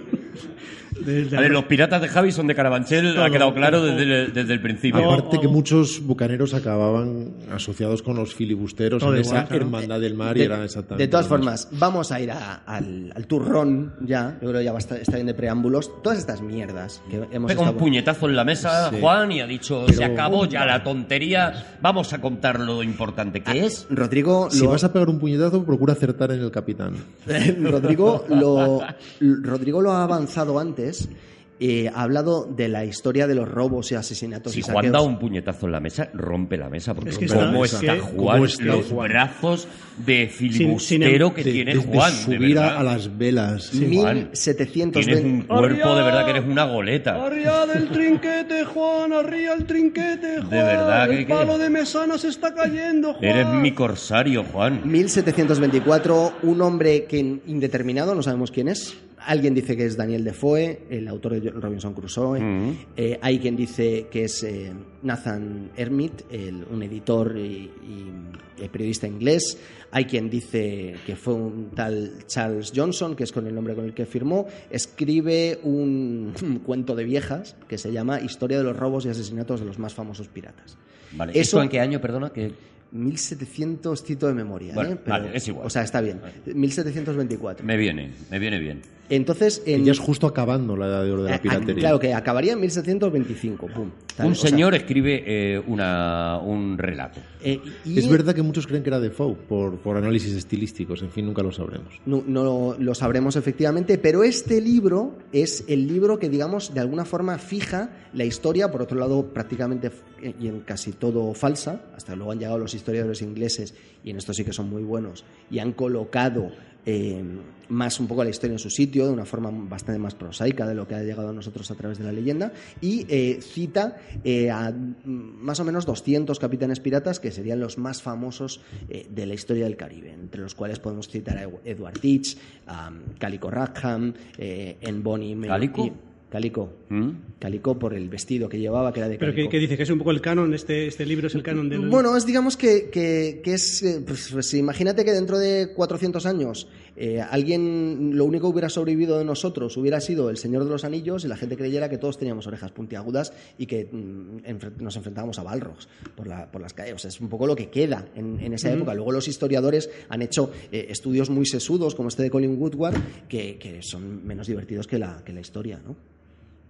[SPEAKER 2] Desde-
[SPEAKER 6] A ver, los piratas de Javi son de Carabanchel, ha
[SPEAKER 2] Todo.
[SPEAKER 6] quedado claro desde el, desde el principio.
[SPEAKER 4] Aparte
[SPEAKER 2] o-
[SPEAKER 4] que muchos bucaneros acababan asociados con los filibusteros
[SPEAKER 2] Todo
[SPEAKER 4] en
[SPEAKER 2] igual,
[SPEAKER 4] esa
[SPEAKER 2] claro.
[SPEAKER 4] hermandad del mar y eran exactamente.
[SPEAKER 3] de todas
[SPEAKER 4] lo mismo.
[SPEAKER 3] formas, vamos a ir a- al, al turrón ya. Yo creo que ya va a estar- está bien de preámbulos. Todas estas mierdas que hemos
[SPEAKER 6] Pega un
[SPEAKER 3] estado-
[SPEAKER 6] puñetazo en la mesa,
[SPEAKER 4] Sí.
[SPEAKER 6] Juan, y ha dicho, se acabó ya la tontería, vamos a contar lo importante que es.
[SPEAKER 3] Rodrigo,
[SPEAKER 4] Si
[SPEAKER 3] lo-
[SPEAKER 4] vas a pegar un puñetazo, procura acertar en el capitán.
[SPEAKER 3] Rodrigo, lo, Rodrigo lo ha avanzado antes. eh, ha hablado de la historia de los robos y asesinatos.
[SPEAKER 6] Si
[SPEAKER 3] y
[SPEAKER 6] Juan
[SPEAKER 3] saqueos.
[SPEAKER 6] da un puñetazo en la mesa, rompe la mesa, porque
[SPEAKER 2] Es que
[SPEAKER 6] cómo
[SPEAKER 2] está-
[SPEAKER 6] está
[SPEAKER 2] es que-
[SPEAKER 6] Juan,
[SPEAKER 4] cómo está
[SPEAKER 6] los
[SPEAKER 4] Juan.
[SPEAKER 6] brazos de
[SPEAKER 2] sin-
[SPEAKER 6] filibustero que
[SPEAKER 4] De-
[SPEAKER 6] tiene
[SPEAKER 4] de- de
[SPEAKER 6] Juan, de
[SPEAKER 4] subir a-
[SPEAKER 6] verdad.
[SPEAKER 4] a las velas.
[SPEAKER 6] Juan.
[SPEAKER 3] 1720.
[SPEAKER 6] Tienes un cuerpo, de verdad, que eres una goleta.
[SPEAKER 2] Arriba del trinquete, Juan, arriba el trinquete, Juan.
[SPEAKER 6] verdad que-
[SPEAKER 2] el palo de mesana se está cayendo, Juan.
[SPEAKER 6] Eres mi corsario, Juan.
[SPEAKER 3] 1724, un hombre que en- indeterminado, no sabemos quién es. Alguien dice que es Daniel Defoe, el autor de Robinson Crusoe.
[SPEAKER 6] Mm.
[SPEAKER 3] Eh, hay quien dice que es eh, Nathan Hermit, el- un editor y, y- y periodista inglés. Hay quien dice que fue un tal Charles Johnson, que es con el nombre con el que firmó. Escribe un, un cuento de viejas que se llama Historia de los robos y asesinatos de los más famosos piratas.
[SPEAKER 6] Vale,
[SPEAKER 3] Eso-
[SPEAKER 6] ¿Esto en qué año, perdona? Que...
[SPEAKER 3] 1700, cito de memoria.
[SPEAKER 6] Bueno,
[SPEAKER 3] ¿eh?
[SPEAKER 6] vale, es igual.
[SPEAKER 3] O sea, está bien. 1724.
[SPEAKER 6] Me viene, me viene bien.
[SPEAKER 3] Entonces, en.
[SPEAKER 4] Y ya es justo acabando la edad de oro de
[SPEAKER 3] Ah,
[SPEAKER 6] Eh,
[SPEAKER 4] la piratería.
[SPEAKER 3] Claro, que acabaría en 1725. Pum. Tal,
[SPEAKER 6] un
[SPEAKER 3] o sea,
[SPEAKER 6] señor escribe eh, una, un relato.
[SPEAKER 3] eh, y-
[SPEAKER 4] Es verdad que muchos creen que era Defoe por, por análisis estilísticos, en fin, nunca lo sabremos.
[SPEAKER 3] No, no lo, lo sabremos efectivamente, pero este libro es el libro que, digamos, de alguna forma fija la historia, por otro lado, prácticamente f- eh, y en casi todo falsa, hasta luego han llegado los historiadores ingleses, y en esto sí que son muy buenos, y han colocado eh, más un poco la historia en su sitio, de una forma bastante más prosaica de lo que ha llegado a nosotros a través de la leyenda, y eh, cita eh, a mm, más o menos 200 capitanes piratas que serían los más famosos eh, de la historia del Caribe, entre los cuales podemos citar a Edward Teach, a Calico Rackham, um, eh, en Bonnie
[SPEAKER 6] ¿Calico?
[SPEAKER 3] y- Calico. Calico por el vestido que llevaba, que era de
[SPEAKER 2] Pero
[SPEAKER 3] calico.
[SPEAKER 2] que, que dice que es un poco el canon, este, este libro es el canon de los...
[SPEAKER 3] Bueno, es digamos que, que- que es. eh, Pues, pues imagínate que dentro de 400 años eh, alguien. Lo único que hubiera sobrevivido de nosotros hubiera sido el Señor de los Anillos y la gente creyera que todos teníamos orejas puntiagudas y que mm, enfre- nos enfrentábamos a Balrogs por, la- por las calles. O sea, es un poco lo que queda en, en esa época. Luego los historiadores han hecho eh, estudios muy sesudos, como este de Colin Woodward, que, que son menos divertidos que la, que la historia, ¿no?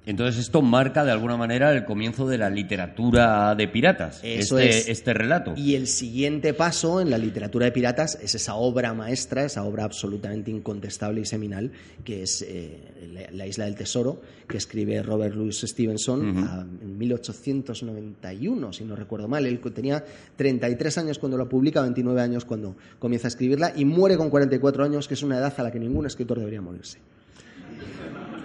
[SPEAKER 6] Entonces esto marca de alguna manera el comienzo de la literatura de piratas,
[SPEAKER 3] Eso
[SPEAKER 6] este,
[SPEAKER 3] es.
[SPEAKER 6] este relato.
[SPEAKER 3] Y el siguiente paso en la literatura de piratas es esa obra maestra, esa obra absolutamente incontestable y seminal, que es eh, la, la Isla del Tesoro, que escribe Robert Louis Stevenson a- en 1891, si no recuerdo mal. Él tenía 33 años cuando la publica, 29 años cuando comienza a escribirla, y muere con 44 años, que es una edad a la que ningún escritor debería morirse.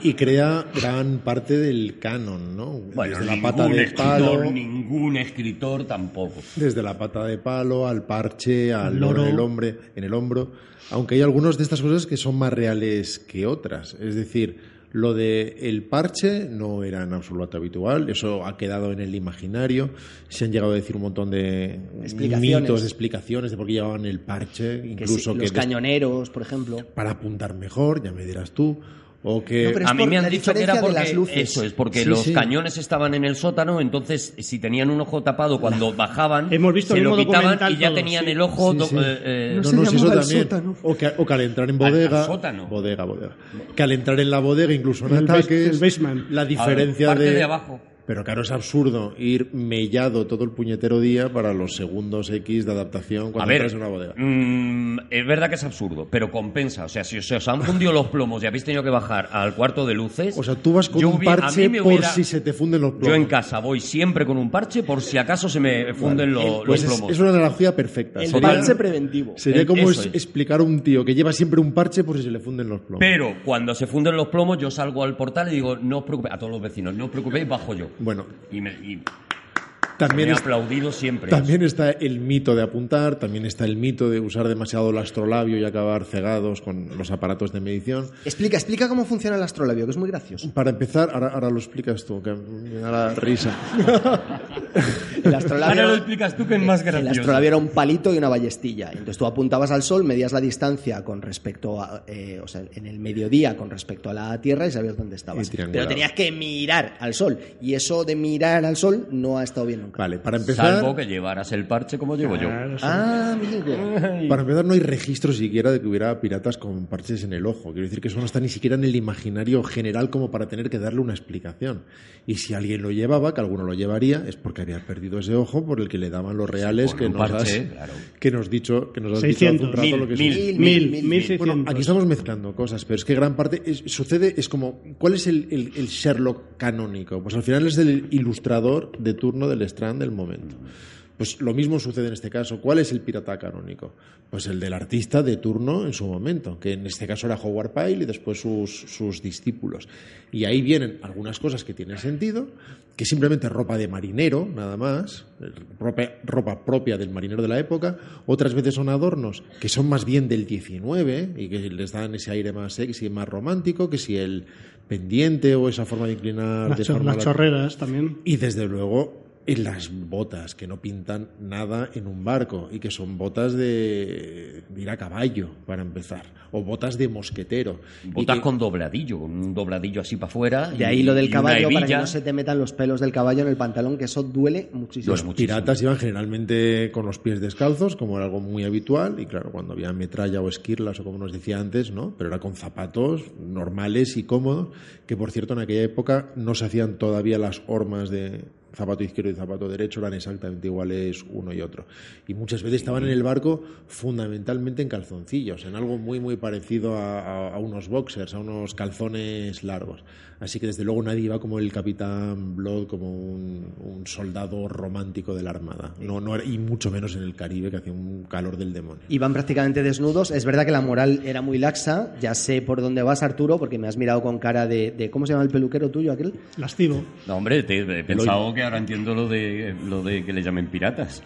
[SPEAKER 4] Y crea gran parte del canon, ¿no?
[SPEAKER 6] Bueno,
[SPEAKER 4] desde la
[SPEAKER 6] ningún
[SPEAKER 4] pata de
[SPEAKER 6] escritor,
[SPEAKER 4] palo,
[SPEAKER 6] ningún escritor tampoco.
[SPEAKER 4] desde la pata de palo al parche, al
[SPEAKER 2] Loro.
[SPEAKER 4] loro en el hombre, en el hombro. Aunque hay algunas de estas cosas que son más reales que otras. Es decir, lo de el parche no era en absoluto habitual. Eso ha quedado en el imaginario. Se han llegado a decir un montón de
[SPEAKER 3] Explicaciones.
[SPEAKER 4] mitos, explicaciones de por qué llevaban el parche,
[SPEAKER 3] Que
[SPEAKER 4] incluso
[SPEAKER 3] sí,
[SPEAKER 4] que,
[SPEAKER 3] los cañoneros, por ejemplo.
[SPEAKER 4] para apuntar mejor, ya me dirás tú, o que
[SPEAKER 3] No, pero es
[SPEAKER 6] a mí
[SPEAKER 3] por
[SPEAKER 6] me han
[SPEAKER 3] la
[SPEAKER 6] dicho que era
[SPEAKER 3] diferencia de
[SPEAKER 6] porque
[SPEAKER 3] las luces.
[SPEAKER 6] eso es porque
[SPEAKER 4] Sí,
[SPEAKER 6] los
[SPEAKER 4] sí.
[SPEAKER 6] cañones estaban en el sótano, entonces si tenían un ojo tapado cuando bajaban,
[SPEAKER 2] Hemos visto
[SPEAKER 6] se
[SPEAKER 2] el
[SPEAKER 6] lo
[SPEAKER 2] mismo
[SPEAKER 6] quitaban
[SPEAKER 2] documental
[SPEAKER 6] y ya
[SPEAKER 2] todos,
[SPEAKER 6] tenían
[SPEAKER 2] sí.
[SPEAKER 6] el ojo
[SPEAKER 4] Sí,
[SPEAKER 6] do-
[SPEAKER 4] sí.
[SPEAKER 6] eh, eh,
[SPEAKER 4] no,
[SPEAKER 3] se
[SPEAKER 4] no, si eso
[SPEAKER 3] llamaba el
[SPEAKER 4] también.
[SPEAKER 3] sótano.
[SPEAKER 4] O que, o que al entrar en
[SPEAKER 6] Ah, Al- al
[SPEAKER 4] bodega.
[SPEAKER 6] sótano.
[SPEAKER 4] Bodega, bodega. Que al entrar en la bodega, incluso en
[SPEAKER 2] El bas-
[SPEAKER 4] ataques.
[SPEAKER 2] el basement.
[SPEAKER 4] La diferencia
[SPEAKER 6] parte
[SPEAKER 4] de.
[SPEAKER 6] de abajo.
[SPEAKER 4] Pero claro, es absurdo ir mellado todo el puñetero día para los segundos X de adaptación
[SPEAKER 6] A
[SPEAKER 4] cuando
[SPEAKER 6] ver,
[SPEAKER 4] entras en una bodega.
[SPEAKER 6] mm, es verdad que es absurdo, pero compensa. O sea, si se os han fundido los plomos y habéis tenido que bajar al cuarto de luces.
[SPEAKER 4] O sea, tú vas con
[SPEAKER 6] yo
[SPEAKER 4] un
[SPEAKER 6] hubi- a mí
[SPEAKER 4] parche
[SPEAKER 6] me
[SPEAKER 4] por
[SPEAKER 6] hubiera-
[SPEAKER 4] si se te funden los plomos.
[SPEAKER 6] Yo en casa voy siempre con un parche por si acaso se me funden lo- los
[SPEAKER 4] Pues es,
[SPEAKER 6] plomos.
[SPEAKER 4] es una analogía perfecta.
[SPEAKER 3] El
[SPEAKER 4] Sería-
[SPEAKER 3] parche preventivo.
[SPEAKER 4] Sería
[SPEAKER 6] El-
[SPEAKER 4] como
[SPEAKER 6] eso
[SPEAKER 4] es-
[SPEAKER 6] es.
[SPEAKER 4] explicar a un tío que lleva siempre un parche por si se le funden los plomos.
[SPEAKER 6] Pero cuando se funden los plomos, yo salgo al portal y digo, no os preocupéis, a todos los vecinos, no os preocupéis, bajo yo.
[SPEAKER 4] Bueno,
[SPEAKER 6] Y me, y me
[SPEAKER 4] también
[SPEAKER 6] he
[SPEAKER 4] es-
[SPEAKER 6] aplaudido siempre.
[SPEAKER 4] También está el mito de apuntar, también está el mito de usar demasiado el astrolabio y acabar cegados con los aparatos de medición.
[SPEAKER 3] Explica, explica cómo funciona el astrolabio, que es muy gracioso.
[SPEAKER 4] Para empezar, ahora, ahora lo explicas tú, que me da la risa.
[SPEAKER 3] El
[SPEAKER 6] Ahora lo
[SPEAKER 3] astrolabio,
[SPEAKER 6] explicas tú que es más
[SPEAKER 3] El
[SPEAKER 6] gracioso.
[SPEAKER 3] astrolabio era un palito y una ballestilla. Entonces tú apuntabas al sol, medías la distancia con respecto a, eh, o sea, en el mediodía con respecto a la Tierra y sabías dónde estabas.
[SPEAKER 4] Y triangulabas.
[SPEAKER 3] Pero tenías que mirar al sol. Y eso de mirar al sol no ha estado bien nunca.
[SPEAKER 4] Vale, para empezar,
[SPEAKER 6] Salvo que llevaras el parche como llevo yo.
[SPEAKER 2] Claro, sí.
[SPEAKER 3] Ah, amigo.
[SPEAKER 4] para empezar, no hay registro siquiera de que hubiera piratas con parches en el ojo. Quiero decir que eso no está ni siquiera en el imaginario general como para tener que darle una explicación. Y si alguien lo llevaba, que alguno lo llevaría, es porque había perdido ese ojo por el que le daban los reales
[SPEAKER 6] con
[SPEAKER 4] que
[SPEAKER 6] un
[SPEAKER 4] nos,
[SPEAKER 6] parche,
[SPEAKER 4] has,
[SPEAKER 6] claro.
[SPEAKER 4] que nos dicho, que nos has dicho hace
[SPEAKER 2] 600,
[SPEAKER 4] un rato
[SPEAKER 6] mil,
[SPEAKER 4] lo que es
[SPEAKER 6] mil.
[SPEAKER 4] un-
[SPEAKER 3] Mil,
[SPEAKER 2] Mil,
[SPEAKER 3] mil,
[SPEAKER 2] mil
[SPEAKER 3] mil.
[SPEAKER 4] Bueno, aquí
[SPEAKER 2] seiscientos.
[SPEAKER 4] estamos mezclando cosas, pero es que gran parte es- sucede, es como, ¿cuál es el, el- el Sherlock canónico? Pues al final es el ilustrador de turno del Strand del momento. Pues lo mismo sucede en este caso. ¿Cuál es el pirata canónico? Pues el del artista de turno en su momento, que en este caso era Howard Pyle y después sus, sus discípulos. Y ahí vienen algunas cosas que tienen sentido, que simplemente ropa de marinero, nada más, ropa, ropa propia del marinero de la época, otras veces son adornos que son más bien del 19 y que les dan ese aire más sexy, más romántico, que si el pendiente o esa forma de inclinar
[SPEAKER 2] Las
[SPEAKER 4] de
[SPEAKER 2] chor-
[SPEAKER 4] forma
[SPEAKER 2] las
[SPEAKER 4] lat-
[SPEAKER 2] chorreras también.
[SPEAKER 4] y desde luego en las botas, que no pintan nada en un barco y que son botas de, de ir a caballo, para empezar, o botas de mosquetero. Y
[SPEAKER 6] Botas
[SPEAKER 4] que-
[SPEAKER 6] con dobladillo, con un dobladillo así para afuera.
[SPEAKER 3] De ahí lo del caballo para que
[SPEAKER 6] hebilla.
[SPEAKER 3] no se te metan los pelos del caballo en el pantalón, que eso duele muchísimo.
[SPEAKER 6] Duele mucho.
[SPEAKER 4] Piratas iban generalmente con los pies descalzos, como era algo muy habitual, y claro, cuando había metralla o esquirlas, o como nos decía antes, ¿no? Pero era con zapatos normales y cómodos, que por cierto en aquella época no se hacían todavía las hormas de zapato izquierdo y zapato derecho, eran exactamente iguales uno y otro. Y muchas veces estaban en el barco fundamentalmente en calzoncillos, en algo muy, muy parecido a, a- a unos boxers, a unos calzones largos. Así que desde luego nadie iba como el capitán Blood, como un, un soldado romántico de la Armada. No, no era- y mucho menos en el Caribe, que hacía un calor del demonio.
[SPEAKER 3] Iban prácticamente desnudos. Es verdad que la moral era muy laxa. Ya sé por dónde vas, Arturo, porque me has mirado con cara de. de- ¿Cómo se llama el peluquero tuyo aquel?
[SPEAKER 2] Lascivo.
[SPEAKER 6] No, hombre, te- he pensado que ahora entiendo lo de, lo de que le llamen piratas.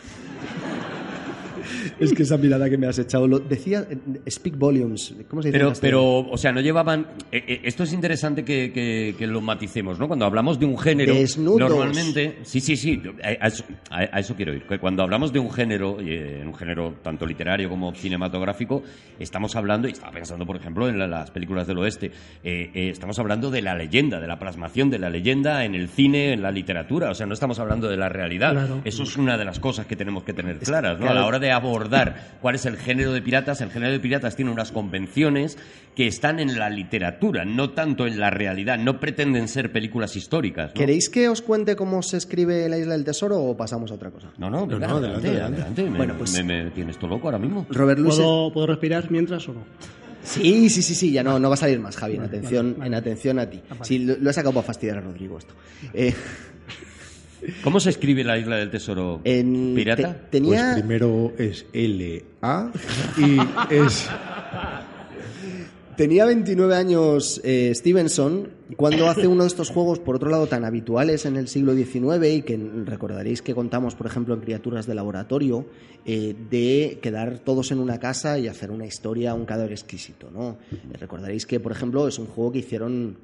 [SPEAKER 3] Es que esa mirada que me has echado. Lo decía eh, Speak Volumes. ¿Cómo se dice? en
[SPEAKER 6] Pero,
[SPEAKER 3] castellano?
[SPEAKER 6] pero, o sea, no llevaban. eh, eh, esto es interesante que, que- que lo maticemos, ¿no? Cuando hablamos de un género,
[SPEAKER 3] Desnudos.
[SPEAKER 6] normalmente. Sí, sí, sí. A, a eso, a- a eso quiero ir. Que Cuando hablamos de un género, eh, un género tanto literario como cinematográfico, estamos hablando, y estaba pensando, por ejemplo, en la- las películas del oeste, eh, eh, estamos hablando de la leyenda, de la plasmación de la leyenda en el cine, en la literatura. O sea, no estamos hablando de la realidad.
[SPEAKER 2] Claro.
[SPEAKER 6] Eso es una de las cosas que tenemos que tener claras, ¿no? A la hora de abordar cuál es el género de piratas, el género de piratas tiene unas convenciones que están en la literatura, no tanto en la realidad, no pretenden ser películas históricas, ¿no?
[SPEAKER 3] ¿Queréis que os cuente cómo se escribe La Isla del Tesoro o pasamos a otra cosa?
[SPEAKER 6] No, no, venga,
[SPEAKER 4] no,
[SPEAKER 6] adelante,
[SPEAKER 4] adelante,
[SPEAKER 6] adelante. Me,
[SPEAKER 3] Bueno, pues-
[SPEAKER 6] me- me tienes todo loco ahora mismo.
[SPEAKER 3] Robert Louis.
[SPEAKER 2] ¿Puedo, ¿Puedo respirar mientras o no?
[SPEAKER 3] Sí, sí, sí, sí, ya no, no va a salir más, Javi, en atención, en atención a ti.
[SPEAKER 2] vale.
[SPEAKER 3] Sí, lo, lo he sacado para fastidiar a Rodrigo esto. Eh,
[SPEAKER 6] ¿Cómo se escribe la isla del tesoro
[SPEAKER 3] en-
[SPEAKER 6] pirata?
[SPEAKER 3] te- tenía,
[SPEAKER 4] Pues primero es L-A y es...
[SPEAKER 3] tenía 29 años eh, Stevenson cuando hace uno de estos juegos, por otro lado, tan habituales en el siglo XIX y que recordaréis que contamos, por ejemplo, en Criaturas de Laboratorio, eh, de quedar todos en una casa y hacer una historia, un cadáver exquisito, ¿no? Eh, Recordaréis que, por ejemplo, es un juego que hicieron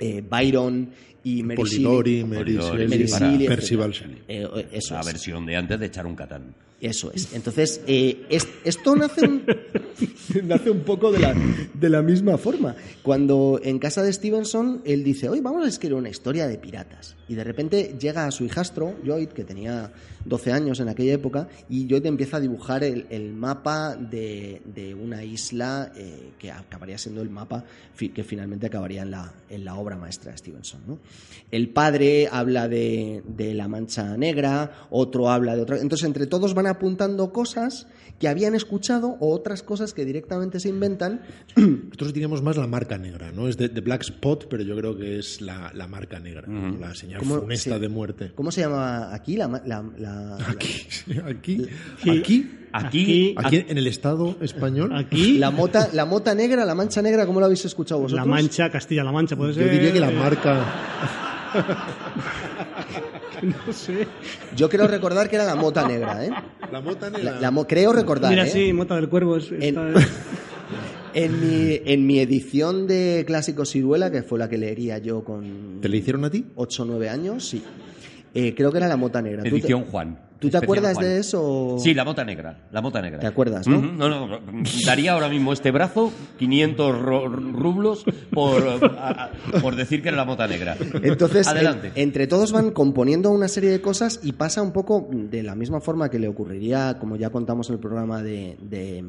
[SPEAKER 3] eh, Byron y Mary Shelley.
[SPEAKER 4] Polidori, Mary
[SPEAKER 6] Polidori,
[SPEAKER 4] Shelley,
[SPEAKER 6] Mary Shelley,
[SPEAKER 4] Percival
[SPEAKER 3] etcétera.
[SPEAKER 4] Shelley.
[SPEAKER 3] Eh, eh, eso
[SPEAKER 6] La
[SPEAKER 3] es.
[SPEAKER 6] versión de antes de echar un catán.
[SPEAKER 3] Eso es. Entonces, eh, es- esto nace un, nace un poco de la, de la misma forma. Cuando en casa de Stevenson, él dice, hoy vamos a escribir una historia de piratas. Y de repente llega a su hijastro, Lloyd, que tenía 12 años en aquella época, y Lloyd empieza a dibujar el, el mapa de, de una isla eh, que acabaría siendo el mapa fi- que finalmente acabaría en la, en la obra maestra de Stevenson. ¿no? El padre habla de, de la mancha negra, otro habla de otra. Entonces, entre todos van apuntando cosas que habían escuchado o otras cosas que directamente se inventan.
[SPEAKER 4] Nosotros diríamos más la marca negra, ¿no? Es de, de Black Spot, pero yo creo que es la, la marca negra, ¿no? la señal
[SPEAKER 3] ¿Cómo-
[SPEAKER 4] funesta
[SPEAKER 3] sí?
[SPEAKER 4] de muerte.
[SPEAKER 3] ¿Cómo se llama aquí? La, ma- la- la-
[SPEAKER 4] Aquí, aquí,
[SPEAKER 2] Sí.
[SPEAKER 4] aquí,
[SPEAKER 6] Aquí,
[SPEAKER 4] aquí en el Estado español.
[SPEAKER 2] Aquí,
[SPEAKER 3] la
[SPEAKER 2] la,
[SPEAKER 3] mota, la mota negra, la mancha negra, ¿cómo lo habéis escuchado vosotros?
[SPEAKER 2] Mancha, Castilla-La Mancha, puede
[SPEAKER 4] Yo
[SPEAKER 2] ser.
[SPEAKER 4] diría que la marca.
[SPEAKER 2] No sé.
[SPEAKER 3] Yo creo recordar que era la mota negra, ¿eh?
[SPEAKER 4] La mota negra.
[SPEAKER 3] La- la mo- creo recordar,
[SPEAKER 2] Mira,
[SPEAKER 3] ¿eh?
[SPEAKER 2] sí, Mota del Cuervo. es- está-
[SPEAKER 3] En- En mi, en mi edición de Clásicos Ciruela, que fue la que leería yo con
[SPEAKER 4] ¿Te le hicieron a ti?
[SPEAKER 3] 8 o 9 años, sí. Eh, creo que era la mota negra. ¿Tú te-
[SPEAKER 6] edición Juan.
[SPEAKER 3] ¿Tú te
[SPEAKER 6] Especial
[SPEAKER 3] acuerdas
[SPEAKER 6] Juan.
[SPEAKER 3] de eso?
[SPEAKER 6] Sí, la mota negra, la mota negra.
[SPEAKER 3] ¿Te acuerdas, no?
[SPEAKER 6] Ujú, no, no, daría ahora mismo este brazo 500 ro- rublos por, eh, a- a- por decir que era la mota negra.
[SPEAKER 3] Entonces, en-
[SPEAKER 6] adelante.
[SPEAKER 3] entre todos van componiendo una serie de cosas y pasa un poco de la misma forma que le ocurriría, como ya contamos en el programa de, de,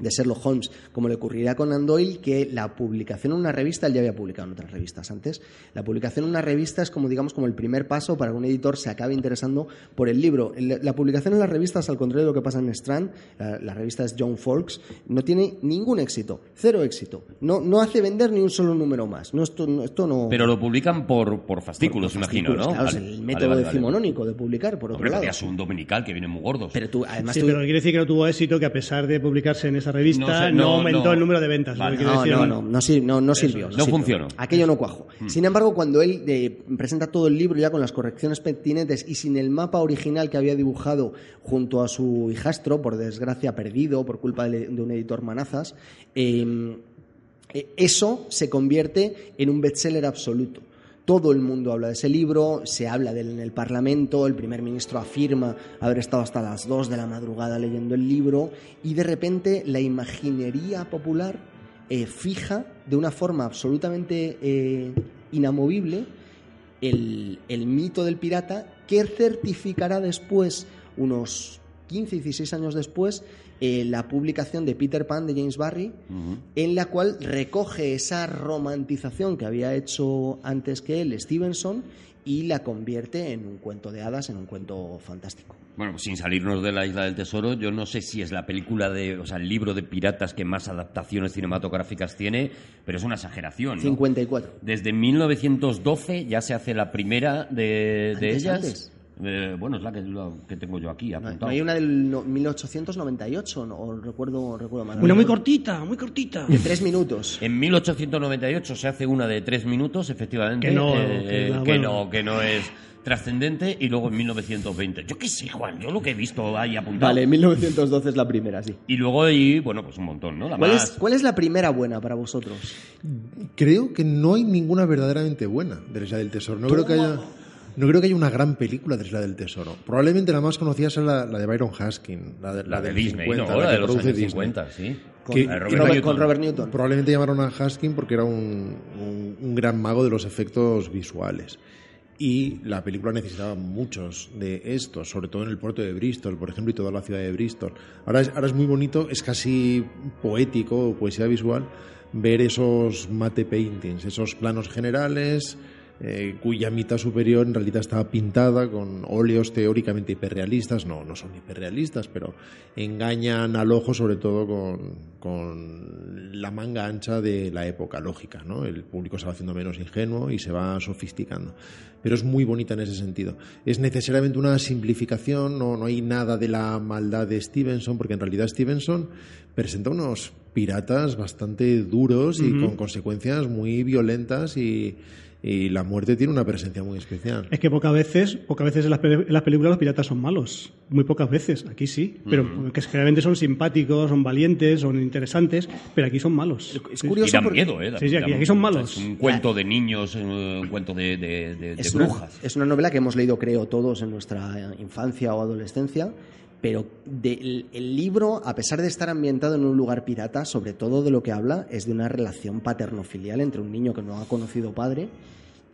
[SPEAKER 3] de Sherlock Holmes, como le ocurriría con Conan Doyle, que la publicación en una revista, él ya había publicado en otras revistas antes, la publicación en una revista es como, digamos, como el primer paso para que un editor se acabe interesando por el libro. La la publicación en las revistas, al contrario de lo que pasa en Strand, la, la revista es John Folks, no tiene ningún éxito, cero éxito. No, no hace vender ni un solo número más. No, esto, no, esto no...
[SPEAKER 6] Pero lo publican por, por fascículos, Pues imagino,
[SPEAKER 3] Fascículos,
[SPEAKER 6] ¿no?
[SPEAKER 3] claro,
[SPEAKER 6] Vale,
[SPEAKER 3] es el
[SPEAKER 6] vale,
[SPEAKER 3] método
[SPEAKER 6] vale, vale.
[SPEAKER 3] decimonónico de publicar, por otro
[SPEAKER 6] Hombre,
[SPEAKER 3] lado.
[SPEAKER 6] tenías un dominical que viene muy gordos.
[SPEAKER 3] Pero tú, además,
[SPEAKER 2] Sí,
[SPEAKER 3] tú-
[SPEAKER 2] pero quiere decir que no tuvo éxito, que a pesar de publicarse en esa revista,
[SPEAKER 6] No
[SPEAKER 2] no,
[SPEAKER 6] sé, no,
[SPEAKER 2] aumentó
[SPEAKER 6] no.
[SPEAKER 2] el número de ventas. lo
[SPEAKER 6] Vale.
[SPEAKER 2] que quiero
[SPEAKER 3] No,
[SPEAKER 2] decir,
[SPEAKER 3] no, no, no, sir- no, no sirvió.
[SPEAKER 6] No Mm.
[SPEAKER 3] sirvió.
[SPEAKER 6] funcionó.
[SPEAKER 3] Aquello no cuajó. Sin embargo, cuando él eh, presenta todo el libro ya con las correcciones pertinentes y sin el mapa original que había dibujado junto a su hijastro, por desgracia perdido por culpa de, de un editor manazas, eh, eh, eso se convierte en un bestseller absoluto. Todo el mundo habla de ese libro, se habla de él en el Parlamento, el primer ministro afirma haber estado hasta las 2 de la madrugada leyendo el libro y de repente la imaginería popular eh, fija de una forma absolutamente eh, inamovible el, el mito del pirata que certificará después, unos 15, 16 años después, eh, la publicación de Peter Pan de James Barry
[SPEAKER 6] Ujú.
[SPEAKER 3] en la cual recoge esa romantización que había hecho antes que él Stevenson y la convierte en un cuento de hadas, en un cuento fantástico.
[SPEAKER 6] Bueno, pues sin salirnos de la Isla del Tesoro, yo no sé si es la película de, o sea, el libro de piratas que más adaptaciones cinematográficas tiene, pero es una exageración. ¿no?
[SPEAKER 3] 54.
[SPEAKER 6] Desde 1912 ya se hace la primera de, de
[SPEAKER 3] Antes,
[SPEAKER 6] ellas.
[SPEAKER 3] antes.
[SPEAKER 6] Eh, bueno, es la que, la que tengo yo aquí
[SPEAKER 3] No,
[SPEAKER 6] apuntado.
[SPEAKER 3] no hay una del no- 1898, no, o recuerdo, recuerdo mal.
[SPEAKER 2] Una muy cortita, muy cortita.
[SPEAKER 3] De tres minutos.
[SPEAKER 6] En 1898 se hace una de tres minutos, efectivamente.
[SPEAKER 2] Que no,
[SPEAKER 6] eh,
[SPEAKER 2] que la-
[SPEAKER 6] que
[SPEAKER 2] bueno.
[SPEAKER 6] no, que no es trascendente. Y luego en 1920. Yo qué sé, Juan, yo lo que he visto ahí apuntado.
[SPEAKER 3] Vale, 1912 es la primera, sí.
[SPEAKER 6] Y luego ahí, bueno, pues un montón, ¿no? La
[SPEAKER 3] ¿Cuál
[SPEAKER 6] más-
[SPEAKER 3] es, ¿Cuál es la primera buena para vosotros?
[SPEAKER 4] Creo que no hay ninguna verdaderamente buena de la Isla del Tesoro. No creo que haya. No creo que haya una gran película de la Isla del Tesoro. Probablemente la más conocida sea la, la de Byron Haskin, la de, la
[SPEAKER 6] La de
[SPEAKER 4] del
[SPEAKER 6] Disney,
[SPEAKER 4] 50,
[SPEAKER 6] ¿no? La
[SPEAKER 4] que
[SPEAKER 6] de los
[SPEAKER 4] produce
[SPEAKER 6] años
[SPEAKER 4] Disney.
[SPEAKER 6] 50, sí.
[SPEAKER 4] Que-
[SPEAKER 6] La de
[SPEAKER 3] Robert-
[SPEAKER 6] Newton.
[SPEAKER 3] con Robert Newton.
[SPEAKER 4] Probablemente llamaron a Haskin porque era un, un- un gran mago de los efectos visuales. Y la película necesitaba muchos de estos, sobre todo en el puerto de Bristol, por ejemplo, y toda la ciudad de Bristol. Ahora es, ahora es muy bonito, es casi poético, poesía visual, ver esos mate paintings, esos planos generales, eh, cuya mitad superior en realidad está pintada con óleos teóricamente hiperrealistas, no, no son hiperrealistas, pero engañan al ojo sobre todo con, con la manga ancha de la época lógica, ¿no? El público se va haciendo menos ingenuo y se va sofisticando, pero es muy bonita en ese sentido. Es necesariamente una simplificación, no, no hay nada de la maldad de Stevenson, porque en realidad Stevenson presenta unos piratas bastante duros y con consecuencias muy violentas y, y la muerte tiene una presencia muy especial.
[SPEAKER 9] Es que pocas veces, pocas veces en las, peli- en las películas los piratas son malos. Muy pocas veces. Aquí sí. Pero que generalmente son simpáticos, son valientes, son interesantes, pero aquí son malos.
[SPEAKER 3] Es
[SPEAKER 9] Sí.
[SPEAKER 6] Y
[SPEAKER 3] curioso
[SPEAKER 6] dan
[SPEAKER 3] porque
[SPEAKER 6] miedo, ¿eh?
[SPEAKER 9] Sí, sí, aquí-
[SPEAKER 6] Dan-
[SPEAKER 9] aquí son
[SPEAKER 6] dan-
[SPEAKER 9] malos.
[SPEAKER 6] Es un cuento de niños, eh, un cuento de, de- de- de
[SPEAKER 3] es una,
[SPEAKER 6] brujas.
[SPEAKER 3] es una novela que hemos leído, creo, todos en nuestra eh, infancia o adolescencia, pero de- el, el libro, a pesar de estar ambientado en un lugar pirata, sobre todo de lo que habla es de una relación paterno-filial entre un niño que no ha conocido padre,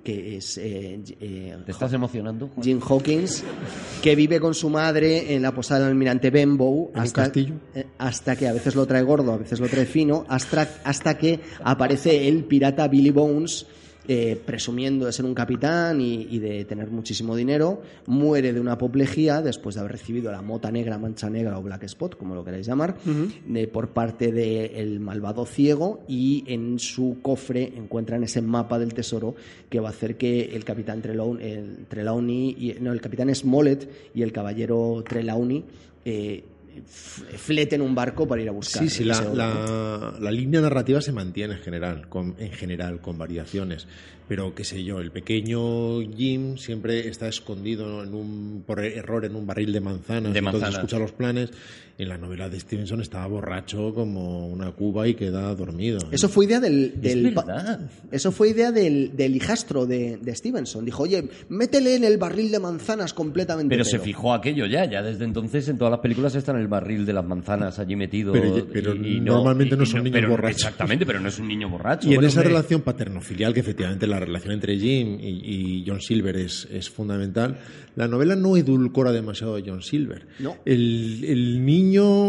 [SPEAKER 3] que es eh, eh,
[SPEAKER 6] ¿Te estás emocionando? Juan?
[SPEAKER 3] Jim Hawkins, que vive con su madre en la posada del almirante Benbow.
[SPEAKER 4] ¿En un castillo?
[SPEAKER 3] eh, hasta que a veces lo trae gordo, a veces lo trae fino, hasta, hasta que aparece el pirata Billy Bones. eh, presumiendo de ser un capitán y, y de tener muchísimo dinero, muere de una apoplejía después de haber recibido la mota negra, mancha negra o black spot, como lo queráis llamar, de- por parte del malvado ciego y en su cofre encuentran ese mapa del tesoro que va a hacer que el capitán Trelawney, el Trelawney y- no, el capitán Smollett y el caballero Trelawney eh, f- fleten un barco para ir a buscar.
[SPEAKER 4] Sí, sí, la,
[SPEAKER 3] ese oro.
[SPEAKER 4] la- la línea narrativa se mantiene en general, con, en general, con variaciones. Pero, qué sé yo, el pequeño Jim siempre está escondido en un, por error en un barril de manzanas,
[SPEAKER 6] De
[SPEAKER 4] entonces
[SPEAKER 6] manzanas.
[SPEAKER 4] escucha los planes. En la novela de Stevenson estaba borracho como una cuba y queda dormido.
[SPEAKER 3] Eso fue idea del, del
[SPEAKER 6] Es
[SPEAKER 3] pa-
[SPEAKER 6] verdad.
[SPEAKER 3] eso fue idea del, del hijastro de, de Stevenson. Dijo, oye, métele en el barril de manzanas completamente.
[SPEAKER 6] Pero se
[SPEAKER 3] pelo".
[SPEAKER 6] fijó aquello ya, ya desde entonces en todas las películas está en el barril de las manzanas allí metido.
[SPEAKER 4] Pero-
[SPEAKER 6] y-
[SPEAKER 4] pero
[SPEAKER 6] y
[SPEAKER 4] normalmente
[SPEAKER 6] y-
[SPEAKER 4] no
[SPEAKER 6] y
[SPEAKER 4] son niños
[SPEAKER 6] pero-
[SPEAKER 4] borrachos.
[SPEAKER 6] Exactamente, pero no es un niño borracho.
[SPEAKER 4] Y en
[SPEAKER 6] Bueno,
[SPEAKER 4] esa
[SPEAKER 6] hombre,
[SPEAKER 4] relación paterno-filial, que efectivamente la relación entre Jim y, y John Silver es, es fundamental, la novela no edulcora demasiado a John Silver.
[SPEAKER 3] No.
[SPEAKER 4] El, el niño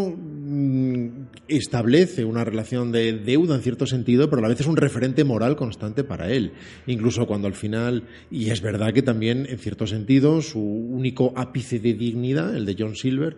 [SPEAKER 4] mm, establece una relación de deuda en cierto sentido, pero a la vez es un referente moral constante para él. Incluso cuando al final, y es verdad que también en cierto sentido, su único ápice de dignidad, el de John Silver,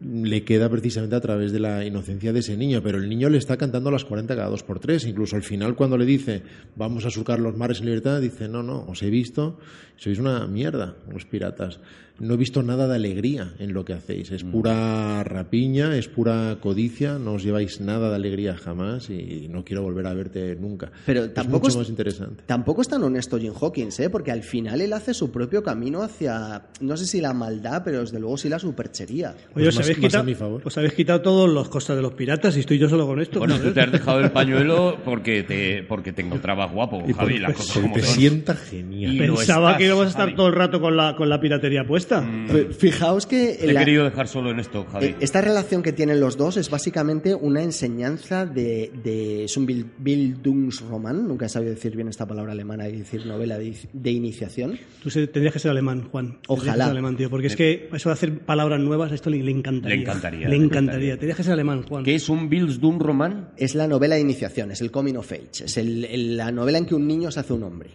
[SPEAKER 4] le queda precisamente a través de la inocencia de ese niño, pero el niño le está cantando a las 40 cada dos por tres, incluso al final cuando le dice vamos a surcar los mares en libertad, dice no, no, os he visto, sois una mierda, los piratas, no he visto nada de alegría en lo que hacéis, es pura rapiña, es pura codicia, no os lleváis nada de alegría jamás y no quiero volver a verte nunca.
[SPEAKER 3] Pero
[SPEAKER 4] es
[SPEAKER 3] tampoco
[SPEAKER 4] mucho
[SPEAKER 3] es-
[SPEAKER 4] más interesante.
[SPEAKER 3] Tampoco es tan honesto Jim Hawkins, ¿eh? porque al final él hace su propio camino hacia, no sé si la maldad, pero desde luego sí la superchería.
[SPEAKER 9] Oye,
[SPEAKER 4] Pues
[SPEAKER 9] os
[SPEAKER 4] más-
[SPEAKER 9] habéis,
[SPEAKER 4] más
[SPEAKER 9] quitado,
[SPEAKER 4] a mi favor.
[SPEAKER 9] os habéis quitado todos los cosas de los piratas y estoy yo solo con esto.
[SPEAKER 6] Bueno, tú te has dejado el pañuelo porque te, porque te encontrabas guapo,
[SPEAKER 4] Y
[SPEAKER 6] Javi, las
[SPEAKER 4] porque
[SPEAKER 6] cosas
[SPEAKER 4] te-
[SPEAKER 6] como
[SPEAKER 4] te
[SPEAKER 6] son.
[SPEAKER 4] sienta genial.
[SPEAKER 6] Y lo
[SPEAKER 9] Pensaba
[SPEAKER 6] estás, Mm.
[SPEAKER 9] que íbamos a estar
[SPEAKER 6] Javi.
[SPEAKER 9] todo el rato con la, con la piratería puesta.
[SPEAKER 4] Mm.
[SPEAKER 3] F- Fijaos que
[SPEAKER 6] Te he
[SPEAKER 3] la-
[SPEAKER 6] querido dejar solo en esto, Javi.
[SPEAKER 3] eh, esta relación que tienen los dos es básicamente una enseñanza de, de es un Bild- Bildungsroman, nunca he sabido decir bien esta palabra alemana y decir novela de, de iniciación.
[SPEAKER 9] Tú se- tendrías que ser alemán, Juan. Tendrías
[SPEAKER 3] Ojalá.
[SPEAKER 9] que ser alemán, tío, porque es que eso de hacer palabras nuevas, a esto le, le encantaría.
[SPEAKER 6] Le encantaría,
[SPEAKER 9] Le
[SPEAKER 6] le
[SPEAKER 9] encantaría.
[SPEAKER 6] encantaría.
[SPEAKER 9] Tendrías que ser alemán, Juan.
[SPEAKER 6] ¿Qué es un Bildungsroman? Roman?
[SPEAKER 3] Es la novela de iniciación, es el coming of age, es el- el- la novela en que un niño se hace un hombre.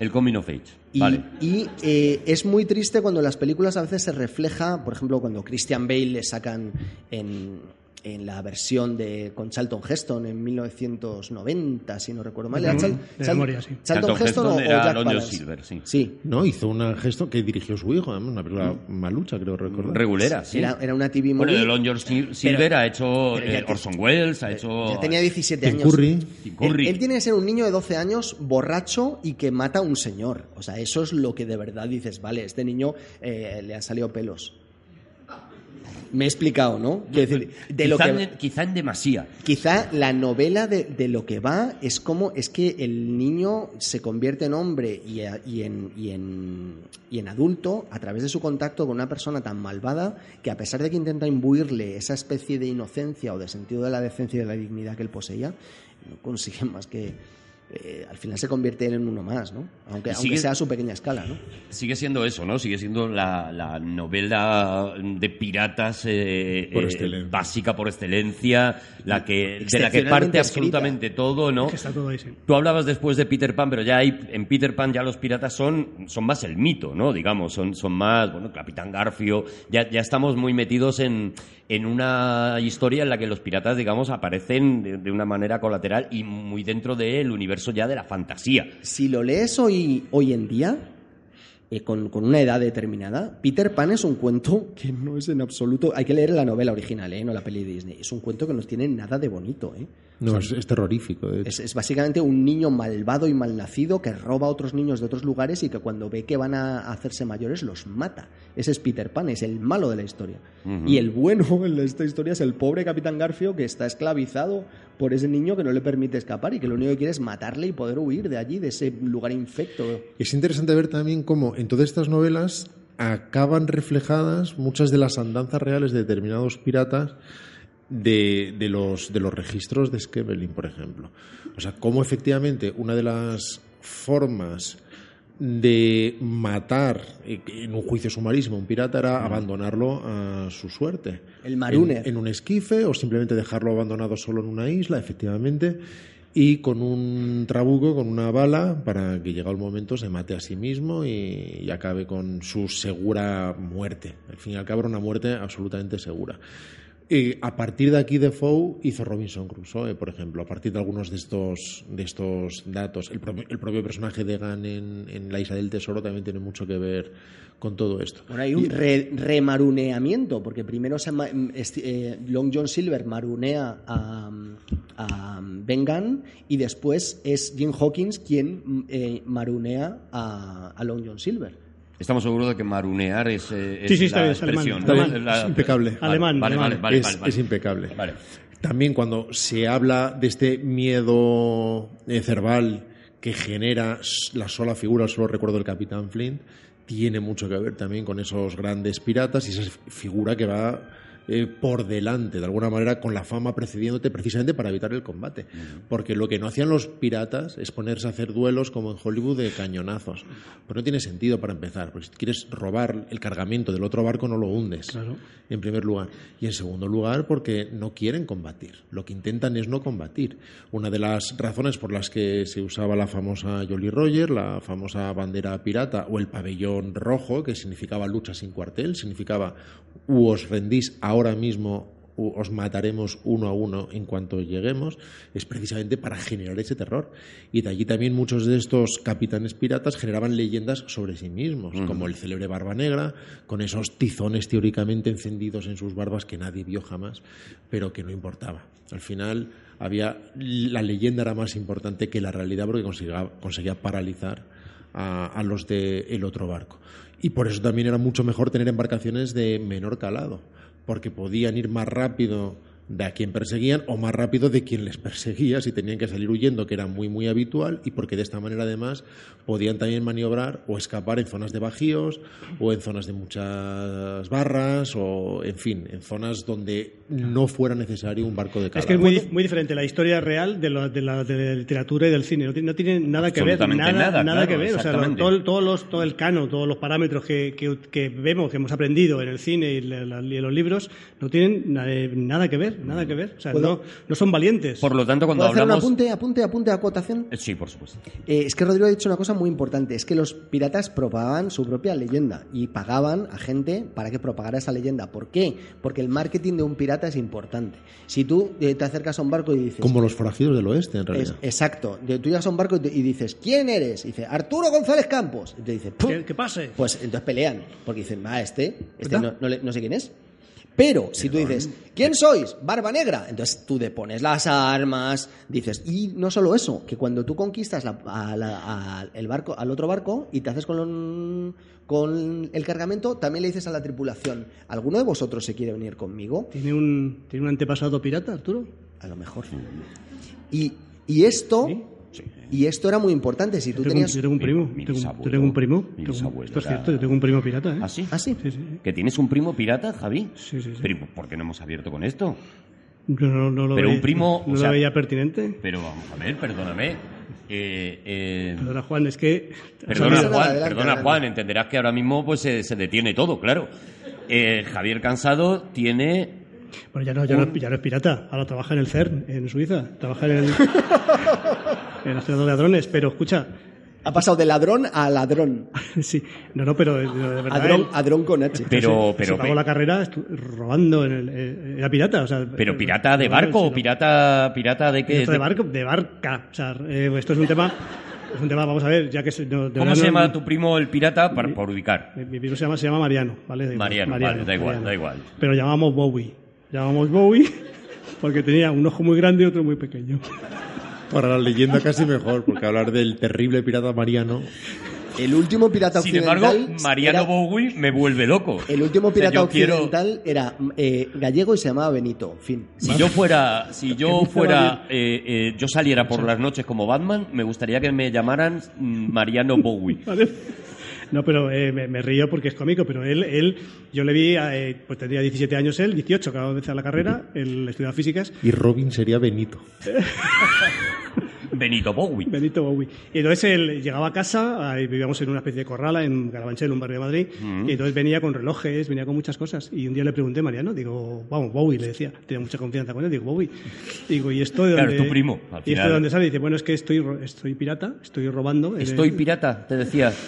[SPEAKER 6] El Coming of Age.
[SPEAKER 3] Y,
[SPEAKER 6] Vale.
[SPEAKER 3] y, eh, es muy triste cuando en las películas a veces se refleja, por ejemplo, cuando Christian Bale le sacan en, en la versión de con Charlton Heston en 1990, si no recuerdo mal. Era Chal-
[SPEAKER 9] de
[SPEAKER 3] Chal-
[SPEAKER 9] memoria, sí.
[SPEAKER 3] Charlton, Heston, o- o
[SPEAKER 6] era
[SPEAKER 3] Jack
[SPEAKER 6] Lon
[SPEAKER 3] Palance.
[SPEAKER 6] Silver, sí.
[SPEAKER 3] Sí.
[SPEAKER 4] No, hizo un gesto que dirigió su hijo, además, una película malucha, creo recordar.
[SPEAKER 6] Regulera, sí.
[SPEAKER 3] Era, era una TV
[SPEAKER 6] bueno,
[SPEAKER 3] movie.
[SPEAKER 6] de Lon George Sil- Silver ha hecho
[SPEAKER 3] pero ya
[SPEAKER 6] eh,
[SPEAKER 3] te-
[SPEAKER 6] Orson Welles, ha hecho...
[SPEAKER 3] Ya tenía 17
[SPEAKER 4] Tim
[SPEAKER 3] años.
[SPEAKER 4] Curry.
[SPEAKER 6] Tim
[SPEAKER 3] Él,
[SPEAKER 6] Curry.
[SPEAKER 3] él tiene que ser un niño de 12 años borracho y que mata a un señor. O sea, eso es lo que de verdad dices, vale, este niño eh, le han salido pelos. Me he explicado, ¿no? Quiero decir, de lo
[SPEAKER 6] quizá,
[SPEAKER 3] que...
[SPEAKER 6] en, quizá en demasía.
[SPEAKER 3] Quizá la novela de, de lo que va es como es que el niño se convierte en hombre y, a- y en, y, en, y en adulto a través de su contacto con una persona tan malvada que a pesar de que intenta imbuirle esa especie de inocencia o de sentido de la decencia y de la dignidad que él poseía, no consigue más que... eh, al final se convierte él en uno más, ¿no? Aunque,
[SPEAKER 6] Y
[SPEAKER 3] aunque
[SPEAKER 6] sigue-
[SPEAKER 3] sea a su pequeña escala, ¿no?
[SPEAKER 6] Sigue siendo eso, ¿no? Sigue siendo la, la novela de piratas eh,
[SPEAKER 4] Por
[SPEAKER 6] eh,
[SPEAKER 4] excelencia.
[SPEAKER 6] básica por excelencia, la que, de la que
[SPEAKER 3] Excepcionalmente
[SPEAKER 6] parte
[SPEAKER 3] escrita.
[SPEAKER 6] absolutamente todo, ¿no?
[SPEAKER 9] Que está todo ahí, sí.
[SPEAKER 6] Tú hablabas después de Peter Pan, pero ya hay, en Peter Pan ya los piratas son, son más el mito, ¿no? Digamos, son, son más, bueno, Capitán Garfio, ya, ya estamos muy metidos en, en una historia en la que los piratas, digamos, aparecen de, de una manera colateral y muy dentro del universo ya de la fantasía.
[SPEAKER 3] si lo lees hoy, hoy en día, eh, con, con una edad determinada, Peter Pan es un cuento que no es en absoluto. Hay que leer la novela original, ¿eh? no la peli de Disney. Es un cuento que no tiene nada de bonito. ¿eh?
[SPEAKER 4] No, es, es terrorífico, de hecho.
[SPEAKER 3] Es, es básicamente un niño malvado y malnacido que roba a otros niños de otros lugares y que cuando ve que van a hacerse mayores los mata. Ese es Peter Pan, es el malo de la historia. Y el bueno en esta historia es el pobre Capitán Garfio que está esclavizado por ese niño que no le permite escapar y que lo único que quiere es matarle y poder huir de allí, de ese lugar infecto.
[SPEAKER 4] Es interesante ver también cómo en todas estas novelas acaban reflejadas muchas de las andanzas reales de determinados piratas de, de los, de los registros de Skevelin, por ejemplo. O sea, cómo efectivamente una de las formas de matar eh, en un juicio sumarísimo a un pirata era abandonarlo a su suerte.
[SPEAKER 3] El marune.
[SPEAKER 4] En, en un esquife o simplemente dejarlo abandonado solo en una isla, efectivamente, y con un trabuco, con una bala, para que llegado el momento se mate a sí mismo y, y acabe con su segura muerte. Al fin y al cabo era una muerte absolutamente segura. Eh, a partir de aquí Defoe hizo Robinson Crusoe, eh, por ejemplo, a partir de algunos de estos, de estos datos. El, propio- el propio personaje de Gunn en, en La Isla del Tesoro también tiene mucho que ver con todo esto.
[SPEAKER 3] Ahora hay un re- remaruneamiento, porque primero se ma- esti- eh, Long John Silver marunea a, a Ben Gunn y después es Jim Hawkins quien eh, marunea a, a Long John Silver.
[SPEAKER 6] Estamos seguros de que marunear es, eh, es
[SPEAKER 9] Sí, sí,
[SPEAKER 6] la
[SPEAKER 9] está bien, es alemán,
[SPEAKER 6] expresión.
[SPEAKER 9] alemán.
[SPEAKER 6] ¿no? la-
[SPEAKER 4] Es impecable.
[SPEAKER 6] Vale,
[SPEAKER 9] Alemán,
[SPEAKER 6] vale,
[SPEAKER 9] alemán.
[SPEAKER 6] vale, vale,
[SPEAKER 4] es,
[SPEAKER 6] vale, vale.
[SPEAKER 4] es impecable.
[SPEAKER 6] Vale.
[SPEAKER 4] También cuando se habla de este miedo eh, cerval que genera s- la sola figura, el solo recuerdo del Capitán Flint, tiene mucho que ver también con esos grandes piratas y esa f- figura que va eh, por delante, de alguna manera, con la fama precediéndote precisamente para evitar el combate. Porque lo que no hacían los piratas es ponerse a hacer duelos como en Hollywood de cañonazos. Pero no tiene sentido para empezar, porque si quieres robar el cargamento del otro barco no lo hundes
[SPEAKER 9] Claro.
[SPEAKER 4] en primer lugar. Y en segundo lugar, porque no quieren combatir. Lo que intentan es no combatir. Una de las razones por las que se usaba la famosa Jolly Roger, la famosa bandera pirata o el pabellón rojo, que significaba lucha sin cuartel, significaba u os rendís ahora mismo u os mataremos uno a uno en cuanto lleguemos, es precisamente para generar ese terror. Y de allí también muchos de estos capitanes piratas generaban leyendas sobre sí mismos, como el célebre Barba Negra, con esos tizones teóricamente encendidos en sus barbas que nadie vio jamás, pero que no importaba. Al final había la leyenda era más importante que la realidad porque conseguía, conseguía paralizar a, a los del el otro barco. Y por eso también era mucho mejor tener embarcaciones de menor calado, porque podían ir más rápido de a quien perseguían o más rápido de quien les perseguía si tenían que salir huyendo, que era muy muy habitual, y porque de esta manera además podían también maniobrar o escapar en zonas de bajíos o en zonas de muchas barras o, en fin, en zonas donde no fuera necesario un barco de calado.
[SPEAKER 9] Es que es muy, muy diferente la historia real de, lo- de la, de la literatura y del cine. No tiene, no tiene nada que ver. Nada,
[SPEAKER 6] Absolutamente nada,
[SPEAKER 9] nada,
[SPEAKER 6] claro,
[SPEAKER 9] que ver. O sea, lo-
[SPEAKER 6] exactamente.
[SPEAKER 9] todo, el- todos los, todo el cano, todos los parámetros que, que- que vemos, que hemos aprendido en el cine y, la- la- y en los libros, no tienen na- nada, que ver.
[SPEAKER 2] ver, eh, nada que ver. O sea,
[SPEAKER 3] ¿Puedo?
[SPEAKER 2] no, no son valientes.
[SPEAKER 6] Por lo tanto, cuando
[SPEAKER 3] ¿Puedo hacer un
[SPEAKER 6] hablamos.
[SPEAKER 3] apunte, apunte, apunte, acotación?
[SPEAKER 6] Eh, Sí, por supuesto.
[SPEAKER 3] Eh, es que Rodrigo ha dicho una cosa muy importante, es que los piratas propagaban su propia leyenda y pagaban a gente para que propagara esa leyenda. ¿Por qué? Porque el marketing de un pirata es importante. Si tú eh, te acercas a un barco y dices...
[SPEAKER 4] Como los forajidos del oeste, en
[SPEAKER 3] Es-
[SPEAKER 4] realidad.
[SPEAKER 3] exacto, De- tú llegas a un barco y, te- y dices, ¿quién eres? Y dice, Arturo González Campos. Y te dice, "Pum".
[SPEAKER 2] Que, que pase.
[SPEAKER 3] Pues entonces pelean, porque dicen, ah, este, este
[SPEAKER 2] ¿Verdad?
[SPEAKER 3] no, no le- no sé quién es. Pero si tú dices, ¿quién sois? Barba Negra. Entonces tú depones las armas, dices, y no solo eso, que cuando tú conquistas la- a la- a el barco, al otro barco y te haces con, un- con el cargamento, también le dices a la tripulación, ¿alguno de vosotros se quiere venir conmigo?
[SPEAKER 2] ¿Tiene un, ¿Tiene un antepasado pirata, Arturo?
[SPEAKER 3] A lo mejor. Y, y esto... Y esto era muy importante. Si tú
[SPEAKER 2] Yo tengo, un-
[SPEAKER 3] tenías.
[SPEAKER 2] yo tengo un
[SPEAKER 6] Mi-
[SPEAKER 2] primo.
[SPEAKER 6] mi
[SPEAKER 2] tengo, un-
[SPEAKER 6] bisabuelo-
[SPEAKER 2] yo tengo un primo.
[SPEAKER 6] mi
[SPEAKER 2] tengo un-
[SPEAKER 6] bisabuelo
[SPEAKER 2] esto es
[SPEAKER 6] era-
[SPEAKER 2] cierto, yo tengo un primo pirata, ¿eh?
[SPEAKER 6] ¿Ah, sí?
[SPEAKER 3] Ah, sí.
[SPEAKER 2] Sí, sí, sí.
[SPEAKER 6] ¿Que tienes un primo pirata, Javi?
[SPEAKER 2] Sí, sí, sí.
[SPEAKER 6] Pero ¿y ¿por qué no hemos abierto con esto?
[SPEAKER 2] Yo no, no lo
[SPEAKER 6] Pero
[SPEAKER 2] veía-
[SPEAKER 6] un primo,
[SPEAKER 2] No
[SPEAKER 6] o
[SPEAKER 2] lo
[SPEAKER 6] sea-
[SPEAKER 2] veía pertinente.
[SPEAKER 6] Pero vamos a ver, perdóname. Eh, eh,
[SPEAKER 2] Perdona, Juan, es que.
[SPEAKER 6] Perdona,
[SPEAKER 3] Adelante,
[SPEAKER 6] Juan,
[SPEAKER 3] adelante,
[SPEAKER 6] perdona,
[SPEAKER 3] adelante.
[SPEAKER 6] Juan, entenderás que ahora mismo pues se, se detiene todo, claro. Eh, Javier Cansado tiene.
[SPEAKER 2] Bueno, ya no, ya,
[SPEAKER 6] Uh.
[SPEAKER 2] no, ya no es pirata. Ahora trabaja en el CERN, en Suiza. Trabaja en el. en la ciudad de ladrones. Pero escucha.
[SPEAKER 3] Ha pasado de ladrón a ladrón.
[SPEAKER 2] Sí. No, no, pero de, de verdad. eh?
[SPEAKER 3] Adrón,
[SPEAKER 2] él-
[SPEAKER 3] adrón con H.
[SPEAKER 6] Pero,
[SPEAKER 2] se-
[SPEAKER 6] pero,
[SPEAKER 2] se pagó la carrera estu- robando en el, eh, era pirata o sea
[SPEAKER 6] pero pirata de barco o
[SPEAKER 2] pirata
[SPEAKER 6] pirata, pirata de qué.
[SPEAKER 2] Esto de barco, de barca. O sea, eh, esto es un tema, es un tema, vamos a ver, ya que se- no- de
[SPEAKER 6] ¿Cómo
[SPEAKER 2] verdad
[SPEAKER 6] se
[SPEAKER 2] no-
[SPEAKER 6] llama tu primo el pirata? Por, por ubicar.
[SPEAKER 2] Mi, mi primo se llama, se llama Mariano, ¿vale? Da igual,
[SPEAKER 6] Mariano, vale, da igual, da igual.
[SPEAKER 2] Pero llamábamos Bowie. Llamábamos Bowie porque tenía un ojo muy grande y otro muy pequeño.
[SPEAKER 4] Para la leyenda casi mejor, porque hablar del terrible pirata mariano.
[SPEAKER 3] El último pirata
[SPEAKER 6] Sin
[SPEAKER 3] occidental.
[SPEAKER 6] embargo, Mariano
[SPEAKER 3] era-
[SPEAKER 6] Bowie me vuelve loco.
[SPEAKER 3] El último
[SPEAKER 6] O sea,
[SPEAKER 3] pirata
[SPEAKER 6] yo quiero-
[SPEAKER 3] occidental era eh, gallego y se llamaba Benito. Fin.
[SPEAKER 6] Si yo fuera, si yo fuera, eh, eh, yo saliera por las noches como Batman, me gustaría que me llamaran mm, Mariano Bowie.
[SPEAKER 2] ¿Vale? No, pero eh, me, me río porque es cómico, pero él, él yo le vi, eh, pues tendría 17 años él, 18, acababa de empezar la carrera, él estudiaba físicas,
[SPEAKER 4] Y Robin sería Benito.
[SPEAKER 6] Benito Bowie.
[SPEAKER 2] Benito Bowie. Y entonces él llegaba a casa, ahí vivíamos en una especie de corrala en Carabanchel, un barrio de Madrid,
[SPEAKER 6] Mm.
[SPEAKER 2] y entonces venía con relojes, venía con muchas cosas. Y un día le pregunté, Mariano, digo, vamos, Bowie, le decía, tenía mucha confianza con él, digo, Bowie. Digo, ¿y esto de
[SPEAKER 6] Claro,
[SPEAKER 2] dónde-
[SPEAKER 6] tu primo, al
[SPEAKER 2] ¿Y esto
[SPEAKER 6] final.
[SPEAKER 2] de dónde sale? Y dice, bueno, es que estoy, ro- estoy pirata, estoy robando. Eh, en el-
[SPEAKER 6] Estoy pirata, te decía.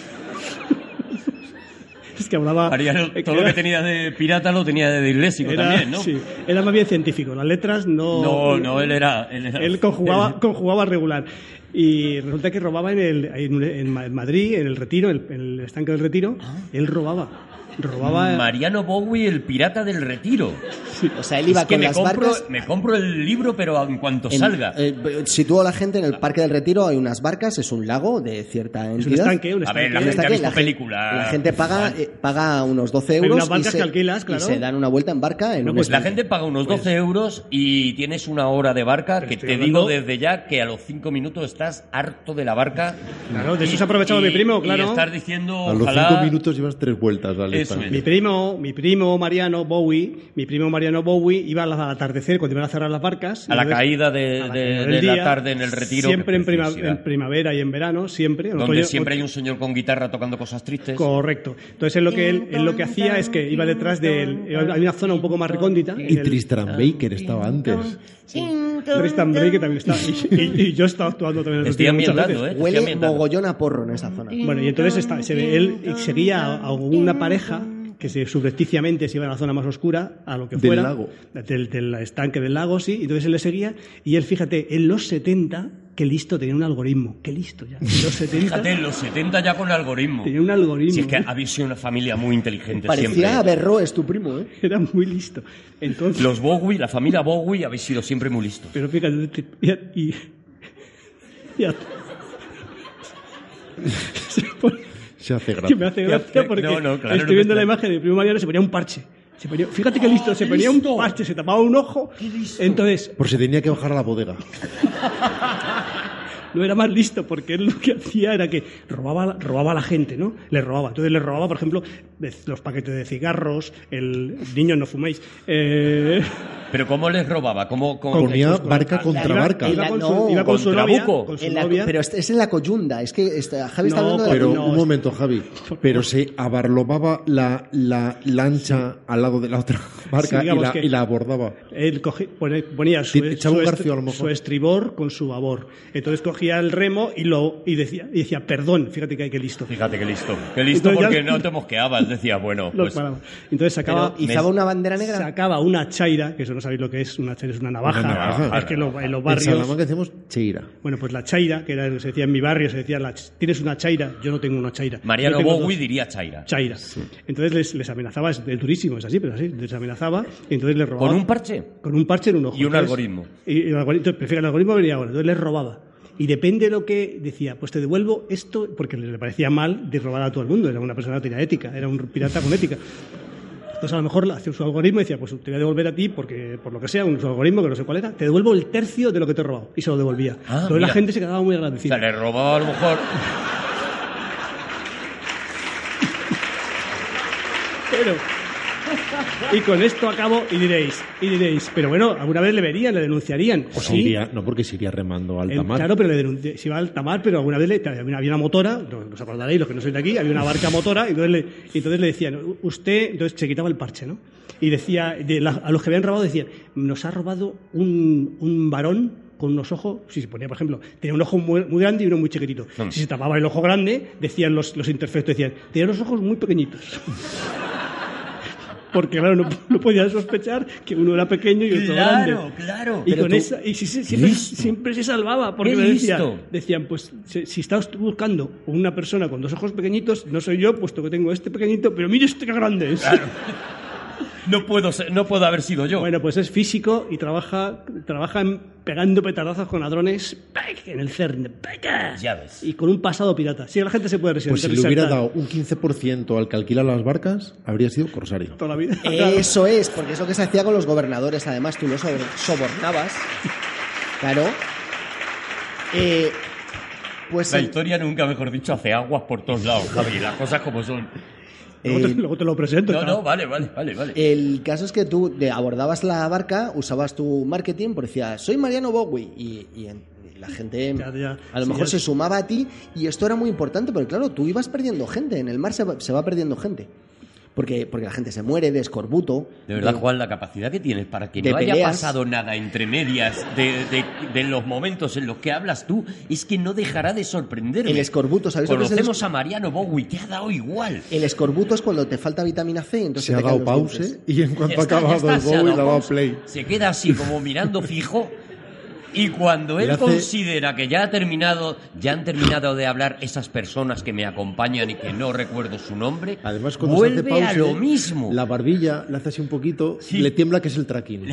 [SPEAKER 2] Es que hablaba.
[SPEAKER 6] Mariano,
[SPEAKER 2] eh,
[SPEAKER 6] todo lo que
[SPEAKER 2] era-
[SPEAKER 6] tenía de pirata lo tenía de disléxico
[SPEAKER 2] era-
[SPEAKER 6] también, ¿no?
[SPEAKER 2] sí, era más bien científico, las letras no.
[SPEAKER 6] No, no, él era. Él, era-
[SPEAKER 2] Él conjugaba, conjugaba regular. Y resulta que robaba en, el, en, en Ma- en Madrid, en el retiro, en el, en el estanque del retiro.
[SPEAKER 6] Ah.
[SPEAKER 2] Él robaba. Robaba.
[SPEAKER 6] Mariano Bowie, el pirata del retiro.
[SPEAKER 3] O sea, él iba
[SPEAKER 6] es que
[SPEAKER 3] con
[SPEAKER 6] me
[SPEAKER 3] las
[SPEAKER 6] compro,
[SPEAKER 3] barcas.
[SPEAKER 6] me compro el libro, pero en cuanto
[SPEAKER 3] en-
[SPEAKER 6] salga.
[SPEAKER 3] eh, situó a la gente en el Parque del Retiro, hay unas barcas, es un lago de cierta entidad.
[SPEAKER 2] es un estanque, un
[SPEAKER 6] A
[SPEAKER 2] estanque.
[SPEAKER 6] ver, la
[SPEAKER 3] Un
[SPEAKER 6] gente ha
[SPEAKER 3] estanque,
[SPEAKER 6] visto
[SPEAKER 3] gen-
[SPEAKER 6] película.
[SPEAKER 3] La gente paga, eh, paga unos 12
[SPEAKER 2] Pero
[SPEAKER 3] euros
[SPEAKER 2] unas barcas
[SPEAKER 3] y, se,
[SPEAKER 2] que alquilas, claro.
[SPEAKER 3] y se dan una vuelta en barca en
[SPEAKER 2] No,
[SPEAKER 3] un
[SPEAKER 2] pues
[SPEAKER 6] La
[SPEAKER 3] estanque.
[SPEAKER 6] gente paga unos 12 euros y tienes una hora de barca que
[SPEAKER 2] estoy
[SPEAKER 6] te digo
[SPEAKER 2] hablando-
[SPEAKER 6] desde ya que a los 5 minutos estás harto de la barca.
[SPEAKER 2] Claro, de
[SPEAKER 6] Y-
[SPEAKER 2] eso se ha aprovechado mi primo, claro.
[SPEAKER 6] Y estás diciendo,
[SPEAKER 4] A los
[SPEAKER 6] ojalá.
[SPEAKER 4] cinco minutos llevas tres vueltas, ¿vale?
[SPEAKER 6] Eso
[SPEAKER 2] Mi primo, mi primo Mariano Bowie, mi primo Mariano Bowie iba al al atardecer cuando iban a cerrar las barcas.
[SPEAKER 6] A la
[SPEAKER 2] Entonces,
[SPEAKER 6] caída de,
[SPEAKER 2] a la
[SPEAKER 6] de-
[SPEAKER 2] caída
[SPEAKER 6] de
[SPEAKER 2] del
[SPEAKER 6] la
[SPEAKER 2] día,
[SPEAKER 6] tarde en el retiro.
[SPEAKER 2] Siempre
[SPEAKER 6] Qué
[SPEAKER 2] en, prima-
[SPEAKER 6] preciosidad.
[SPEAKER 2] en primavera y en verano, siempre.
[SPEAKER 6] Donde
[SPEAKER 2] Otoño-
[SPEAKER 6] siempre hay un señor con guitarra tocando cosas tristes.
[SPEAKER 2] Correcto. Entonces él lo que él, él lo que hacía es que iba detrás de él. Hay una zona un poco más recóndita.
[SPEAKER 4] Y
[SPEAKER 2] en el-
[SPEAKER 4] Tristram Baker estaba antes.
[SPEAKER 2] Tristan Bray, que también está. Y, y- y yo he estado actuando también en el
[SPEAKER 6] Estoy
[SPEAKER 2] retiro muchas
[SPEAKER 6] ambientando, ¿eh?
[SPEAKER 2] veces.
[SPEAKER 6] Estoy
[SPEAKER 3] Huele
[SPEAKER 6] ambientando.
[SPEAKER 3] mogollón a porro en esa
[SPEAKER 4] Mm.
[SPEAKER 3] zona.
[SPEAKER 6] eh?
[SPEAKER 2] Bueno, y entonces está- se ve- él seguía a, a una pareja que se, subrepticiamente se iba a la zona más oscura, a lo que
[SPEAKER 4] Del
[SPEAKER 2] fuera.
[SPEAKER 4] lago.
[SPEAKER 2] Del, del estanque del lago, sí. Y entonces él le seguía. Y él, fíjate, en los 70, qué listo, tenía un algoritmo. Qué listo ya. En los 70
[SPEAKER 6] Fíjate, en los 70 ya con algoritmo.
[SPEAKER 2] tenía un algoritmo.
[SPEAKER 6] Si es que
[SPEAKER 2] ¿eh?
[SPEAKER 6] habéis sido una familia muy inteligente siempre. ¿eh?
[SPEAKER 3] Parecía Berro, es tu primo, ¿eh?
[SPEAKER 2] Era muy listo. Entonces.
[SPEAKER 6] Los Bowie, la familia Bowie, habéis sido siempre muy listos.
[SPEAKER 2] Pero fíjate, te- y, y, y a- se pone-
[SPEAKER 4] Se hace
[SPEAKER 2] es que me
[SPEAKER 4] gracia.
[SPEAKER 2] hace
[SPEAKER 6] Ya,
[SPEAKER 2] gracia
[SPEAKER 6] no,
[SPEAKER 2] porque
[SPEAKER 6] no, claro, no ¡Ah,
[SPEAKER 2] estoy viendo
[SPEAKER 6] está.
[SPEAKER 2] la imagen de mi primo Mariano se ponía un parche. Se ponía- fíjate qué listo, se ponía un parche, se tapaba un ojo. Entonces,
[SPEAKER 4] Por si tenía que bajar a la bodega.
[SPEAKER 2] no era más listo porque él lo que hacía era que robaba, robaba a la gente, ¿no? Le robaba. Entonces le robaba, por ejemplo, de- los paquetes de cigarros, el niño no fuméis. eh,
[SPEAKER 6] Pero ¿cómo les robaba? ¿Cómo, cómo-
[SPEAKER 4] Ponía barca contra
[SPEAKER 2] Iba-
[SPEAKER 4] barca.
[SPEAKER 2] Iba con su,
[SPEAKER 3] No,
[SPEAKER 2] iba con su
[SPEAKER 6] contra
[SPEAKER 2] novia.
[SPEAKER 6] Buco.
[SPEAKER 2] Con su
[SPEAKER 3] En la-
[SPEAKER 2] novia.
[SPEAKER 3] pero es, es en la coyunda, es que está- Javi está
[SPEAKER 2] No,
[SPEAKER 3] hablando de la
[SPEAKER 4] Pero
[SPEAKER 3] coyunda.
[SPEAKER 4] un momento, Javi. Pero se abarlobaba la, la lancha al lado de la otra barca y,
[SPEAKER 2] digamos
[SPEAKER 4] la,
[SPEAKER 2] que-
[SPEAKER 4] y la abordaba.
[SPEAKER 2] Él cogi- pone- ponía su,
[SPEAKER 4] Te- te echaba
[SPEAKER 2] su
[SPEAKER 4] un
[SPEAKER 2] est-
[SPEAKER 4] garfio, a lo mejor.
[SPEAKER 2] su estribor con su babor. Entonces cogía el remo y lo y decía, y decía perdón, fíjate que, que listo.
[SPEAKER 6] Fíjate qué listo. Qué listo
[SPEAKER 2] Entonces ya-
[SPEAKER 6] porque no te mosqueabas. Decías, bueno,
[SPEAKER 2] Lo
[SPEAKER 6] pues.
[SPEAKER 2] paraba. Entonces
[SPEAKER 3] Pero
[SPEAKER 2] sacaba,
[SPEAKER 3] izaba
[SPEAKER 6] me-
[SPEAKER 3] una bandera negra.
[SPEAKER 2] sacaba una chaira, que eso no sabéis lo que es, una chaira es una navaja.
[SPEAKER 4] Una navaja.
[SPEAKER 2] Es que en los- en los
[SPEAKER 4] En
[SPEAKER 2] barrios
[SPEAKER 4] Salamanca decimos cheira.
[SPEAKER 2] Bueno, pues la chaira, que era lo que se decía en mi barrio, se decía, la ch- ¿tienes una chaira? Yo no tengo una chaira.
[SPEAKER 6] Mariano
[SPEAKER 2] Yo tengo
[SPEAKER 6] Bowie
[SPEAKER 2] dos
[SPEAKER 6] diría Chaira.
[SPEAKER 2] Chaira. Entonces les, les amenazaba, es, es durísimo, es así, pero es así, les amenazaba, y entonces les robaba.
[SPEAKER 6] ¿Con un parche?
[SPEAKER 2] Con un parche en un ojo.
[SPEAKER 6] Y un
[SPEAKER 2] Entonces-
[SPEAKER 6] algoritmo.
[SPEAKER 2] Y, y el algoritmo, prefiero el algoritmo venía ahora, entonces les robaba. Y depende de lo que decía, pues te devuelvo esto, porque le le parecía mal de robar a todo el mundo, era una persona que tenía ética, era un pirata con ética. Entonces a lo mejor hacía su algoritmo y decía, pues te voy a devolver a ti, porque por lo que sea, un su algoritmo que no sé cuál era, te devuelvo el tercio de lo que te he robado. Y se lo devolvía.
[SPEAKER 6] Ah,
[SPEAKER 2] Entonces
[SPEAKER 6] mira.
[SPEAKER 2] la gente se quedaba muy
[SPEAKER 6] O sea,
[SPEAKER 2] agradecida.
[SPEAKER 6] le robaba a lo mejor.
[SPEAKER 2] Pero- Y con esto acabo y diréis, y diréis, pero bueno, alguna vez le verían, le denunciarían.
[SPEAKER 4] Pues
[SPEAKER 2] sí,
[SPEAKER 4] iría- no, porque se iría remando al
[SPEAKER 2] El-
[SPEAKER 4] mar.
[SPEAKER 2] Eh, Claro, pero le denuncié. Se iba al tamar, pero alguna vez le, había una- había una motora, no- no os acordaréis, los que no sois de aquí, había una barca motora, y entonces le, y entonces le decían, "U- usted, entonces se quitaba el parche, ¿no? Y decía, de la- a los que habían robado decían, nos ha robado un, un varón con unos ojos, si se ponía, por ejemplo, tenía un ojo muy, muy grande y uno muy chiquitito. Si se tapaba el ojo grande, decían los, los imperfectos, decían, tenía los ojos muy pequeñitos. Porque, claro, no, no podían sospechar que uno era pequeño y otro grande.
[SPEAKER 6] Claro, claro.
[SPEAKER 2] Y
[SPEAKER 6] Pero
[SPEAKER 2] con
[SPEAKER 6] tú-
[SPEAKER 2] esa, y si- si- siempre,
[SPEAKER 6] Listo.
[SPEAKER 2] siempre se salvaba, porque
[SPEAKER 6] Qué
[SPEAKER 2] me decía-
[SPEAKER 6] listo.
[SPEAKER 2] decían, pues si, si estás buscando una persona con dos ojos pequeñitos, no soy yo, puesto que tengo este pequeñito, pero mire este que grande es.
[SPEAKER 6] No puedo, ser- no puedo haber sido yo.
[SPEAKER 2] Bueno, pues es físico y trabaja, trabaja en- pegando petardazos con ladrones ¡pac! en el CERN. ¡pac!
[SPEAKER 6] Ya ves.
[SPEAKER 2] Y con un pasado pirata. Sí, la gente se puede
[SPEAKER 4] Pues si le
[SPEAKER 2] resentar-
[SPEAKER 4] hubiera dado un 15% al que alquila las barcas, habría sido corsario.
[SPEAKER 2] toda la vida.
[SPEAKER 3] Eso es, porque es lo que se hacía con los gobernadores. Además, tú los sobre- sobornabas. Claro. Eh, pues
[SPEAKER 6] La historia nunca, mejor dicho, hace aguas por todos lados, Javi. Las cosas como son.
[SPEAKER 2] Luego, te,
[SPEAKER 3] eh,
[SPEAKER 2] luego te lo presento.
[SPEAKER 6] No,
[SPEAKER 2] está-
[SPEAKER 6] no, vale, vale, vale, vale.
[SPEAKER 3] el caso es que tú de- abordabas la barca, usabas tu marketing, porque decías, soy Mariano Bowie. Y, y en- y la gente
[SPEAKER 2] Ya, ya.
[SPEAKER 3] a lo
[SPEAKER 2] Sí,
[SPEAKER 3] mejor
[SPEAKER 2] ya.
[SPEAKER 3] se sumaba a ti. Y esto era muy importante, porque claro, tú ibas perdiendo gente. En el mar se va, se va perdiendo gente. Porque, porque la gente se muere de escorbuto.
[SPEAKER 6] De verdad, Juan, la capacidad que tienes para que
[SPEAKER 3] eh, de
[SPEAKER 6] no haya
[SPEAKER 3] peleas.
[SPEAKER 6] pasado nada entre medias de, de- de los momentos en los que hablas tú es que no dejará de sorprenderme.
[SPEAKER 3] El escorbuto, ¿sabéis lo que es el
[SPEAKER 6] Conocemos a Mariano Bowie, te ha dado igual.
[SPEAKER 3] El escorbuto es cuando te falta vitamina C. Entonces
[SPEAKER 4] Se ha
[SPEAKER 3] te caen
[SPEAKER 4] dado
[SPEAKER 3] los dientes.
[SPEAKER 4] pause y en cuanto
[SPEAKER 6] Ya
[SPEAKER 4] ha
[SPEAKER 6] está, ya
[SPEAKER 4] acabado
[SPEAKER 6] está,
[SPEAKER 4] el
[SPEAKER 6] se ha
[SPEAKER 4] Bowie, le
[SPEAKER 6] dado
[SPEAKER 4] ha dado
[SPEAKER 6] pausa.
[SPEAKER 4] play.
[SPEAKER 6] Se queda así como mirando fijo. Y cuando él
[SPEAKER 4] Le hace-
[SPEAKER 6] considera que ya ha terminado, ya han terminado de hablar esas personas que me acompañan y que no recuerdo su nombre,
[SPEAKER 4] Además, cuando se
[SPEAKER 6] vuelve
[SPEAKER 4] hace pausa,
[SPEAKER 6] a lo mismo.
[SPEAKER 4] La barbilla la hace así un poquito,
[SPEAKER 6] Sí.
[SPEAKER 4] le tiembla que es el tracking.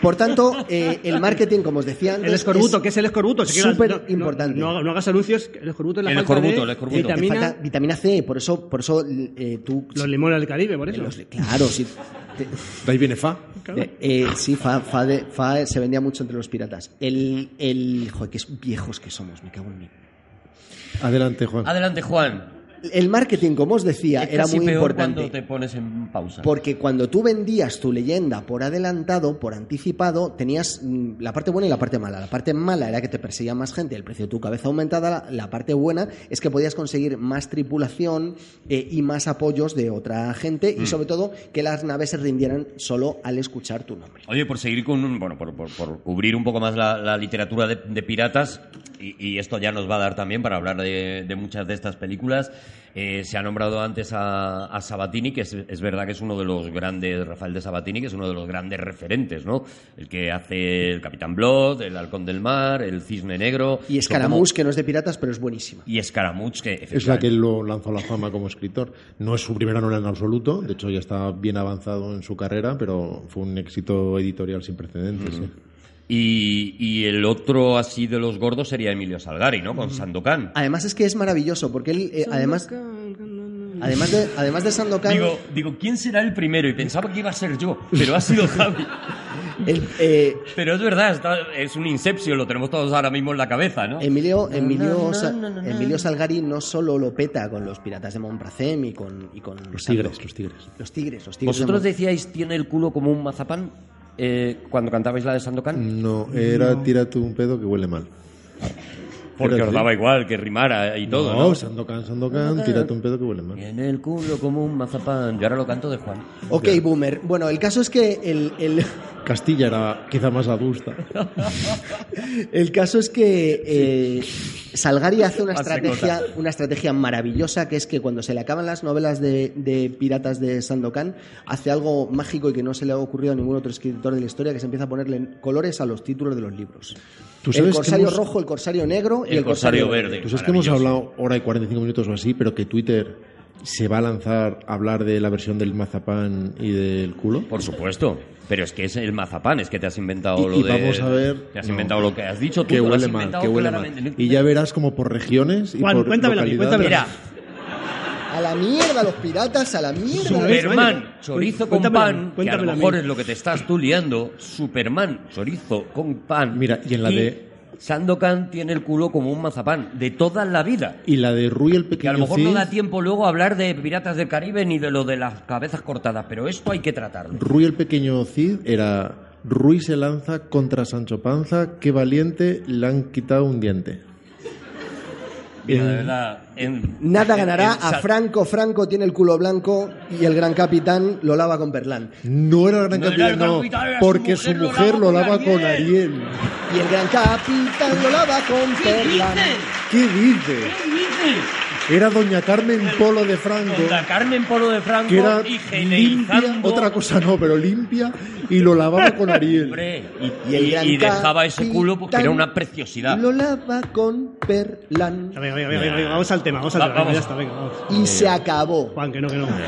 [SPEAKER 3] Por tanto, eh, el marketing, como os decía antes,
[SPEAKER 2] El escorbuto,
[SPEAKER 3] pues es
[SPEAKER 2] ¿qué es el escorbuto? Se queda-
[SPEAKER 3] súper
[SPEAKER 2] no- no-
[SPEAKER 3] importante.
[SPEAKER 2] No, no hagas anuncios, el escorbuto es la
[SPEAKER 6] El
[SPEAKER 2] falta
[SPEAKER 6] escorbuto,
[SPEAKER 2] de
[SPEAKER 6] el escorbuto.
[SPEAKER 3] Eh, te
[SPEAKER 2] vitamina,
[SPEAKER 3] falta vitamina C, por eso, por eso eh, tú...
[SPEAKER 2] los limones del Caribe, por
[SPEAKER 3] eh,
[SPEAKER 2] eso.
[SPEAKER 3] los- claro, sí. te-
[SPEAKER 4] De ahí viene Fa.
[SPEAKER 2] Claro.
[SPEAKER 3] eh, eh, sí, fa, fa de- fa se vendía mucho entre los piratas. El, el, joder, qué viejos que somos, me cago en mí.
[SPEAKER 4] Adelante, Juan.
[SPEAKER 6] Adelante, Juan.
[SPEAKER 3] El marketing, como os decía,
[SPEAKER 6] Es
[SPEAKER 3] era
[SPEAKER 6] casi
[SPEAKER 3] muy
[SPEAKER 6] peor
[SPEAKER 3] importante.
[SPEAKER 6] cuando te pones en pausa.
[SPEAKER 3] Porque cuando tú vendías tu leyenda por adelantado, por anticipado, tenías mm, la parte buena y la parte mala. La parte mala era que te perseguía más gente, el precio de tu cabeza aumentada. La, la parte buena es que podías conseguir más tripulación eh, y más apoyos de otra gente
[SPEAKER 6] Mm.
[SPEAKER 3] y sobre todo que las naves se rindieran solo al escuchar tu nombre.
[SPEAKER 6] Oye, por seguir con un, bueno, por, por- por cubrir un poco más la, la literatura de, de piratas, y, y esto ya nos va a dar también para hablar de, de muchas de estas películas. eh, se ha nombrado antes a, a Sabatini, que es, es verdad que es uno de los grandes, Rafael de Sabatini, que es uno de los grandes referentes, ¿no? El que hace el Capitán Blood, el Halcón del Mar, el Cisne Negro.
[SPEAKER 3] Y
[SPEAKER 6] son como-
[SPEAKER 3] Escaramuz, que no es de piratas, pero es buenísima.
[SPEAKER 6] Y Escaramuz, que
[SPEAKER 4] Es la
[SPEAKER 6] efectivamente,
[SPEAKER 4] que lo lanzó a la fama como escritor. No es su primera novela en absoluto, de hecho ya está bien avanzado en su carrera, pero fue un éxito editorial sin precedentes.
[SPEAKER 6] Mm.
[SPEAKER 4] ¿eh?
[SPEAKER 6] Y, y el otro así de los gordos sería Emilio Salgari, ¿no? Con Sandokan.
[SPEAKER 3] Además es que es maravilloso, porque él, eh, además, además, de, además de Sandokan...
[SPEAKER 6] Digo, digo, ¿quién será el primero? Y pensaba que iba a ser yo, pero ha sido Javi.
[SPEAKER 3] El- eh,
[SPEAKER 6] Pero es verdad, está- es un inception, lo tenemos todos ahora mismo en la cabeza, ¿no?
[SPEAKER 4] Em,
[SPEAKER 3] Emilio, Emilio, Sa- Emilio Salgari no solo lo peta con los piratas de Montpracem y con, y con
[SPEAKER 4] Los tigres, los tigres.
[SPEAKER 3] Los tigres, los tigres. de
[SPEAKER 6] ¿Vosotros
[SPEAKER 3] Mon-
[SPEAKER 6] decíais tiene el culo como un mazapán eh, cuando cantabais la de Sandokan?
[SPEAKER 4] No, era tírate un pedo que huele mal.
[SPEAKER 6] Porque
[SPEAKER 4] Era
[SPEAKER 6] os
[SPEAKER 4] así.
[SPEAKER 6] daba igual que rimara y todo,
[SPEAKER 4] no,
[SPEAKER 6] ¿no?
[SPEAKER 4] Sandokan, Sandokan, tírate un pedo que huele mal.
[SPEAKER 6] Tiene el culo como un mazapán. Yo ahora lo canto de Juan.
[SPEAKER 3] Ok, boomer. Bueno, el caso es que el, el,
[SPEAKER 4] Castilla era quizá más adusta.
[SPEAKER 3] el caso es que eh, Salgari hace una
[SPEAKER 6] Hace
[SPEAKER 3] estrategia, una estrategia maravillosa que es que cuando se le acaban las novelas de, de piratas de Sandokan, hace algo mágico y que no se le ha ocurrido a ningún otro escritor de la historia, que se empieza a ponerle colores a los títulos de los libros.
[SPEAKER 4] ¿Tú
[SPEAKER 3] el
[SPEAKER 4] sabes que
[SPEAKER 3] corsario
[SPEAKER 4] hemos-
[SPEAKER 3] rojo, el corsario negro y
[SPEAKER 6] El corsario verde.
[SPEAKER 4] Tú sabes Pues que hemos
[SPEAKER 6] Maravilloso.
[SPEAKER 4] hablado hora y 45 minutos o así, pero que Twitter se va a lanzar a hablar de la versión del mazapán y del culo.
[SPEAKER 6] Por supuesto. Pero es que es el mazapán, es que te has inventado
[SPEAKER 4] Y-
[SPEAKER 6] lo
[SPEAKER 4] y
[SPEAKER 6] de...
[SPEAKER 4] vamos a ver-
[SPEAKER 6] Te has
[SPEAKER 4] no.
[SPEAKER 6] inventado lo que has dicho tú.
[SPEAKER 4] Que
[SPEAKER 6] lo has
[SPEAKER 4] huele mal,
[SPEAKER 6] inventado
[SPEAKER 4] que huele mal.
[SPEAKER 6] claramente.
[SPEAKER 4] Y ya verás como por regiones y
[SPEAKER 2] Juan,
[SPEAKER 4] por
[SPEAKER 2] cuéntamela a mí,
[SPEAKER 4] localidades.
[SPEAKER 2] cuéntamela.
[SPEAKER 6] Mira,
[SPEAKER 3] A la mierda, los piratas, a la mierda.
[SPEAKER 6] Superman, chorizo con
[SPEAKER 2] Cuéntamela a mí,
[SPEAKER 6] pan, que a lo
[SPEAKER 2] cuéntamela a mí.
[SPEAKER 6] mejor es lo que te estás tú liando. Superman, chorizo con pan.
[SPEAKER 4] Mira, y en la de-
[SPEAKER 6] Sandokan tiene el culo como un mazapán, de toda la vida.
[SPEAKER 4] Y la de Rui el
[SPEAKER 6] Que
[SPEAKER 4] Pequeño
[SPEAKER 6] a lo mejor
[SPEAKER 4] Cid,
[SPEAKER 6] no da tiempo luego a hablar de Piratas del Caribe ni de lo de las cabezas cortadas, pero esto hay que tratarlo.
[SPEAKER 4] Rui el Pequeño Cid era Rui se lanza contra Sancho Panza, qué valiente, le han quitado un diente.
[SPEAKER 6] Mira, de
[SPEAKER 4] Eh,
[SPEAKER 6] verdad, en-
[SPEAKER 3] Nada
[SPEAKER 6] en-
[SPEAKER 3] ganará
[SPEAKER 6] en
[SPEAKER 3] a
[SPEAKER 6] Sa-
[SPEAKER 3] Franco. Franco tiene el culo blanco y el gran capitán lo lava con Perlán.
[SPEAKER 4] No era el gran
[SPEAKER 6] No era el
[SPEAKER 4] capitán,
[SPEAKER 6] gran
[SPEAKER 4] no,
[SPEAKER 6] capitán, era su
[SPEAKER 4] porque su
[SPEAKER 6] mujer, lo
[SPEAKER 4] mujer
[SPEAKER 6] lava
[SPEAKER 4] lo
[SPEAKER 6] con
[SPEAKER 4] lava con
[SPEAKER 6] Ariel.
[SPEAKER 4] Ariel.
[SPEAKER 3] Y el gran capitán lo lava con Perlán.
[SPEAKER 4] ¿Qué dice? Era doña Carmen Polo de Franco,
[SPEAKER 6] Contra Carmen Polo de Franco
[SPEAKER 4] que era limpia,
[SPEAKER 6] higienizando-
[SPEAKER 4] otra cosa no, pero limpia, y lo lavaba con Ariel.
[SPEAKER 6] Hombre, y,
[SPEAKER 3] Y el
[SPEAKER 6] y-
[SPEAKER 3] gran
[SPEAKER 6] y dejaba ese
[SPEAKER 3] capitán
[SPEAKER 6] culo porque era una preciosidad.
[SPEAKER 3] Lo lava con Perlán.
[SPEAKER 2] Venga, venga, venga, venga, venga, vamos al tema, vamos al
[SPEAKER 6] Va-
[SPEAKER 2] tema. venga,
[SPEAKER 6] vamos.
[SPEAKER 2] Ya está, venga, vamos.
[SPEAKER 6] Eh,
[SPEAKER 3] Y se acabó.
[SPEAKER 2] Juan, que no, que no. Juan.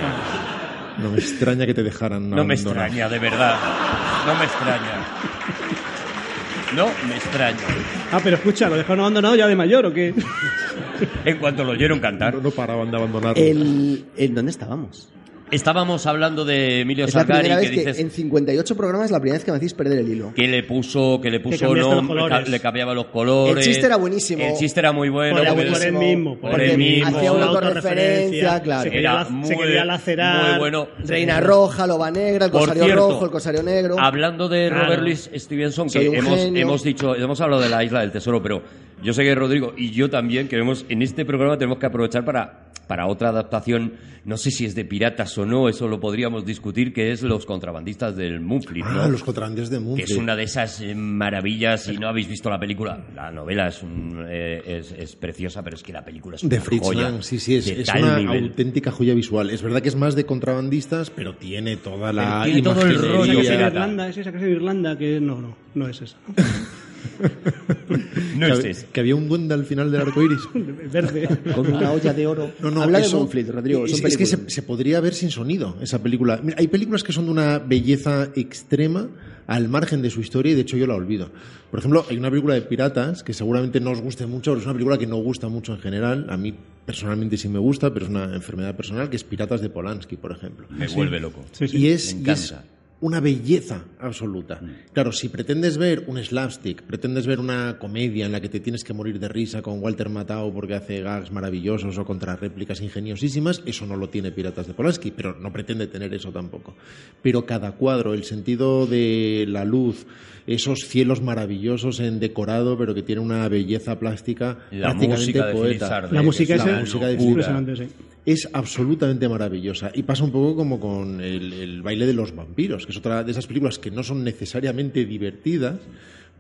[SPEAKER 4] No me extraña que te dejaran
[SPEAKER 6] No me
[SPEAKER 4] abandonado.
[SPEAKER 6] extraña, de verdad. No me extraña. No me extraña.
[SPEAKER 2] Ah, pero escucha, ¿lo dejaron abandonado ya de mayor o qué?
[SPEAKER 6] En cuanto lo oyeron cantar.
[SPEAKER 4] No, no paraban de abandonarlo.
[SPEAKER 3] El, ¿En dónde estábamos?
[SPEAKER 6] Estábamos hablando de Emilio
[SPEAKER 3] Es la
[SPEAKER 6] Salgari
[SPEAKER 3] primera
[SPEAKER 6] que
[SPEAKER 3] vez que
[SPEAKER 6] dices
[SPEAKER 3] en 58 programas es la primera vez que me hacéis perder el hilo.
[SPEAKER 6] que le puso que le puso
[SPEAKER 2] cambiaste los
[SPEAKER 6] nombre,
[SPEAKER 2] colores.
[SPEAKER 6] ca- le cambiaba los colores.
[SPEAKER 3] El chiste era buenísimo.
[SPEAKER 6] El chiste era muy bueno.
[SPEAKER 2] Por
[SPEAKER 3] era
[SPEAKER 2] el-
[SPEAKER 6] pero-
[SPEAKER 2] por el
[SPEAKER 3] buenísimo,
[SPEAKER 2] mismo, por
[SPEAKER 6] el
[SPEAKER 3] porque
[SPEAKER 6] mismo.
[SPEAKER 3] Hacía una
[SPEAKER 6] Una
[SPEAKER 3] autorreferencia, claro.
[SPEAKER 2] Se quería,
[SPEAKER 6] Era
[SPEAKER 2] la- se
[SPEAKER 6] muy-
[SPEAKER 2] quería lacerar.
[SPEAKER 6] muy bueno.
[SPEAKER 3] Reina Roja, lo Negra, el
[SPEAKER 6] Por
[SPEAKER 3] Corsario
[SPEAKER 6] cierto,
[SPEAKER 3] Rojo, el Corsario Negro.
[SPEAKER 6] Hablando de
[SPEAKER 2] Claro.
[SPEAKER 6] Robert Louis Stevenson, que
[SPEAKER 3] Soy un
[SPEAKER 6] hemos,
[SPEAKER 3] genio.
[SPEAKER 6] hemos dicho, hemos hablado de la isla del tesoro, pero yo sé que Rodrigo y yo también queremos, en este programa tenemos que aprovechar para, para otra adaptación, no sé si es de piratas o no, eso lo podríamos discutir, que es los contrabandistas del Moonfleet, ¿no?
[SPEAKER 4] Ah, los contrabandeos de
[SPEAKER 6] que
[SPEAKER 4] Muncie.
[SPEAKER 6] es una de esas eh, maravillas, si no habéis visto la película, la novela es, un, eh, es, es preciosa, pero es que la película es una
[SPEAKER 4] De Fritz
[SPEAKER 6] joya
[SPEAKER 4] Lang, sí, sí, es,
[SPEAKER 6] de
[SPEAKER 4] es
[SPEAKER 6] tal
[SPEAKER 4] una
[SPEAKER 6] nivel.
[SPEAKER 4] auténtica joya visual. Es verdad que es más de contrabandistas, pero tiene toda la
[SPEAKER 6] Pero tiene todo el
[SPEAKER 4] imaginería.
[SPEAKER 6] rollo,
[SPEAKER 2] Esa que es en
[SPEAKER 6] pirata.
[SPEAKER 2] Irlanda, es esa que es en Irlanda, que no, no, no es esa.
[SPEAKER 6] No es
[SPEAKER 4] que,
[SPEAKER 6] este.
[SPEAKER 4] hab-
[SPEAKER 6] esa.
[SPEAKER 4] que había un duende al final del arco iris.
[SPEAKER 2] Verde.
[SPEAKER 3] con una olla de oro.
[SPEAKER 4] No, no,
[SPEAKER 3] Habla
[SPEAKER 4] eso-
[SPEAKER 3] de Moonfleet, Rodrigo.
[SPEAKER 4] Es,
[SPEAKER 3] son
[SPEAKER 4] es que se,
[SPEAKER 3] películas.
[SPEAKER 4] se podría ver sin sonido esa película. Mira, hay películas que son de una belleza extrema al margen de su historia y de hecho yo la olvido. Por ejemplo, hay una película de piratas que seguramente no os guste mucho, pero es una película que no gusta mucho en general. A mí personalmente sí me gusta, pero es una enfermedad personal, que es Piratas de Polanski, por ejemplo.
[SPEAKER 6] Me vuelve loco.
[SPEAKER 2] Sí, sí.
[SPEAKER 4] y es,
[SPEAKER 6] Me
[SPEAKER 4] y es
[SPEAKER 6] encanta.
[SPEAKER 4] una belleza absoluta. Claro, si pretendes ver un slapstick, pretendes ver una comedia en la que te tienes que morir de risa con Walter Matthau porque hace gags maravillosos o contra réplicas ingeniosísimas, eso no lo tiene Piratas de Polanski, pero no pretende tener eso tampoco. Pero cada cuadro, el sentido de la luz, esos cielos maravillosos en decorado, pero que tiene una belleza plástica
[SPEAKER 6] La
[SPEAKER 4] prácticamente
[SPEAKER 6] música de
[SPEAKER 4] poeta.
[SPEAKER 6] Felizardo.
[SPEAKER 2] La música
[SPEAKER 4] es
[SPEAKER 2] esa
[SPEAKER 4] una
[SPEAKER 2] es
[SPEAKER 4] locura.
[SPEAKER 2] impresionante, sí.
[SPEAKER 4] es absolutamente maravillosa. Y pasa un poco como con el, el baile de los vampiros, que es otra de esas películas que no son necesariamente divertidas,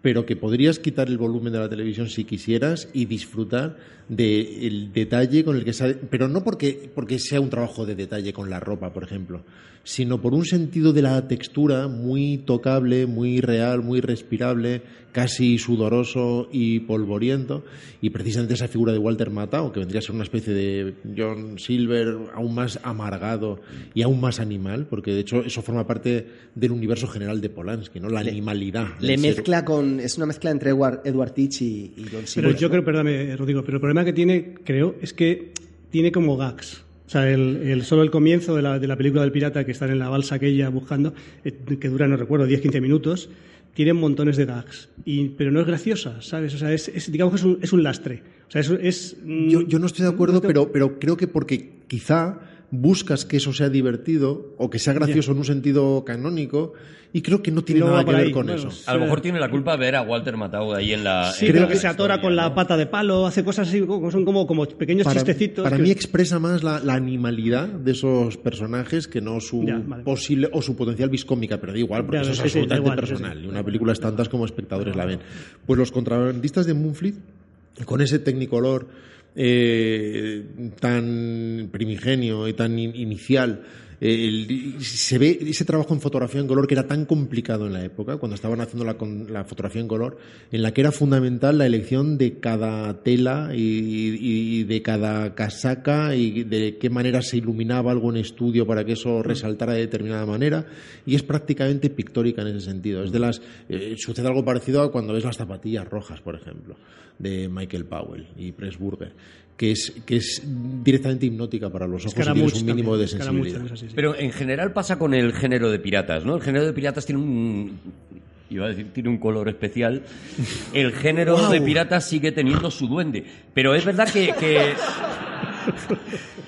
[SPEAKER 4] pero que podrías quitar el volumen de la televisión si quisieras y disfrutar del detalle con el que sale. Pero no porque, porque sea un trabajo de detalle con la ropa, por ejemplo, sino por un sentido de la textura muy tocable, muy real, muy respirable, casi sudoroso y polvoriento. Y precisamente esa figura de Walter Matthau, que vendría a ser una especie de John Silver aún más amargado y aún más animal, porque de hecho eso forma parte del universo general de Polanski, ¿no? La animalidad.
[SPEAKER 3] Le
[SPEAKER 4] del ser
[SPEAKER 3] mezcla con. Es una mezcla entre Edward, Edward Teach y, y John
[SPEAKER 2] Pero
[SPEAKER 3] Silver.
[SPEAKER 2] yo creo, perdóname, Rodrigo, pero el problema que tiene, creo, es que tiene como gags.
[SPEAKER 9] O sea, el, el- solo el comienzo de la, de la película del pirata que están en la balsa aquella buscando, eh, que dura, no recuerdo, 10-15 minutos, tienen montones de gags. Y, pero no es graciosa, ¿sabes? O sea, es, es- digamos que es un, es un lastre. O sea, es. es, mm,
[SPEAKER 4] Yo, yo no estoy de acuerdo,
[SPEAKER 9] no te-
[SPEAKER 4] pero, pero creo que porque quizá buscas que eso sea divertido o que sea gracioso en un sentido canónico y creo que no tiene
[SPEAKER 9] No va
[SPEAKER 4] nada que
[SPEAKER 9] por
[SPEAKER 4] ver
[SPEAKER 9] ahí,
[SPEAKER 4] con
[SPEAKER 9] bueno,
[SPEAKER 4] eso.
[SPEAKER 9] sí.
[SPEAKER 6] A lo mejor tiene la culpa ver a Walter Matthau ahí en la.
[SPEAKER 9] Sí,
[SPEAKER 6] en
[SPEAKER 9] creo
[SPEAKER 6] la
[SPEAKER 9] que se atora
[SPEAKER 6] historia,
[SPEAKER 9] con la
[SPEAKER 6] ¿no?
[SPEAKER 9] pata de palo, hace cosas así, como- son como, como pequeños
[SPEAKER 4] Para,
[SPEAKER 9] chistecitos.
[SPEAKER 4] para
[SPEAKER 9] que-
[SPEAKER 4] mí expresa más la, la animalidad de esos personajes que no su
[SPEAKER 9] Ya, vale.
[SPEAKER 4] posible o su potencial viscómica, pero da igual, porque
[SPEAKER 9] Ya,
[SPEAKER 4] eso es
[SPEAKER 9] sí, sí, da
[SPEAKER 4] absolutamente
[SPEAKER 9] igual, sí,
[SPEAKER 4] personal.
[SPEAKER 9] sí.
[SPEAKER 4] Y una película es tantas como espectadores la ven. Pues los contrabandistas de Moonfleet, con ese tecnicolor eh, tan primigenio y tan in- inicial. eh, el- se ve ese trabajo en fotografía en color que era tan complicado en la época, cuando estaban haciendo la, con- la fotografía en color, en la que era fundamental la elección de cada tela y, y- y de cada casaca y de qué manera se iluminaba algo en estudio para que
[SPEAKER 9] Mm.
[SPEAKER 4] eso resaltara de determinada manera. Y es prácticamente pictórica en ese sentido. Es
[SPEAKER 9] Mm.
[SPEAKER 4] de las eh, sucede algo parecido a cuando ves las zapatillas rojas, por ejemplo, de Michael Powell y Pressburger, que es que es directamente hipnótica para los ojos y
[SPEAKER 9] Scaramouche
[SPEAKER 4] tienes un mínimo
[SPEAKER 9] también,
[SPEAKER 4] de
[SPEAKER 9] Scaramouche,
[SPEAKER 4] sensibilidad.
[SPEAKER 9] cosas así, sí.
[SPEAKER 6] Pero en general pasa con el género de piratas, ¿no? El género de piratas tiene un. Iba a decir, tiene un color especial. El género de piratas sigue teniendo su duende. Pero es verdad que. que-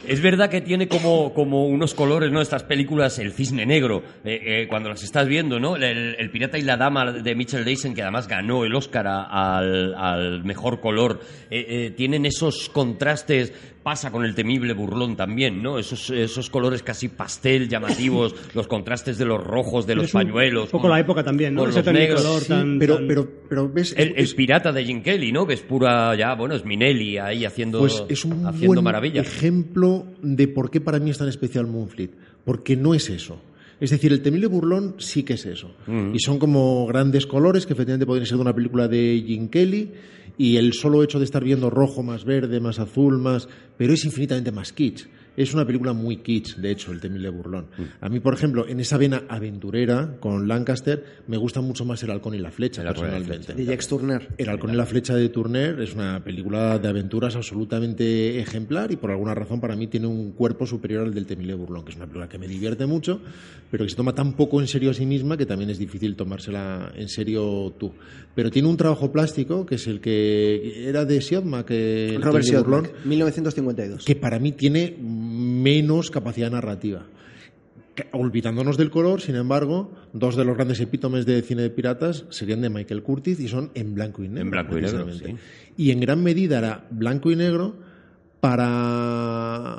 [SPEAKER 6] Es verdad que tiene como, como unos colores, ¿no? Estas películas, el cisne negro, eh, eh, cuando las estás viendo, ¿no? El, el pirata y la dama de Mitchell Dyson, que además ganó el Oscar a- al, al mejor color, eh, eh, tienen esos contrastes, pasa con el temible burlón también, ¿no? Esos, esos colores casi pastel llamativos, los contrastes de los rojos, de los
[SPEAKER 9] Es un
[SPEAKER 6] pañuelos.
[SPEAKER 9] poco
[SPEAKER 6] con-
[SPEAKER 9] la época también, ¿no?
[SPEAKER 6] con
[SPEAKER 9] Ese
[SPEAKER 6] los negros.
[SPEAKER 9] tecnicolor
[SPEAKER 4] Sí,
[SPEAKER 9] tan-
[SPEAKER 4] pero,
[SPEAKER 9] tan-
[SPEAKER 4] pero, pero ves,
[SPEAKER 6] El, el
[SPEAKER 4] es-
[SPEAKER 6] pirata de Jim Kelly, ¿no? Que es pura, ya, bueno, es Minelli ahí haciendo,
[SPEAKER 4] Pues es un
[SPEAKER 6] haciendo
[SPEAKER 4] buen
[SPEAKER 6] maravillas.
[SPEAKER 4] ejemplo de por qué para mí es tan especial Moonfleet. Porque no es eso. Es decir, el temible burlón sí que es eso.
[SPEAKER 6] Mm.
[SPEAKER 4] Y son como grandes colores que efectivamente podrían ser de una película de Jim Kelly. Y el solo hecho de estar viendo rojo, más verde, más azul, más. Pero es infinitamente más kitsch. Es una película muy kitsch, de hecho, el temible burlón.
[SPEAKER 6] Mm.
[SPEAKER 4] A mí, por ejemplo, en esa vena aventurera con Lancaster, me gusta mucho más el halcón y la flecha,
[SPEAKER 6] El halcón y la
[SPEAKER 4] personalmente.
[SPEAKER 6] flecha.
[SPEAKER 3] de Jax Turner.
[SPEAKER 4] El halcón y la flecha de Turner es una película de aventuras absolutamente ejemplar y por alguna razón para mí tiene un cuerpo superior al del Temile Burlón, que es una película que me divierte mucho, pero que se toma tan poco en serio a sí misma que también es difícil tomársela en serio tú. Pero tiene un trabajo plástico que es el que era de Siodma, que
[SPEAKER 3] Robert Siodmak, 1952.
[SPEAKER 4] que para mí tiene menos capacidad narrativa. Que- Olvidándonos del color, sin embargo, dos de los grandes epítomes de cine de piratas serían de Michael Curtis y son en blanco y negro.
[SPEAKER 6] En blanco y negro,
[SPEAKER 4] precisamente. Y en gran medida era blanco y negro para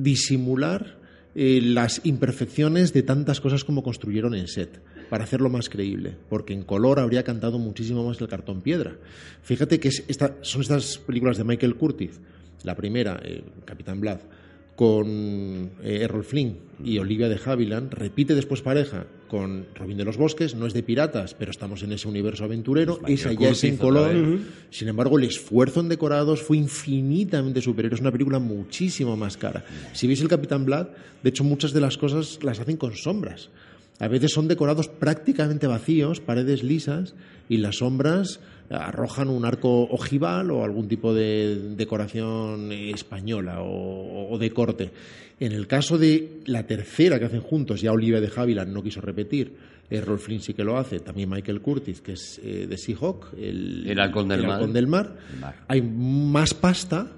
[SPEAKER 4] disimular eh, las imperfecciones de tantas cosas como construyeron en set, para hacerlo más creíble, porque en color habría cantado muchísimo más el cartón piedra. Fíjate que es esta- son estas películas de Michael Curtis, la primera, eh, Capitán Blad, con eh, Errol Flynn y Olivia de Havilland, repite después pareja con Robin de los Bosques, no es de piratas, pero estamos en ese universo aventurero,
[SPEAKER 6] Michael
[SPEAKER 4] esa ya es en
[SPEAKER 6] Curtis
[SPEAKER 4] color,
[SPEAKER 6] otra vez.
[SPEAKER 4] sin embargo, el esfuerzo en decorados fue infinitamente superior. Es una película muchísimo más cara. Si veis el Capitán Black, de hecho, muchas de las cosas las hacen con sombras. A veces son decorados prácticamente vacíos, paredes lisas, y las sombras arrojan un arco ojival o algún tipo de decoración eh, española o, o de corte. En el caso de la tercera que hacen juntos, ya Olivia de Havilland no quiso repetir, Errol Flynn sí que lo hace, también Michael Curtis, que es eh, de Seahawk, el,
[SPEAKER 6] El halcón del mar.
[SPEAKER 4] halcón del mar.
[SPEAKER 6] Mar.
[SPEAKER 4] Hay más pasta,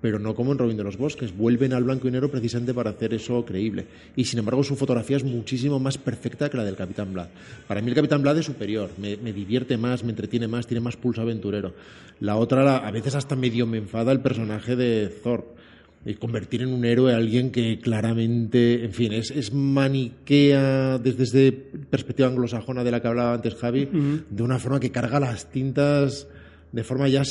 [SPEAKER 4] pero no como en Robin de los Bosques. Vuelven al blanco y negro precisamente para hacer eso creíble. Y sin embargo, su fotografía es muchísimo más perfecta que la del Capitán Blad. Para mí, el Capitán Blad es superior. Me, me divierte más, me entretiene más, tiene más pulso aventurero. La otra, la- a veces hasta medio me enfada el personaje de Thor y convertir en un héroe a alguien que claramente, en fin, es, es maniquea desde, desde perspectiva anglosajona de la que hablaba antes Javi, de una forma que carga las tintas de forma ya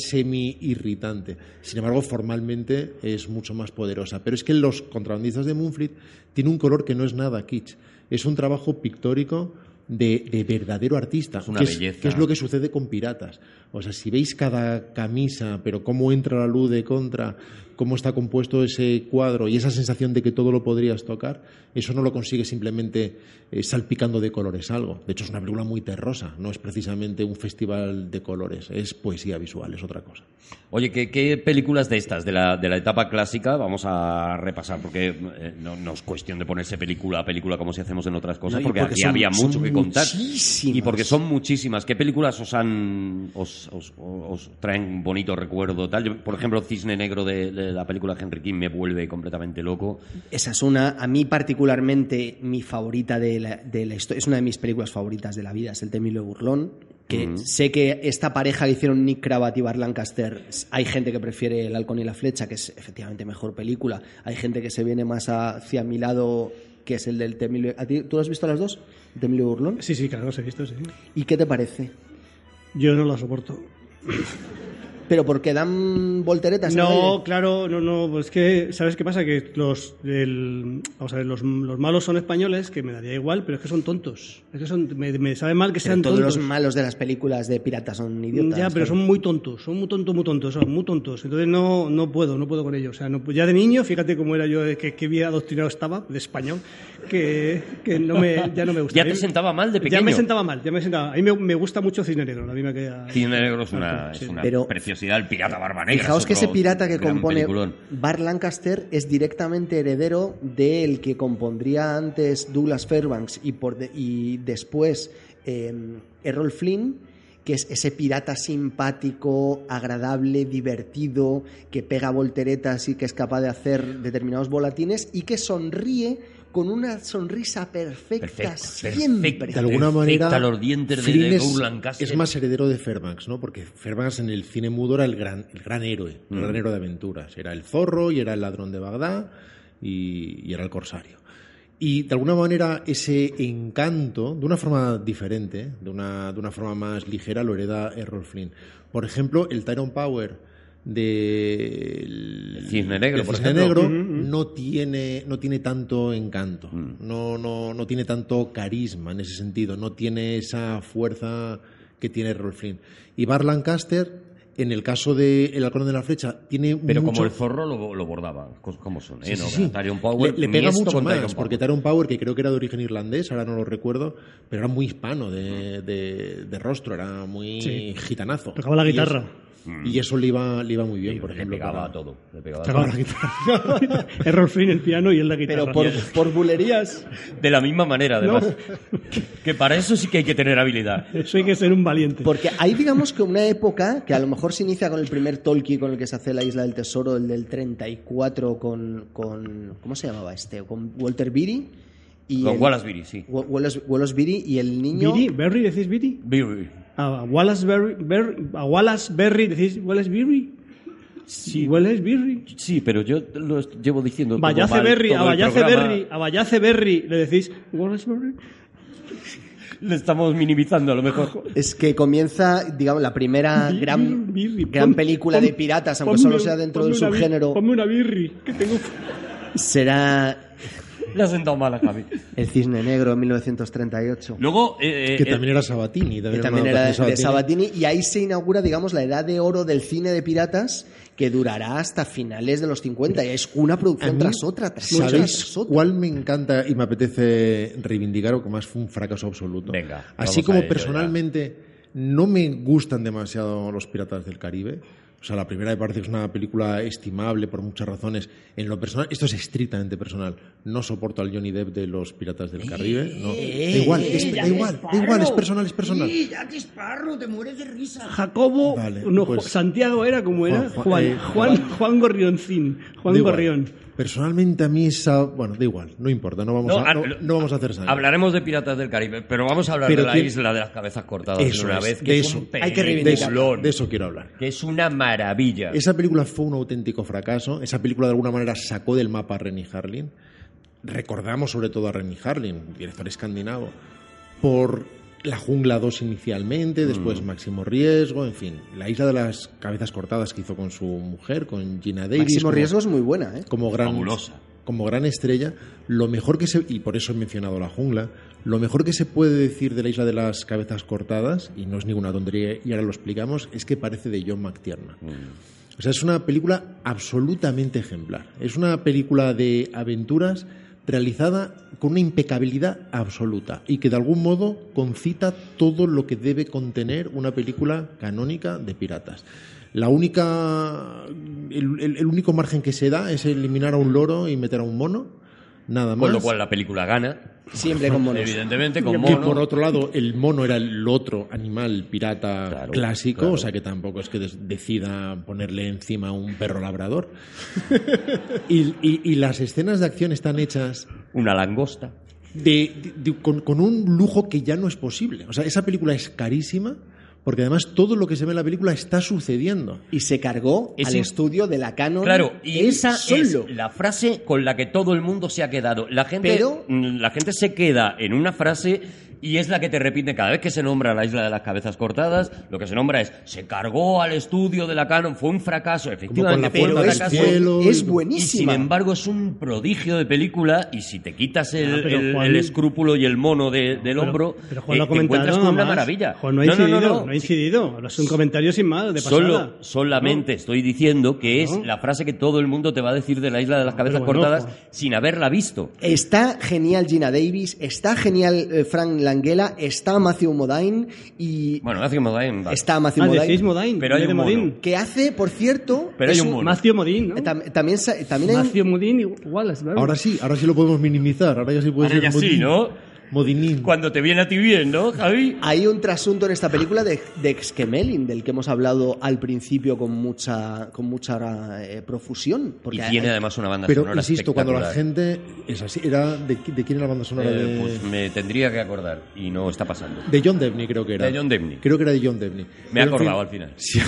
[SPEAKER 4] semi-irritante. Sin embargo, formalmente es mucho más poderosa. Pero es que los contrabandistas de Moonfleet tienen un color que no es nada kitsch. Es un trabajo pictórico de, de verdadero artista.
[SPEAKER 6] Es una
[SPEAKER 4] que
[SPEAKER 6] belleza.
[SPEAKER 4] que es lo que sucede con piratas. O sea, si veis cada camisa, pero cómo entra la luz de contra, cómo está compuesto ese cuadro y esa sensación de que todo lo podrías tocar, eso no lo consigues simplemente eh, salpicando de colores algo. De hecho, es una película muy terrosa, no es precisamente un festival de colores, es poesía visual, es otra cosa.
[SPEAKER 6] Oye, ¿qué, qué películas de estas, de la, de la etapa clásica, vamos a repasar? Porque eh, no, no es cuestión de ponerse película a película como si hacemos en otras cosas,
[SPEAKER 4] No, y
[SPEAKER 6] porque,
[SPEAKER 4] porque
[SPEAKER 6] aquí
[SPEAKER 4] son-
[SPEAKER 6] había
[SPEAKER 4] son
[SPEAKER 6] mucho que contar.
[SPEAKER 4] muchísimas.
[SPEAKER 6] Y porque son muchísimas. ¿Qué películas os han os, os- os traen un bonito recuerdo? tal Yo, Por ejemplo, Cisne Negro de, de la película de Henry King me vuelve completamente loco.
[SPEAKER 3] Esa es una, a mí particularmente, mi favorita de la, de la historia. Es una de mis películas favoritas de la vida, es El Temible Burlón. Que sé que esta pareja que hicieron Nick Cravat y Bart Lancaster, s- hay gente que prefiere El Halcón y la Flecha, que es efectivamente mejor película. Hay gente que se viene más hacia mi lado, que es el del Temible. ¿A ti- ¿Tú lo has visto las dos? ¿El Temible Burlón?
[SPEAKER 9] Sí, sí, claro, los he visto, sí.
[SPEAKER 3] ¿Y qué te parece?
[SPEAKER 9] Yo no la soporto.
[SPEAKER 3] ¿Pero porque dan volteretas? en el
[SPEAKER 9] No,
[SPEAKER 3] aire?
[SPEAKER 9] claro, no, no, pues es que, ¿sabes qué pasa? Que los, el- vamos a ver, los, los malos son españoles, que me daría igual, pero es que son tontos. Es que son, me, me sabe mal que
[SPEAKER 3] Pero
[SPEAKER 9] sean
[SPEAKER 3] todos
[SPEAKER 9] tontos.
[SPEAKER 3] los malos de las películas de piratas son idiotas.
[SPEAKER 9] ya, pero
[SPEAKER 3] claro.
[SPEAKER 9] son muy tontos, son muy tontos, muy tontos, son muy tontos. Entonces no, no puedo, no puedo con ellos. O sea, no, ya de niño, fíjate cómo era yo, de que, que bien adoctrinado estaba, de español, que, que no me, ya no
[SPEAKER 4] Pues
[SPEAKER 9] me gusta.
[SPEAKER 6] ¿Ya te sentaba mal de pequeño?
[SPEAKER 9] Ya me sentaba mal, ya me sentaba. A mí me, me gusta mucho Cine Negro, la misma que... a-
[SPEAKER 6] Cisne Negro es una,
[SPEAKER 9] Sí.
[SPEAKER 6] es una
[SPEAKER 3] Pero-
[SPEAKER 6] preciosidad, el pirata barba negra.
[SPEAKER 3] Fijaos
[SPEAKER 6] es
[SPEAKER 3] que ese
[SPEAKER 6] otro
[SPEAKER 3] pirata que
[SPEAKER 6] gran
[SPEAKER 3] compone
[SPEAKER 6] peliculón.
[SPEAKER 3] Bart Lancaster es directamente heredero del que compondría antes Douglas Fairbanks y, por de- y después eh, Errol Flynn, que es ese pirata simpático, agradable, divertido, que pega volteretas y que es capaz de hacer determinados volatines y que sonríe con una sonrisa perfecta,
[SPEAKER 6] Perfecta,
[SPEAKER 3] siempre.
[SPEAKER 6] perfecta.
[SPEAKER 4] De alguna
[SPEAKER 6] Perfecta
[SPEAKER 4] manera,
[SPEAKER 6] los dientes de- de
[SPEAKER 4] Flynn es-
[SPEAKER 6] Doug Lancaster.
[SPEAKER 4] Es más heredero de Fairbanks, ¿no? Porque Fairbanks en el cine mudo era el gran, el gran héroe,
[SPEAKER 6] Mm.
[SPEAKER 4] el gran héroe de aventuras. Era el zorro y era el ladrón de Bagdad y, y era el corsario. Y de alguna manera ese encanto, de una forma diferente, de una, de una forma más ligera, lo hereda Errol Flynn. Por ejemplo, el Tyrone Power de el-
[SPEAKER 6] Cisne Negro,
[SPEAKER 4] del
[SPEAKER 6] por
[SPEAKER 4] Cisne
[SPEAKER 6] ejemplo.
[SPEAKER 4] Negro, no tiene no tiene tanto encanto
[SPEAKER 6] Mm.
[SPEAKER 4] no no no tiene tanto carisma en ese sentido no tiene esa fuerza que tiene Rolf Flynn y Bar Lancaster en el caso de El Halcón de la Flecha tiene
[SPEAKER 6] Pero
[SPEAKER 4] mucho-
[SPEAKER 6] como el zorro lo, lo bordaba, cos- como son, ¿eh?
[SPEAKER 4] Sí,
[SPEAKER 6] ¿no?
[SPEAKER 4] sí, sí.
[SPEAKER 6] Tyrion Power,
[SPEAKER 4] le, le pega
[SPEAKER 6] miesto
[SPEAKER 4] mucho
[SPEAKER 6] con
[SPEAKER 4] más,
[SPEAKER 6] Tyrion Power.
[SPEAKER 4] porque Taron Power, que creo que era de origen irlandés, ahora no lo recuerdo, pero era muy hispano de,
[SPEAKER 6] Mm.
[SPEAKER 4] de- de rostro, era muy
[SPEAKER 9] Sí.
[SPEAKER 4] gitanazo.
[SPEAKER 9] Tocaba la
[SPEAKER 4] Y
[SPEAKER 9] guitarra.
[SPEAKER 4] eso- Y eso, le iba, le iba muy bien, por
[SPEAKER 6] le
[SPEAKER 4] ejemplo.
[SPEAKER 6] pegaba
[SPEAKER 4] para-
[SPEAKER 6] a todo. Le pegaba a
[SPEAKER 9] Tocaba
[SPEAKER 6] todo.
[SPEAKER 9] la guitarra. Errol Flynn, el piano y él la guitarra.
[SPEAKER 3] Pero por, por bulerías.
[SPEAKER 6] De la misma manera, además. que para eso sí que hay que tener habilidad.
[SPEAKER 9] Eso hay que ser un valiente.
[SPEAKER 3] Porque hay, digamos, que una época que a lo mejor se inicia con el primer Tolkien con el que se hace la Isla del Tesoro, el del 34, con. con ¿Cómo se llamaba este? Con Walter Beatty. Y
[SPEAKER 6] Con
[SPEAKER 3] el-
[SPEAKER 6] Wallace Beery, sí.
[SPEAKER 3] Wa- Wallace, Wallace Beatty y el niño.
[SPEAKER 9] ¿Biri? ¿Berry? ¿Decís Biri?
[SPEAKER 6] Beery.
[SPEAKER 9] ¿A Wallace Berry, Berry- a Wallace Berry decís Wallace Berry? Sí. Wallace Berry.
[SPEAKER 6] Sí, pero yo lo est- llevo diciendo. como
[SPEAKER 9] Vallace
[SPEAKER 6] mal
[SPEAKER 9] Berry,
[SPEAKER 6] todo
[SPEAKER 9] a
[SPEAKER 6] el
[SPEAKER 9] Vallace
[SPEAKER 6] programa.
[SPEAKER 9] Berry, a Vallace Berry le decís Wallace Berry.
[SPEAKER 6] Le estamos minimizando a lo mejor.
[SPEAKER 3] Es que comienza, digamos, la primera
[SPEAKER 9] Birri,
[SPEAKER 3] Ah, gran,
[SPEAKER 9] Birri,
[SPEAKER 3] gran
[SPEAKER 9] pon-
[SPEAKER 3] película
[SPEAKER 9] pon-
[SPEAKER 3] de piratas, aunque
[SPEAKER 9] ponme
[SPEAKER 3] solo
[SPEAKER 9] una-
[SPEAKER 3] sea dentro
[SPEAKER 9] ponme
[SPEAKER 3] del
[SPEAKER 9] una bir-
[SPEAKER 3] subgénero.
[SPEAKER 9] Ponme una Birri, que tengo.
[SPEAKER 3] Será
[SPEAKER 6] Le ha sentado mal a Javi.
[SPEAKER 3] El Cisne Negro en 1938.
[SPEAKER 6] Luego. eh, eh,
[SPEAKER 4] Que
[SPEAKER 6] eh,
[SPEAKER 4] también era Sabatini.
[SPEAKER 3] que
[SPEAKER 4] También
[SPEAKER 3] también
[SPEAKER 4] una
[SPEAKER 3] era
[SPEAKER 4] adaptación
[SPEAKER 3] de Sabatini, y ahí se inaugura, digamos, la edad de oro del cine de piratas, que durará hasta finales de los 50, y es una
[SPEAKER 4] A
[SPEAKER 3] producción
[SPEAKER 4] mí,
[SPEAKER 3] tras otra, tras otra,
[SPEAKER 4] ¿Sabéis
[SPEAKER 3] tras otra.
[SPEAKER 4] cuál me encanta y me apetece reivindicar o que más fue un fracaso absoluto?
[SPEAKER 6] Venga,
[SPEAKER 4] Así
[SPEAKER 6] vamos a
[SPEAKER 4] como
[SPEAKER 6] ello
[SPEAKER 4] personalmente no me gustan demasiado los piratas del Caribe. O sea, la primera me parece que es una película estimable por muchas razones. En lo personal, esto es estrictamente personal. No soporto al Johnny Depp de los piratas del Caribe. No.
[SPEAKER 3] Eh,
[SPEAKER 4] da igual, es, da igual, da igual, es personal, es personal.
[SPEAKER 5] ya que esparro, te mueres de risa.
[SPEAKER 9] Jacobo,
[SPEAKER 4] Vale,
[SPEAKER 9] no,
[SPEAKER 4] pues-
[SPEAKER 9] Santiago era como era,
[SPEAKER 4] Juan-
[SPEAKER 9] Juan,
[SPEAKER 4] Juan-
[SPEAKER 9] Juan,
[SPEAKER 4] eh,
[SPEAKER 9] Juan, Gorrioncín, Juan
[SPEAKER 4] Da igual.
[SPEAKER 9] Gorrión.
[SPEAKER 4] Personalmente a mí esa, bueno, da igual, no importa, no vamos
[SPEAKER 6] No, ah,
[SPEAKER 4] a,
[SPEAKER 6] a-
[SPEAKER 4] no, no vamos a hacer sangre.
[SPEAKER 6] Hablaremos de Piratas del Caribe, pero vamos a hablar
[SPEAKER 4] Pero
[SPEAKER 6] de la
[SPEAKER 4] quién-
[SPEAKER 6] isla de las cabezas cortadas de
[SPEAKER 4] Eso
[SPEAKER 6] una
[SPEAKER 4] es,
[SPEAKER 6] vez. Que
[SPEAKER 4] de
[SPEAKER 6] es
[SPEAKER 4] eso.
[SPEAKER 6] un
[SPEAKER 3] Hay que
[SPEAKER 4] de eso,
[SPEAKER 6] peliculón,
[SPEAKER 4] de eso quiero hablar.
[SPEAKER 6] Que es una maravilla.
[SPEAKER 4] Esa película fue un auténtico fracaso. Esa película de alguna manera sacó del mapa a Renny Harlin. Recordamos sobre todo a Renny Harlin, director escandinavo, por La Jungla 2 inicialmente, después Máximo Riesgo, en fin, La Isla de las Cabezas Cortadas que hizo con su mujer, con Gina Davis.
[SPEAKER 3] Máximo
[SPEAKER 4] como-
[SPEAKER 3] Riesgo es muy buena, ¿eh?
[SPEAKER 4] como gran
[SPEAKER 6] Fabulosa.
[SPEAKER 4] como gran estrella, lo mejor que se y por eso he mencionado la jungla, lo mejor que se puede decir de la isla de las cabezas cortadas y no es ninguna tontería y ahora lo explicamos es que parece de John McTiernan. O sea, es una película absolutamente ejemplar. Es una película de aventuras realizada con una impecabilidad absoluta y que de algún modo concita todo lo que debe contener una película canónica de piratas. La única, el, el- el único margen que se da es eliminar a un loro y meter a un mono, nada más.
[SPEAKER 6] Con lo cual la película gana,
[SPEAKER 3] Siempre con monos.
[SPEAKER 6] evidentemente, con
[SPEAKER 4] Que
[SPEAKER 6] mono.
[SPEAKER 4] por otro lado, el mono era el otro animal pirata
[SPEAKER 6] Claro,
[SPEAKER 4] clásico,
[SPEAKER 6] claro.
[SPEAKER 4] o sea que tampoco es que des- decida ponerle encima un perro labrador. y, y- y las escenas de acción están hechas
[SPEAKER 6] Una langosta.
[SPEAKER 4] de- de- de- con, con un lujo que ya no es posible. O sea, esa película es carísima. Porque además todo lo que se ve en la película está sucediendo.
[SPEAKER 3] Y se cargó
[SPEAKER 6] Es
[SPEAKER 3] al
[SPEAKER 6] im-
[SPEAKER 3] estudio de la Canon.
[SPEAKER 6] Claro, y esa
[SPEAKER 3] solo.
[SPEAKER 6] es la frase con la que todo el mundo se ha quedado. La gente,
[SPEAKER 3] Pero-
[SPEAKER 6] mm, la gente se queda en una frase y es la que te repite cada vez que se nombra la isla de las cabezas cortadas. Lo que se nombra es se cargó al estudio de la Canon, fue un fracaso. Efectivamente, fue un
[SPEAKER 4] puerta del
[SPEAKER 3] es,
[SPEAKER 6] fracaso.
[SPEAKER 4] cielo.
[SPEAKER 3] es
[SPEAKER 6] Y sin
[SPEAKER 3] buenísima.
[SPEAKER 6] embargo es un prodigio de película y si te quitas el,
[SPEAKER 9] Ah, pero
[SPEAKER 6] el-
[SPEAKER 9] Juan-
[SPEAKER 6] el escrúpulo y el mono de- del
[SPEAKER 9] Pero-
[SPEAKER 6] hombro,
[SPEAKER 9] pero Juan lo
[SPEAKER 6] eh,
[SPEAKER 9] ha
[SPEAKER 6] te encuentras
[SPEAKER 9] comentado
[SPEAKER 6] con una
[SPEAKER 9] más.
[SPEAKER 6] maravilla.
[SPEAKER 9] Juan no ha incidido, no, ha incidido. Hablas un comentario sin más, de pasada.
[SPEAKER 6] Solo, solamente estoy diciendo que es la frase que todo el mundo te va a decir de la isla de las cabezas
[SPEAKER 9] bueno,
[SPEAKER 6] cortadas
[SPEAKER 9] Juan.
[SPEAKER 6] sin haberla visto.
[SPEAKER 3] Está genial Gina Davis, está genial eh, Frank Langella, está Matthew Modine y
[SPEAKER 6] Bueno, hace que me da en-
[SPEAKER 3] está Matthew
[SPEAKER 9] Ah,
[SPEAKER 3] Modine.
[SPEAKER 9] decís Modine.
[SPEAKER 6] Pero hay
[SPEAKER 9] en
[SPEAKER 6] un
[SPEAKER 9] vez de
[SPEAKER 6] mono.
[SPEAKER 9] Modín.
[SPEAKER 3] Que hace, por cierto.
[SPEAKER 6] Pero hay
[SPEAKER 3] es
[SPEAKER 6] un mono.
[SPEAKER 9] Macio Modín, ¿no?
[SPEAKER 3] Eh, tam- también, sa- también hay un-
[SPEAKER 9] Macio Modín y Wallace, ¿verdad?
[SPEAKER 4] Ahora sí, ahora sí lo podemos minimizar. Ahora ya sí puede
[SPEAKER 6] Ahora
[SPEAKER 4] ser
[SPEAKER 6] ya sí,
[SPEAKER 4] Modin-
[SPEAKER 6] ¿no?
[SPEAKER 4] Modinín.
[SPEAKER 6] Cuando te viene a ti bien, ¿no, Javi?
[SPEAKER 3] Hay un trasunto en esta película de, de Exquemelin, del que hemos hablado al principio con mucha, con mucha eh, profusión. Porque
[SPEAKER 6] Y
[SPEAKER 3] hay-
[SPEAKER 6] tiene además una banda
[SPEAKER 4] Pero
[SPEAKER 6] sonora
[SPEAKER 4] insisto, cuando la
[SPEAKER 6] espectacular.
[SPEAKER 4] gente es así, era de, qui- de quién era la banda sonora
[SPEAKER 6] Eh,
[SPEAKER 4] de
[SPEAKER 6] Pues me tendría que acordar y no está pasando.
[SPEAKER 4] De John Debney creo que era.
[SPEAKER 6] De John Debney.
[SPEAKER 4] Creo que era de John Debney.
[SPEAKER 6] Me he
[SPEAKER 4] Pero, en fin,
[SPEAKER 6] acordado al final.
[SPEAKER 4] Si,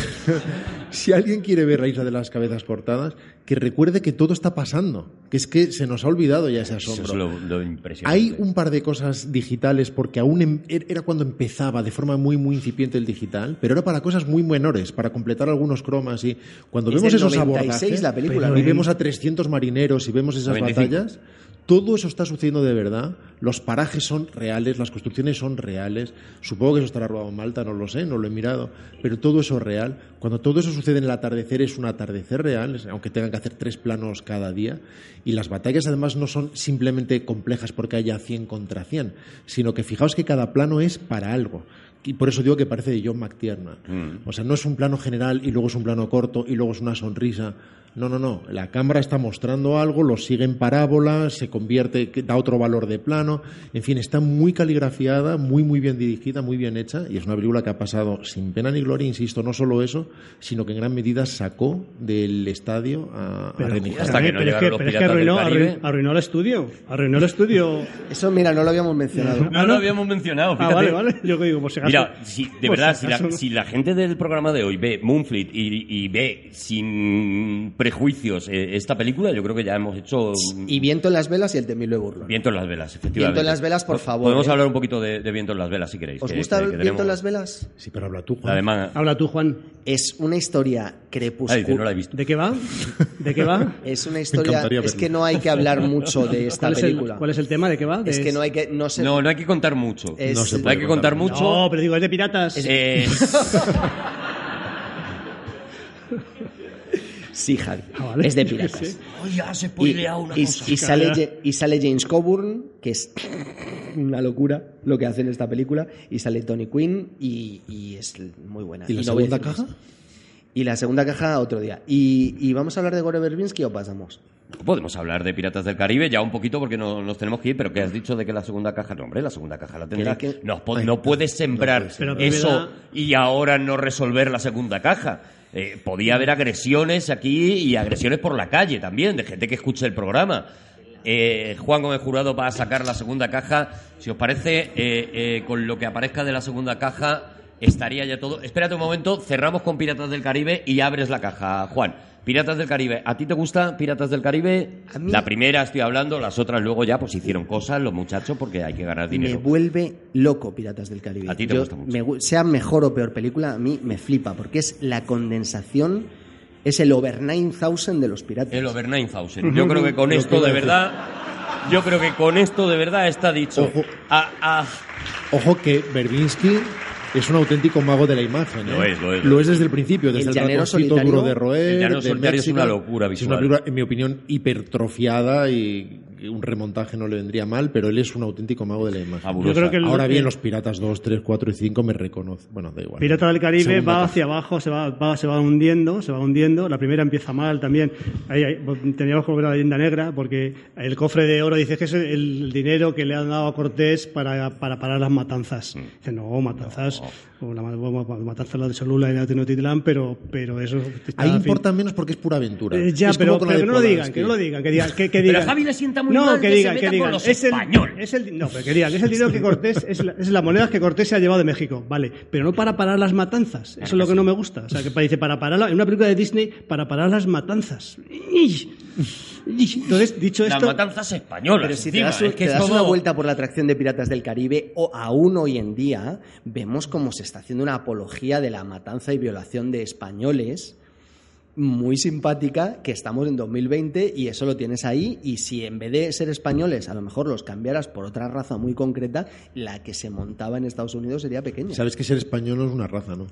[SPEAKER 4] si alguien quiere ver la isla de las cabezas cortadas, que recuerde que todo está pasando. Que es que se nos ha olvidado ya ese
[SPEAKER 6] Eso
[SPEAKER 4] asombro.
[SPEAKER 6] es lo, lo impresionante.
[SPEAKER 4] Hay un par de cosas digitales porque aún em- er- era cuando empezaba de forma muy muy incipiente el digital, pero era para cosas muy menores, para completar algunos cromas y cuando
[SPEAKER 3] Es
[SPEAKER 4] vemos
[SPEAKER 3] del
[SPEAKER 4] esos
[SPEAKER 3] 96
[SPEAKER 4] abordajes
[SPEAKER 3] la película,
[SPEAKER 4] pero
[SPEAKER 3] ¿no?
[SPEAKER 4] y vemos a 300 marineros y vemos esas
[SPEAKER 6] 95.
[SPEAKER 4] batallas, todo eso está sucediendo de verdad, los parajes son reales, las construcciones son reales, supongo que eso estará robado en Malta, no lo sé, no lo he mirado, pero todo eso es real, cuando todo eso sucede en el atardecer es un atardecer real, es- aunque tengan que hacer tres planos cada día, y las batallas además no son simplemente complejas porque haya 100 contra 100, sino que fijaos que cada plano es para algo. Y por eso digo que parece de John McTiernan. O sea, no es un plano general y luego es un plano corto y luego es una sonrisa. No, no, no. La cámara está mostrando algo, lo sigue en parábola, se convierte, que da otro valor de plano. En fin, está muy caligrafiada, muy, muy bien dirigida, muy bien hecha. Y es una película que ha pasado sin pena ni gloria, insisto, no solo eso, sino que en gran medida sacó del estadio a, a Remy
[SPEAKER 9] joder,
[SPEAKER 4] Hasta
[SPEAKER 6] que no
[SPEAKER 9] pero es
[SPEAKER 6] llegaron
[SPEAKER 9] que-
[SPEAKER 6] los
[SPEAKER 9] pero es que
[SPEAKER 6] piratas del
[SPEAKER 9] arruinó,
[SPEAKER 6] Caribe.
[SPEAKER 9] arruinó- arruinó el estudio. Arruinó el estudio.
[SPEAKER 3] Eso, mira, no lo habíamos mencionado.
[SPEAKER 6] No lo habíamos mencionado,
[SPEAKER 9] Ah,
[SPEAKER 6] fíjate.
[SPEAKER 9] vale, vale. Yo que digo, por si acaso.
[SPEAKER 6] Mira, si- de
[SPEAKER 3] Pues
[SPEAKER 9] Por
[SPEAKER 6] verdad,
[SPEAKER 9] si
[SPEAKER 6] si la,
[SPEAKER 9] acaso, ¿no?
[SPEAKER 6] si la gente del programa de hoy ve Moonfleet y, y ve sin prejuicios eh, esta película, yo creo que ya hemos hecho mm,
[SPEAKER 3] Y Viento en las velas y el temible burlón.
[SPEAKER 6] Viento en las velas, efectivamente.
[SPEAKER 3] Viento en las velas, por
[SPEAKER 6] Po-
[SPEAKER 3] favor,
[SPEAKER 6] Podemos
[SPEAKER 3] eh.
[SPEAKER 6] hablar un poquito de, de Viento en las velas, si queréis.
[SPEAKER 3] ¿Os
[SPEAKER 6] que-
[SPEAKER 3] gusta
[SPEAKER 6] que- que
[SPEAKER 3] Viento
[SPEAKER 6] tenemos-
[SPEAKER 3] en las velas?
[SPEAKER 4] Sí, pero habla tú, Juan.
[SPEAKER 6] La alemana.
[SPEAKER 9] Habla tú, Juan.
[SPEAKER 3] Es una historia crepuscular.
[SPEAKER 6] Ah, dice, no la he visto.
[SPEAKER 9] ¿De qué va? ¿De qué va?
[SPEAKER 3] Es una historia.
[SPEAKER 4] encantaría
[SPEAKER 3] Es
[SPEAKER 4] verlo.
[SPEAKER 3] que no hay que hablar mucho de esta
[SPEAKER 9] ¿Cuál es, el,
[SPEAKER 3] película.
[SPEAKER 9] cuál es el tema? ¿De qué va?
[SPEAKER 3] es que no hay que. No sé.
[SPEAKER 6] No, no hay que contar mucho.
[SPEAKER 3] es-
[SPEAKER 4] no se
[SPEAKER 6] No hay que contar mucho.
[SPEAKER 9] No, pero digo, es de piratas.
[SPEAKER 6] Eh,
[SPEAKER 3] Sí, Javi.
[SPEAKER 9] Ah, vale.
[SPEAKER 3] Es de piratas.
[SPEAKER 9] Sí.
[SPEAKER 3] y, y- y sale, Je- y sale James Coburn, que es una locura lo que hace en esta película, y sale Tony Quinn y, y es muy buena.
[SPEAKER 4] ¿Y la
[SPEAKER 3] no voy a
[SPEAKER 4] segunda
[SPEAKER 3] decir
[SPEAKER 4] caja?
[SPEAKER 3] más. Y la segunda caja otro día. ¿Y, y vamos a hablar de Gore Verbinski o pasamos?
[SPEAKER 6] podemos hablar de Piratas del Caribe ya un poquito porque no- nos tenemos que ir, pero que has dicho de que la segunda caja, no, hombre, la segunda caja la tendrá.
[SPEAKER 3] Que- que-
[SPEAKER 6] No, po- no puedes sembrar
[SPEAKER 9] sembrar. Pero
[SPEAKER 6] eso
[SPEAKER 9] primera-
[SPEAKER 6] y ahora no resolver la segunda caja. Eh, podía haber agresiones aquí y agresiones por la calle también, de gente que escuche el programa. Eh, Juan Gómez Jurado va a sacar la segunda caja. Si os parece, eh, eh, con lo que aparezca de la segunda caja estaría ya todo. Espérate un momento, cerramos con Piratas del Caribe y abres la caja, Juan. Piratas del Caribe, ¿a ti te gusta Piratas del Caribe?
[SPEAKER 3] A mí-
[SPEAKER 6] La primera estoy hablando, las otras luego ya pues hicieron cosas los muchachos porque hay que ganar dinero.
[SPEAKER 3] Me vuelve loco Piratas del Caribe.
[SPEAKER 6] A ti te
[SPEAKER 3] Yo-
[SPEAKER 6] gusta mucho.
[SPEAKER 3] me gu- sea mejor o peor película, a mí me flipa, porque es la condensación, es el over 9000 de los piratas.
[SPEAKER 6] El over 9000. Yo creo que con esto de verdad. Yo creo que con esto de verdad está dicho.
[SPEAKER 4] Ojo.
[SPEAKER 6] A- a-
[SPEAKER 4] Ojo que Berbinsky es un auténtico mago de la imagen. ¿eh?
[SPEAKER 6] Lo es, lo es, lo
[SPEAKER 4] Lo es desde el principio, desde el,
[SPEAKER 3] llanero
[SPEAKER 4] ratoncito
[SPEAKER 3] solitario-
[SPEAKER 4] duro de roer.
[SPEAKER 6] El llanero
[SPEAKER 4] de
[SPEAKER 6] solitario es una
[SPEAKER 4] México.
[SPEAKER 6] locura
[SPEAKER 4] Es
[SPEAKER 6] visual.
[SPEAKER 4] una película, en mi opinión, hipertrofiada y un remontaje no le vendría mal, pero él es un auténtico mago de la imagen.
[SPEAKER 6] Fabulosa.
[SPEAKER 2] Yo creo que el-
[SPEAKER 4] Ahora bien, los Piratas 2, 3, 4 y 5 me reconocen. Bueno, da igual.
[SPEAKER 2] Pirata del Caribe
[SPEAKER 4] Segunda
[SPEAKER 2] va
[SPEAKER 4] parte.
[SPEAKER 2] hacia abajo, se va, va- se va hundiendo, se va hundiendo. La primera empieza mal también. Ahí, ahí, teníamos que volver a la leyenda negra porque el cofre de oro dice que es el dinero que le han dado a Cortés para, para parar las matanzas.
[SPEAKER 4] Mm.
[SPEAKER 2] Dice, no, matanzas, o la ma- ma- matanza la de Cholula y la de Tenochtitlán, pero, pero eso está
[SPEAKER 4] Ahí
[SPEAKER 2] a fin-
[SPEAKER 4] importa menos porque es pura aventura.
[SPEAKER 2] Eh, ya,
[SPEAKER 4] Es como
[SPEAKER 2] pero,
[SPEAKER 4] con la
[SPEAKER 2] pero que
[SPEAKER 4] de
[SPEAKER 2] no lo digan,
[SPEAKER 4] Polanski.
[SPEAKER 2] que no lo digan, que digan, que, que
[SPEAKER 6] Pero
[SPEAKER 2] digan.
[SPEAKER 6] a Javi le sienta muy
[SPEAKER 2] no,
[SPEAKER 6] mal
[SPEAKER 2] que
[SPEAKER 6] que se
[SPEAKER 2] digan, que
[SPEAKER 6] meta con
[SPEAKER 2] digan.
[SPEAKER 6] los
[SPEAKER 2] es el,
[SPEAKER 6] españoles.
[SPEAKER 2] es el- no, pero que digan, es el dinero que Cortés, es la, es la moneda que Cortés se ha llevado de México, vale, pero no para parar las matanzas, eso es lo que no me gusta. O sea, que dice, para parar, la- en una película de Disney, para parar las matanzas. Y- y- Entonces, dicho
[SPEAKER 6] Las
[SPEAKER 2] esto,
[SPEAKER 6] matanzas españolas.
[SPEAKER 3] Pero si te
[SPEAKER 6] encima,
[SPEAKER 3] das, un-
[SPEAKER 6] es que
[SPEAKER 3] te
[SPEAKER 6] es
[SPEAKER 3] das
[SPEAKER 6] todo-
[SPEAKER 3] una vuelta por la atracción de Piratas del Caribe, o aún hoy en día vemos cómo se está haciendo una apología de la matanza y violación de españoles muy simpática que estamos en 2020 y eso lo tienes ahí y si en vez de ser españoles a lo mejor los cambiaras por otra raza muy concreta la que se montaba en Estados Unidos sería pequeña
[SPEAKER 4] Sabes que ser español no es una raza, ¿no?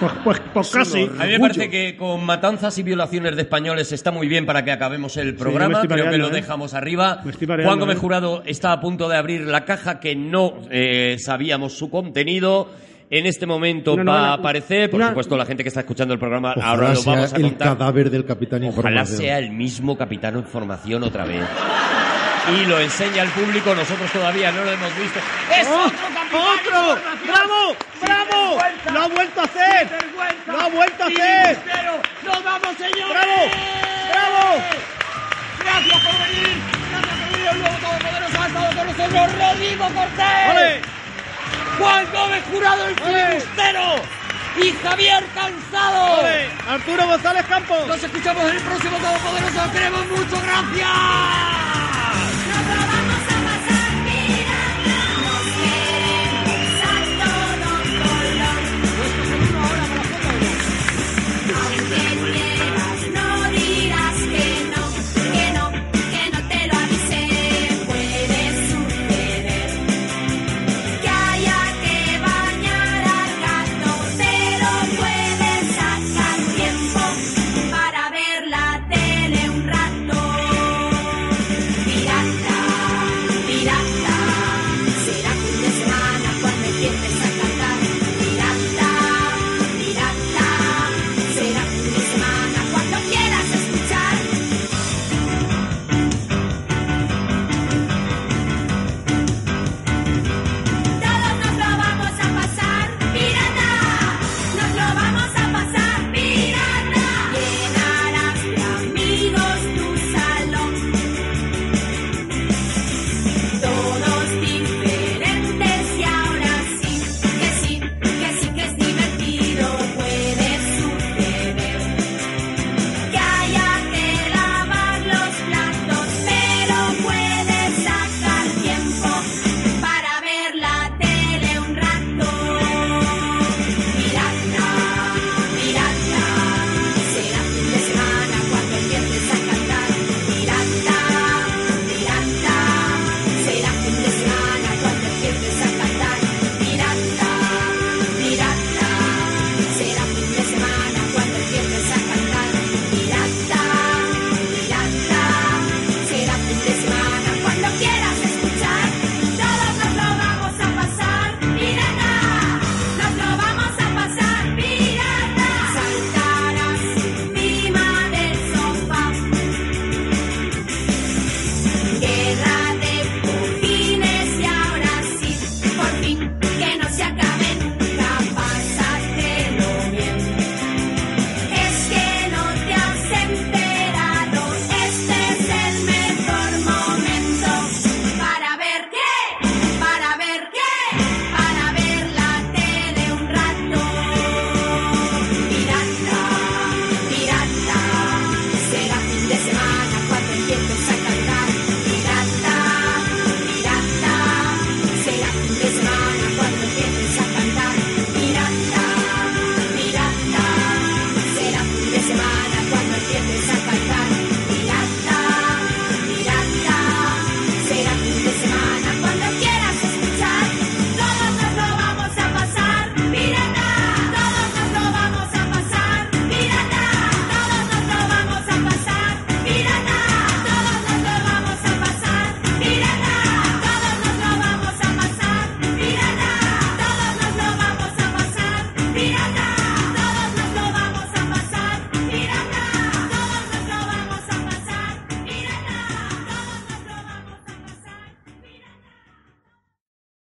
[SPEAKER 2] pues, pues- pues casi.
[SPEAKER 6] A mí me parece que con matanzas y violaciones de españoles está muy bien para que acabemos el
[SPEAKER 2] me
[SPEAKER 6] programa.
[SPEAKER 2] estoy
[SPEAKER 6] Creo que
[SPEAKER 2] mareando,
[SPEAKER 6] lo
[SPEAKER 2] ¿eh?
[SPEAKER 6] dejamos arriba.
[SPEAKER 2] Me estoy mareando,
[SPEAKER 6] Juan Gómez
[SPEAKER 2] ¿eh?
[SPEAKER 6] Jurado está a punto de abrir la caja que no eh, sabíamos su contenido. En este momento
[SPEAKER 2] Una
[SPEAKER 6] va
[SPEAKER 2] novela-
[SPEAKER 6] a aparecer, por
[SPEAKER 2] una-
[SPEAKER 6] supuesto, la gente que está escuchando el programa
[SPEAKER 4] Ojalá
[SPEAKER 6] ahora lo
[SPEAKER 4] sea
[SPEAKER 6] vamos a
[SPEAKER 4] el
[SPEAKER 6] contar.
[SPEAKER 4] cadáver del Capitán
[SPEAKER 6] Ojalá
[SPEAKER 4] Información.
[SPEAKER 6] sea el mismo Capitán Información otra vez. Y lo enseña al público, nosotros todavía no lo hemos visto. ¡Es otro Capitán
[SPEAKER 2] Ah, ¡Oh! ¡Otro!
[SPEAKER 6] Información!
[SPEAKER 2] ¡Bravo! ¡Bravo!
[SPEAKER 6] vergüenza!
[SPEAKER 2] ¡Lo ha vuelto a hacer!
[SPEAKER 6] vergüenza!
[SPEAKER 2] ¡Lo ha vuelto a hacer!
[SPEAKER 6] ¡Nos vamos, señores!
[SPEAKER 2] ¡Bravo! ¡Bravo!
[SPEAKER 5] Gracias por venir. Gracias por venir. El nuevo todopoderoso ha estado con nosotros, Rodrigo Cortés.
[SPEAKER 2] ¡Ole!
[SPEAKER 5] Juan Gómez Jurado, el filibustero. Y Javier Cansado.
[SPEAKER 2] ¡Ole! ¡Arturo González Campos!
[SPEAKER 5] Nos escuchamos en el próximo todopoderoso. Os queremos mucho. Gracias.